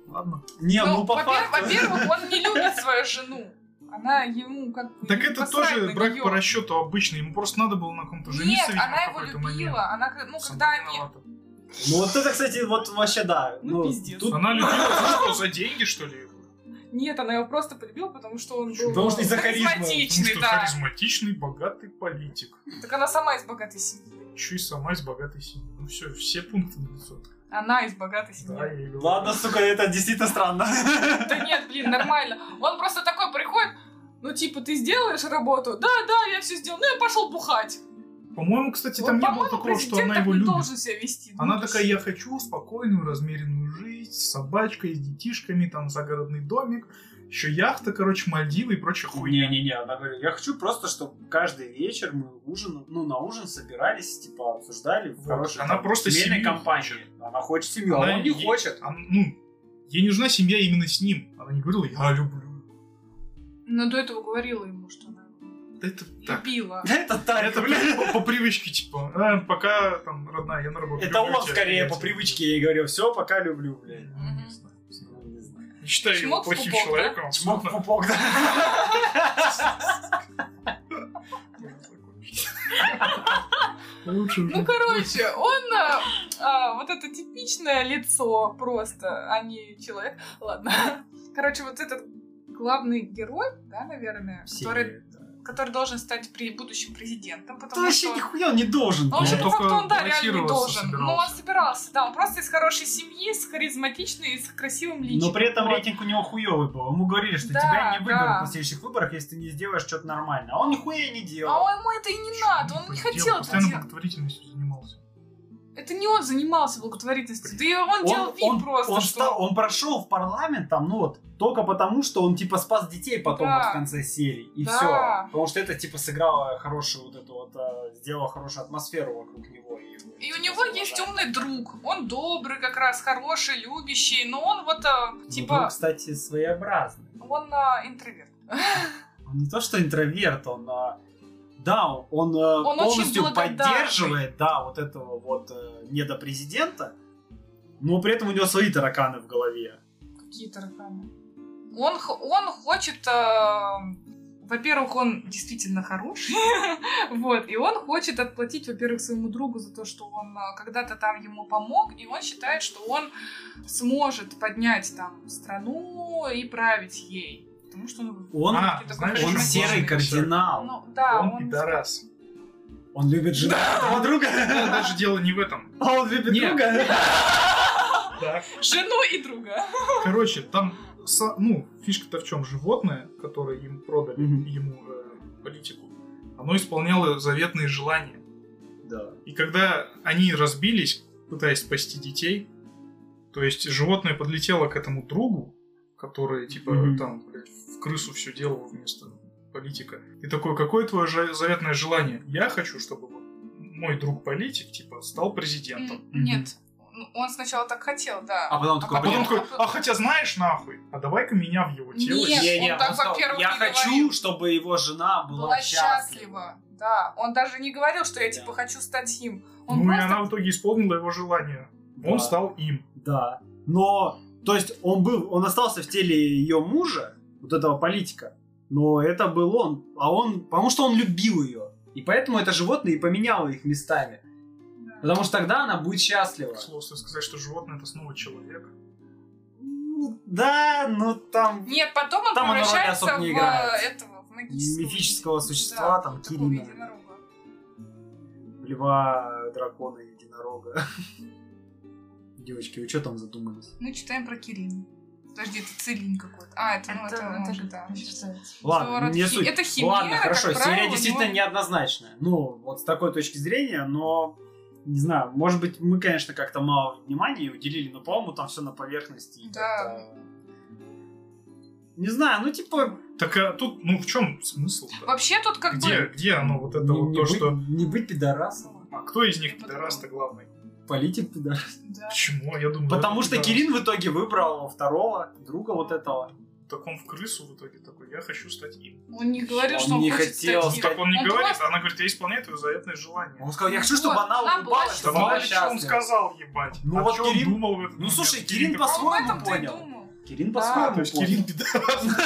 Speaker 3: Ладно.
Speaker 1: Не, ну,
Speaker 5: Ну,
Speaker 1: по
Speaker 5: во-пер-
Speaker 1: факту.
Speaker 5: Во-первых, он не любит свою жену. Она ему как бы
Speaker 3: Так
Speaker 5: не
Speaker 3: это
Speaker 5: посрать
Speaker 3: тоже
Speaker 5: на
Speaker 3: брак
Speaker 5: неё.
Speaker 3: по расчету обычный. Ему просто надо было на ком-то
Speaker 5: Нет,
Speaker 3: жениться. видимо,
Speaker 5: она
Speaker 3: в
Speaker 5: его
Speaker 3: какой-то
Speaker 5: любила.
Speaker 3: момент.
Speaker 5: Она, к- ну,
Speaker 3: Сама
Speaker 5: когда они...
Speaker 3: виновата.
Speaker 1: Ну вот это, кстати, вот вообще да.
Speaker 5: Ну,
Speaker 1: Ну,
Speaker 5: пиздец.
Speaker 1: тут-
Speaker 3: Она любила за что? За деньги, что ли?
Speaker 5: Нет, она его просто полюбила, потому что он был...
Speaker 1: Потому что из-за харизмы.
Speaker 3: Потому
Speaker 5: Харизматичный,
Speaker 3: что
Speaker 5: да.
Speaker 3: харизматичный, богатый политик.
Speaker 5: Так она сама из богатой семьи.
Speaker 3: Еще и сама из богатой семьи. Ну все, все пункты на лицо.
Speaker 5: Она из богатой
Speaker 3: Да,
Speaker 5: семьи.
Speaker 3: я и говорю.
Speaker 1: Ладно, сука, это действительно странно.
Speaker 5: Да нет, блин, нормально. Он просто такой приходит, ну, типа, ты сделаешь работу? Да, да, я все сделал. Ну, я пошел бухать.
Speaker 3: По-моему, кстати,
Speaker 5: Вот,
Speaker 3: там не было
Speaker 5: по-моему,
Speaker 3: такого, что
Speaker 5: президент
Speaker 3: она
Speaker 5: так
Speaker 3: его
Speaker 5: не
Speaker 3: любит.
Speaker 5: должен себя вести.
Speaker 3: Она
Speaker 5: Ну,
Speaker 3: такая, я хочу спокойную, размеренную жизнь, с собачкой, с детишками, там, загородный домик, еще яхта, короче, Мальдивы и прочая хуйня.
Speaker 1: Не-не-не, она говорит, я хочу просто, чтобы каждый вечер мы ужин, ну, на ужин собирались, типа, обсуждали в
Speaker 3: Вот.
Speaker 1: хорошей
Speaker 3: Она
Speaker 1: там,
Speaker 3: просто
Speaker 1: семейной
Speaker 3: семью
Speaker 1: компании.
Speaker 3: хочет.
Speaker 1: Она хочет семью, а
Speaker 3: Она
Speaker 1: он не
Speaker 3: е-
Speaker 1: хочет.
Speaker 3: А, ну, ей не нужна семья именно с ним. Она не говорила, я люблю.
Speaker 5: Но Ну, до этого говорила ему, что она
Speaker 3: Да Это так.
Speaker 5: любила.
Speaker 1: Это так,
Speaker 3: Это,
Speaker 1: блин.
Speaker 3: блин, по, по привычке, типа, «А, пока, там, родная, я на работу.
Speaker 1: Это
Speaker 3: люблю
Speaker 1: он
Speaker 3: тебя,
Speaker 1: скорее
Speaker 3: я
Speaker 1: по
Speaker 3: тебя
Speaker 1: привычке ей говорил, все, пока люблю, блядь.
Speaker 3: люблю». Ну, не знаю.
Speaker 1: Ну, не знаю.
Speaker 3: Не считаю его
Speaker 5: Чмок в
Speaker 3: плохим
Speaker 5: пупок, да?
Speaker 3: человеком.
Speaker 1: Чмок в
Speaker 3: абсолютно.
Speaker 1: пупок, да.
Speaker 3: Лучше уже.
Speaker 5: Ну, короче, он а, а, вот это типичное лицо просто, а не человек. Ладно. Короче, вот этот главный герой, да, наверное, который,
Speaker 1: Серия,
Speaker 5: который должен стать при будущим президентом,
Speaker 1: Да
Speaker 5: потому
Speaker 1: вообще
Speaker 5: что...
Speaker 1: нихуя он не должен.
Speaker 5: Ну, Он
Speaker 1: блядь.
Speaker 5: же по
Speaker 3: Он только
Speaker 5: факту он, да, реально не
Speaker 3: баллотироваться
Speaker 5: должен. Но он
Speaker 3: собирался.
Speaker 5: собирался, да, он просто из хорошей семьи, с харизматичной и с красивым личиком.
Speaker 1: Но при этом
Speaker 5: Вот.
Speaker 1: рейтинг у него хуёвый был. Ему говорили, что
Speaker 5: Да,
Speaker 1: тебя не выберут
Speaker 5: да.
Speaker 1: на следующих выборах, если ты не сделаешь что-то нормально. А он нихуя и не делал.
Speaker 5: А ему это и не надо, он не хотел это
Speaker 3: ну, Постоянно
Speaker 5: делать.
Speaker 3: благотворительностью занимался.
Speaker 5: Это не он занимался благотворительностью, да и он делал вид просто,
Speaker 1: он,
Speaker 5: что...
Speaker 1: стал- он прошел в парламент там, ну вот, только потому, что он типа спас детей потом
Speaker 5: Да.
Speaker 1: вот в конце серии. И
Speaker 5: Да.
Speaker 1: все. Потому что это типа сыграло хорошую вот эту вот, э, сделало хорошую атмосферу вокруг него. типа,
Speaker 5: И
Speaker 3: Типа
Speaker 5: у него есть умный друг. Он добрый как раз, хороший, любящий, но он вот, а,
Speaker 3: Ну
Speaker 1: Типа...
Speaker 5: типа,
Speaker 1: кстати, своеобразный.
Speaker 5: он а, интроверт.
Speaker 1: Он не то что интроверт, он... а, Да, он, он, э,
Speaker 5: Он очень
Speaker 1: полностью
Speaker 5: благодарный.
Speaker 1: поддерживает, да, вот этого вот э, недопрезидента, но при этом у него свои тараканы в голове.
Speaker 5: Какие тараканы? Он, х- он хочет... а, во-первых, он действительно хороший. вот. И он хочет отплатить, во-первых, своему другу за то, что он а, когда-то там ему помог. И он считает, что он сможет поднять там страну и править ей. Потому что он...
Speaker 1: Он,
Speaker 3: А,
Speaker 5: такой
Speaker 3: знаешь,
Speaker 1: он
Speaker 3: чем
Speaker 1: серый
Speaker 3: классный
Speaker 1: кардинал.
Speaker 5: Ну, да,
Speaker 3: он,
Speaker 5: он...
Speaker 3: пидорас.
Speaker 1: Он любит жену этого друга.
Speaker 3: Да, даже дело не в этом.
Speaker 1: А он любит
Speaker 3: Нет.
Speaker 1: друга.
Speaker 3: Да.
Speaker 5: Жену и друга.
Speaker 3: Короче, там, со- ну, фишка-то в чем? Животное, которое им продали,
Speaker 1: Мгм.
Speaker 3: ему э, политику, оно исполняло заветные желания.
Speaker 1: Да.
Speaker 3: И когда они разбились, пытаясь спасти детей, то есть животное подлетело к этому другу, который, типа,
Speaker 1: Мгм.
Speaker 3: там, блядь, в крысу все делал вместо политика. И такой, какое твое жа- заветное желание? Я хочу, чтобы вот мой друг политик, типа, стал президентом.
Speaker 5: М, Нет. Он сначала так хотел, да.
Speaker 1: А потом такой,
Speaker 3: А потом
Speaker 1: блин.
Speaker 3: такой, а хотя знаешь, нахуй, а давай-ка меня в его тело.
Speaker 5: Нет,
Speaker 3: и-
Speaker 5: он так,
Speaker 1: сказал,
Speaker 5: во-первых,
Speaker 1: я
Speaker 5: не
Speaker 1: хочу,
Speaker 5: говорил.
Speaker 1: чтобы его жена была,
Speaker 5: была
Speaker 1: счастлива.
Speaker 5: счастлива. Да, он даже не говорил, что я
Speaker 1: Да.
Speaker 5: типа хочу стать им. Он
Speaker 3: Ну и
Speaker 5: просто...
Speaker 3: она в итоге исполнила его желание.
Speaker 1: Да.
Speaker 3: Он стал им.
Speaker 1: Да. Но, то есть, он был, он остался в теле ее мужа, вот этого политика, но это был он. А он, потому что он любил ее. И поэтому это животное и поменяло их местами. Потому что тогда она будет счастлива.
Speaker 3: К слову сказать, что животное это снова человек.
Speaker 1: Ну, Да, ну там
Speaker 5: Нет, потом он
Speaker 1: Там она вроде
Speaker 5: превращается
Speaker 1: особо
Speaker 5: в
Speaker 1: не
Speaker 5: э,
Speaker 1: играет.
Speaker 5: этого, в магического.
Speaker 1: мифического
Speaker 5: еди-
Speaker 1: существа,
Speaker 5: да,
Speaker 1: там
Speaker 5: такого
Speaker 1: Кирина,
Speaker 5: единорога.
Speaker 1: льва, дракона, единорога. Девочки, вы что там задумались?
Speaker 5: Мы читаем про Кирину. Подожди, это целин какой-то. А, это, ну, это, может, да.
Speaker 1: Ладно,
Speaker 5: Сорок
Speaker 1: не
Speaker 5: хи-
Speaker 1: суть.
Speaker 5: это химера,
Speaker 1: Ладно,
Speaker 5: как
Speaker 1: хорошо,
Speaker 5: правило,
Speaker 1: серия
Speaker 5: у
Speaker 1: действительно
Speaker 5: него-
Speaker 1: неоднозначная. Ну, вот с такой точки зрения, но не знаю, может быть, мы, конечно, как-то мало внимания ей уделили, но, по-моему, там все на поверхности. и
Speaker 5: Да.
Speaker 1: как-то- Не знаю, ну, типа...
Speaker 3: Так а тут, ну в чем смысл?
Speaker 5: Вообще тут как
Speaker 3: Где,
Speaker 5: бы...
Speaker 3: где оно, вот это
Speaker 1: не,
Speaker 3: вот
Speaker 1: не
Speaker 3: то,
Speaker 1: быть,
Speaker 3: что...
Speaker 1: не быть пидорасом.
Speaker 3: А кто из них
Speaker 5: Ну,
Speaker 3: пидорас-то главный?
Speaker 1: Политик пидорас.
Speaker 5: Да. Ну,
Speaker 3: Почему? Я думаю...
Speaker 1: Потому
Speaker 3: это
Speaker 1: что
Speaker 3: пидорас.
Speaker 1: Кирин в итоге выбрал второго друга вот этого.
Speaker 3: таком в крысу в итоге такой, я хочу стать им.
Speaker 5: Он не говорил,
Speaker 1: Он
Speaker 5: что он
Speaker 1: не
Speaker 5: хочет
Speaker 1: хотел
Speaker 5: стать
Speaker 1: стать-
Speaker 5: героем.
Speaker 3: Так он не
Speaker 5: Он
Speaker 3: говорит,
Speaker 5: просто-
Speaker 3: она говорит, я исполняю твое заветное желание.
Speaker 1: Он сказал, я хочу,
Speaker 5: Вот,
Speaker 1: чтобы она
Speaker 5: она
Speaker 1: улыбалась,
Speaker 5: была
Speaker 1: чтобы
Speaker 3: Мало
Speaker 1: она
Speaker 3: ли что он
Speaker 1: счастлива.
Speaker 3: сказал, ебать.
Speaker 1: Ну
Speaker 3: а
Speaker 1: вот
Speaker 3: чё он
Speaker 1: Кирилл-
Speaker 3: думал в этот
Speaker 1: Ну
Speaker 3: момент?
Speaker 1: слушай, Кирилл
Speaker 3: такой,
Speaker 5: Он
Speaker 1: по-своему
Speaker 5: об этом-то и
Speaker 1: понял.
Speaker 5: думал.
Speaker 1: Кирин
Speaker 3: А,
Speaker 1: по-своему
Speaker 3: то есть
Speaker 1: понял.
Speaker 3: Кирилл пидорас.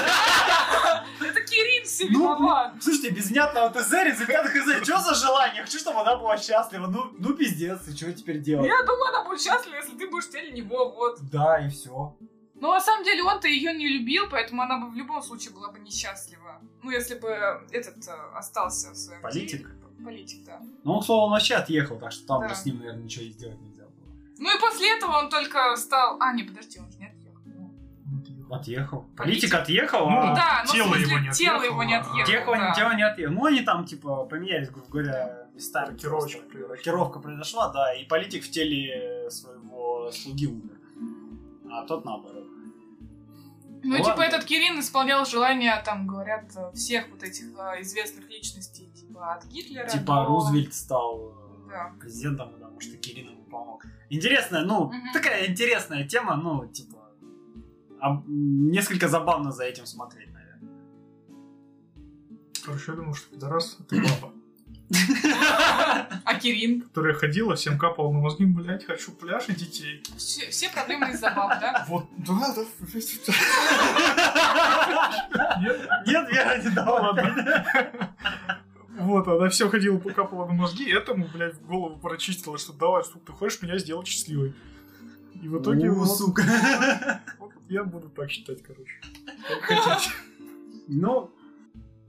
Speaker 5: Это Кирилл все
Speaker 1: Ну,
Speaker 5: виноват.
Speaker 1: Слушайте, без внятного ТЗ, результат ХЗ. Что за желание? Хочу, чтобы она была счастлива. Ну, ну пиздец, и что теперь делать?
Speaker 5: Я думаю, она будет счастлива, если ты будешь теле него, вот.
Speaker 1: Да, и все.
Speaker 5: Но Ну, на самом деле он-то ее не любил, поэтому она бы в любом случае была бы несчастлива. Ну, если бы этот э, остался в своем
Speaker 1: Политик?
Speaker 5: деле. Политик, да.
Speaker 1: Ну, он, к слову, он вообще отъехал, так что там
Speaker 5: Да.
Speaker 1: уже с ним, наверное, ничего и сделать нельзя было.
Speaker 5: Ну и после этого он только стал... А, не, подожди, он же не отъехал.
Speaker 1: Отъехал. Политик,
Speaker 5: Политик.
Speaker 1: отъехал,
Speaker 3: Ну
Speaker 1: а
Speaker 5: да, ну,
Speaker 3: тело
Speaker 5: в смысле,
Speaker 3: его не
Speaker 5: тело
Speaker 3: отъехало,
Speaker 5: его не
Speaker 3: а
Speaker 1: Тело,
Speaker 5: отъехало. да.
Speaker 1: тело не отъехал. Ну, они там, типа, поменялись, грубо говоря, местами.
Speaker 3: Рокировочка
Speaker 1: просто.
Speaker 3: произошла.
Speaker 1: Рокировка произошла, да, и политик в теле своего слуги умер. А тот наоборот.
Speaker 5: Ну,
Speaker 1: Ладно.
Speaker 5: типа, этот Кирин исполнял желания, там, говорят, э, всех вот этих э, известных личностей, типа, от Гитлера
Speaker 1: Типа
Speaker 5: до-
Speaker 1: Рузвельт стал э,
Speaker 5: Да.
Speaker 1: президентом, потому что Кирин ему помог. Интересная, ну,
Speaker 5: Мгм.
Speaker 1: такая интересная тема, ну, типа, а, м, несколько забавно за этим смотреть, наверное.
Speaker 3: Короче, я думал, что пидорас это баба,
Speaker 5: А Кирин?
Speaker 3: которая ходила, всем капала на мозги, блядь, хочу пляж и детей.
Speaker 5: Все, все проблемы из-за баб, да?
Speaker 3: Вот, да, да, блядь, нет.
Speaker 1: Нет, Вера не дала.
Speaker 3: Вот, она все ходила, капала на мозги, и этому, блядь, в голову прочистила, что давай, сука, ты хочешь меня сделать счастливой. И в итоге
Speaker 1: О,
Speaker 3: вот-
Speaker 1: сука.
Speaker 3: вот я буду так считать, короче. Как хотите.
Speaker 1: Ну,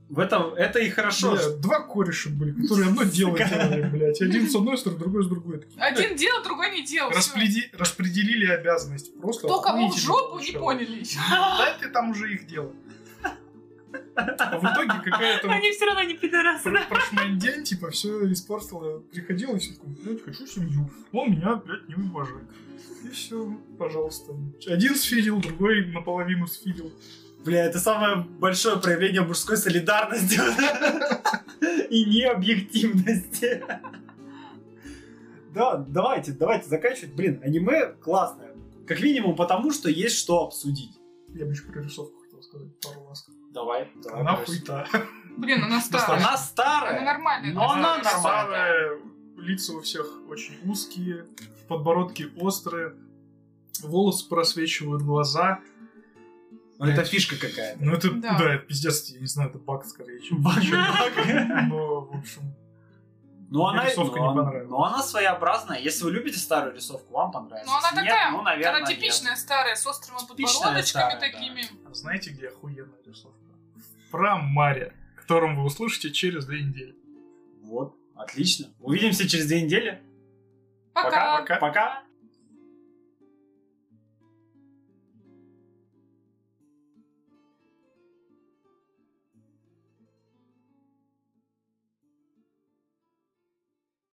Speaker 1: в этом, это и хорошо.
Speaker 3: Бля, два кореша были, которые одно дело делали, блядь. Один с одной стороны, другой с другой. Такие,
Speaker 5: Один делал, другой не делал.
Speaker 3: блядь,
Speaker 5: всё.
Speaker 3: распреди- Распределили обязанности. Просто
Speaker 5: Кто кому в
Speaker 3: охуительно
Speaker 5: жопу не
Speaker 3: получалось.
Speaker 5: поняли еще.
Speaker 3: Да, это там уже их дело. А в итоге какая-то вот
Speaker 2: Они все равно не пидорасы.
Speaker 3: пр- прошмандень, типа, все испортила. Приходила и все такое, блядь, хочу семью. Он меня, блядь, не уважает. И все, пожалуйста. Один сфидил, другой наполовину сфидил.
Speaker 1: Бля, это самое большое проявление мужской солидарности и необъективности. Да, давайте, давайте заканчивать. Блин, аниме классное. Как минимум потому, что есть что обсудить.
Speaker 3: Я бы еще про рисовку хотел сказать пару ласк.
Speaker 1: Давай, давай.
Speaker 3: Она
Speaker 1: Борис.
Speaker 3: хуйта.
Speaker 5: Блин, она старая.
Speaker 1: Она старая.
Speaker 5: Э, ну, Она нормальная.
Speaker 1: Но она
Speaker 3: А Она
Speaker 1: нормальная.
Speaker 3: старая, лица у всех очень узкие, подбородки острые, волосы просвечивают глаза.
Speaker 1: Вот Это фишка какая-то.
Speaker 3: Ну это, да,
Speaker 5: Да.
Speaker 3: это пиздец, я не знаю, это баг скорее, чем
Speaker 1: Баг.
Speaker 3: Но, в общем,
Speaker 1: Но
Speaker 3: мне
Speaker 1: Ну, она,
Speaker 3: рисовка
Speaker 1: но
Speaker 3: не
Speaker 1: она-
Speaker 3: понравилась.
Speaker 1: но она своеобразная. Если вы любите старую рисовку, вам понравится.
Speaker 5: Ну, она
Speaker 1: Если нет,
Speaker 5: такая,
Speaker 1: ну, наверное,
Speaker 5: она
Speaker 1: нет.
Speaker 5: типичная старая, с острыми
Speaker 1: Типичная
Speaker 5: подбородочками
Speaker 1: старая, да.
Speaker 5: такими.
Speaker 3: а знаете, где охуенная рисовка? Про Маре, которым вы услышите через две недели.
Speaker 1: Вот, отлично. Увидимся через две недели.
Speaker 5: Пока.
Speaker 1: Пока.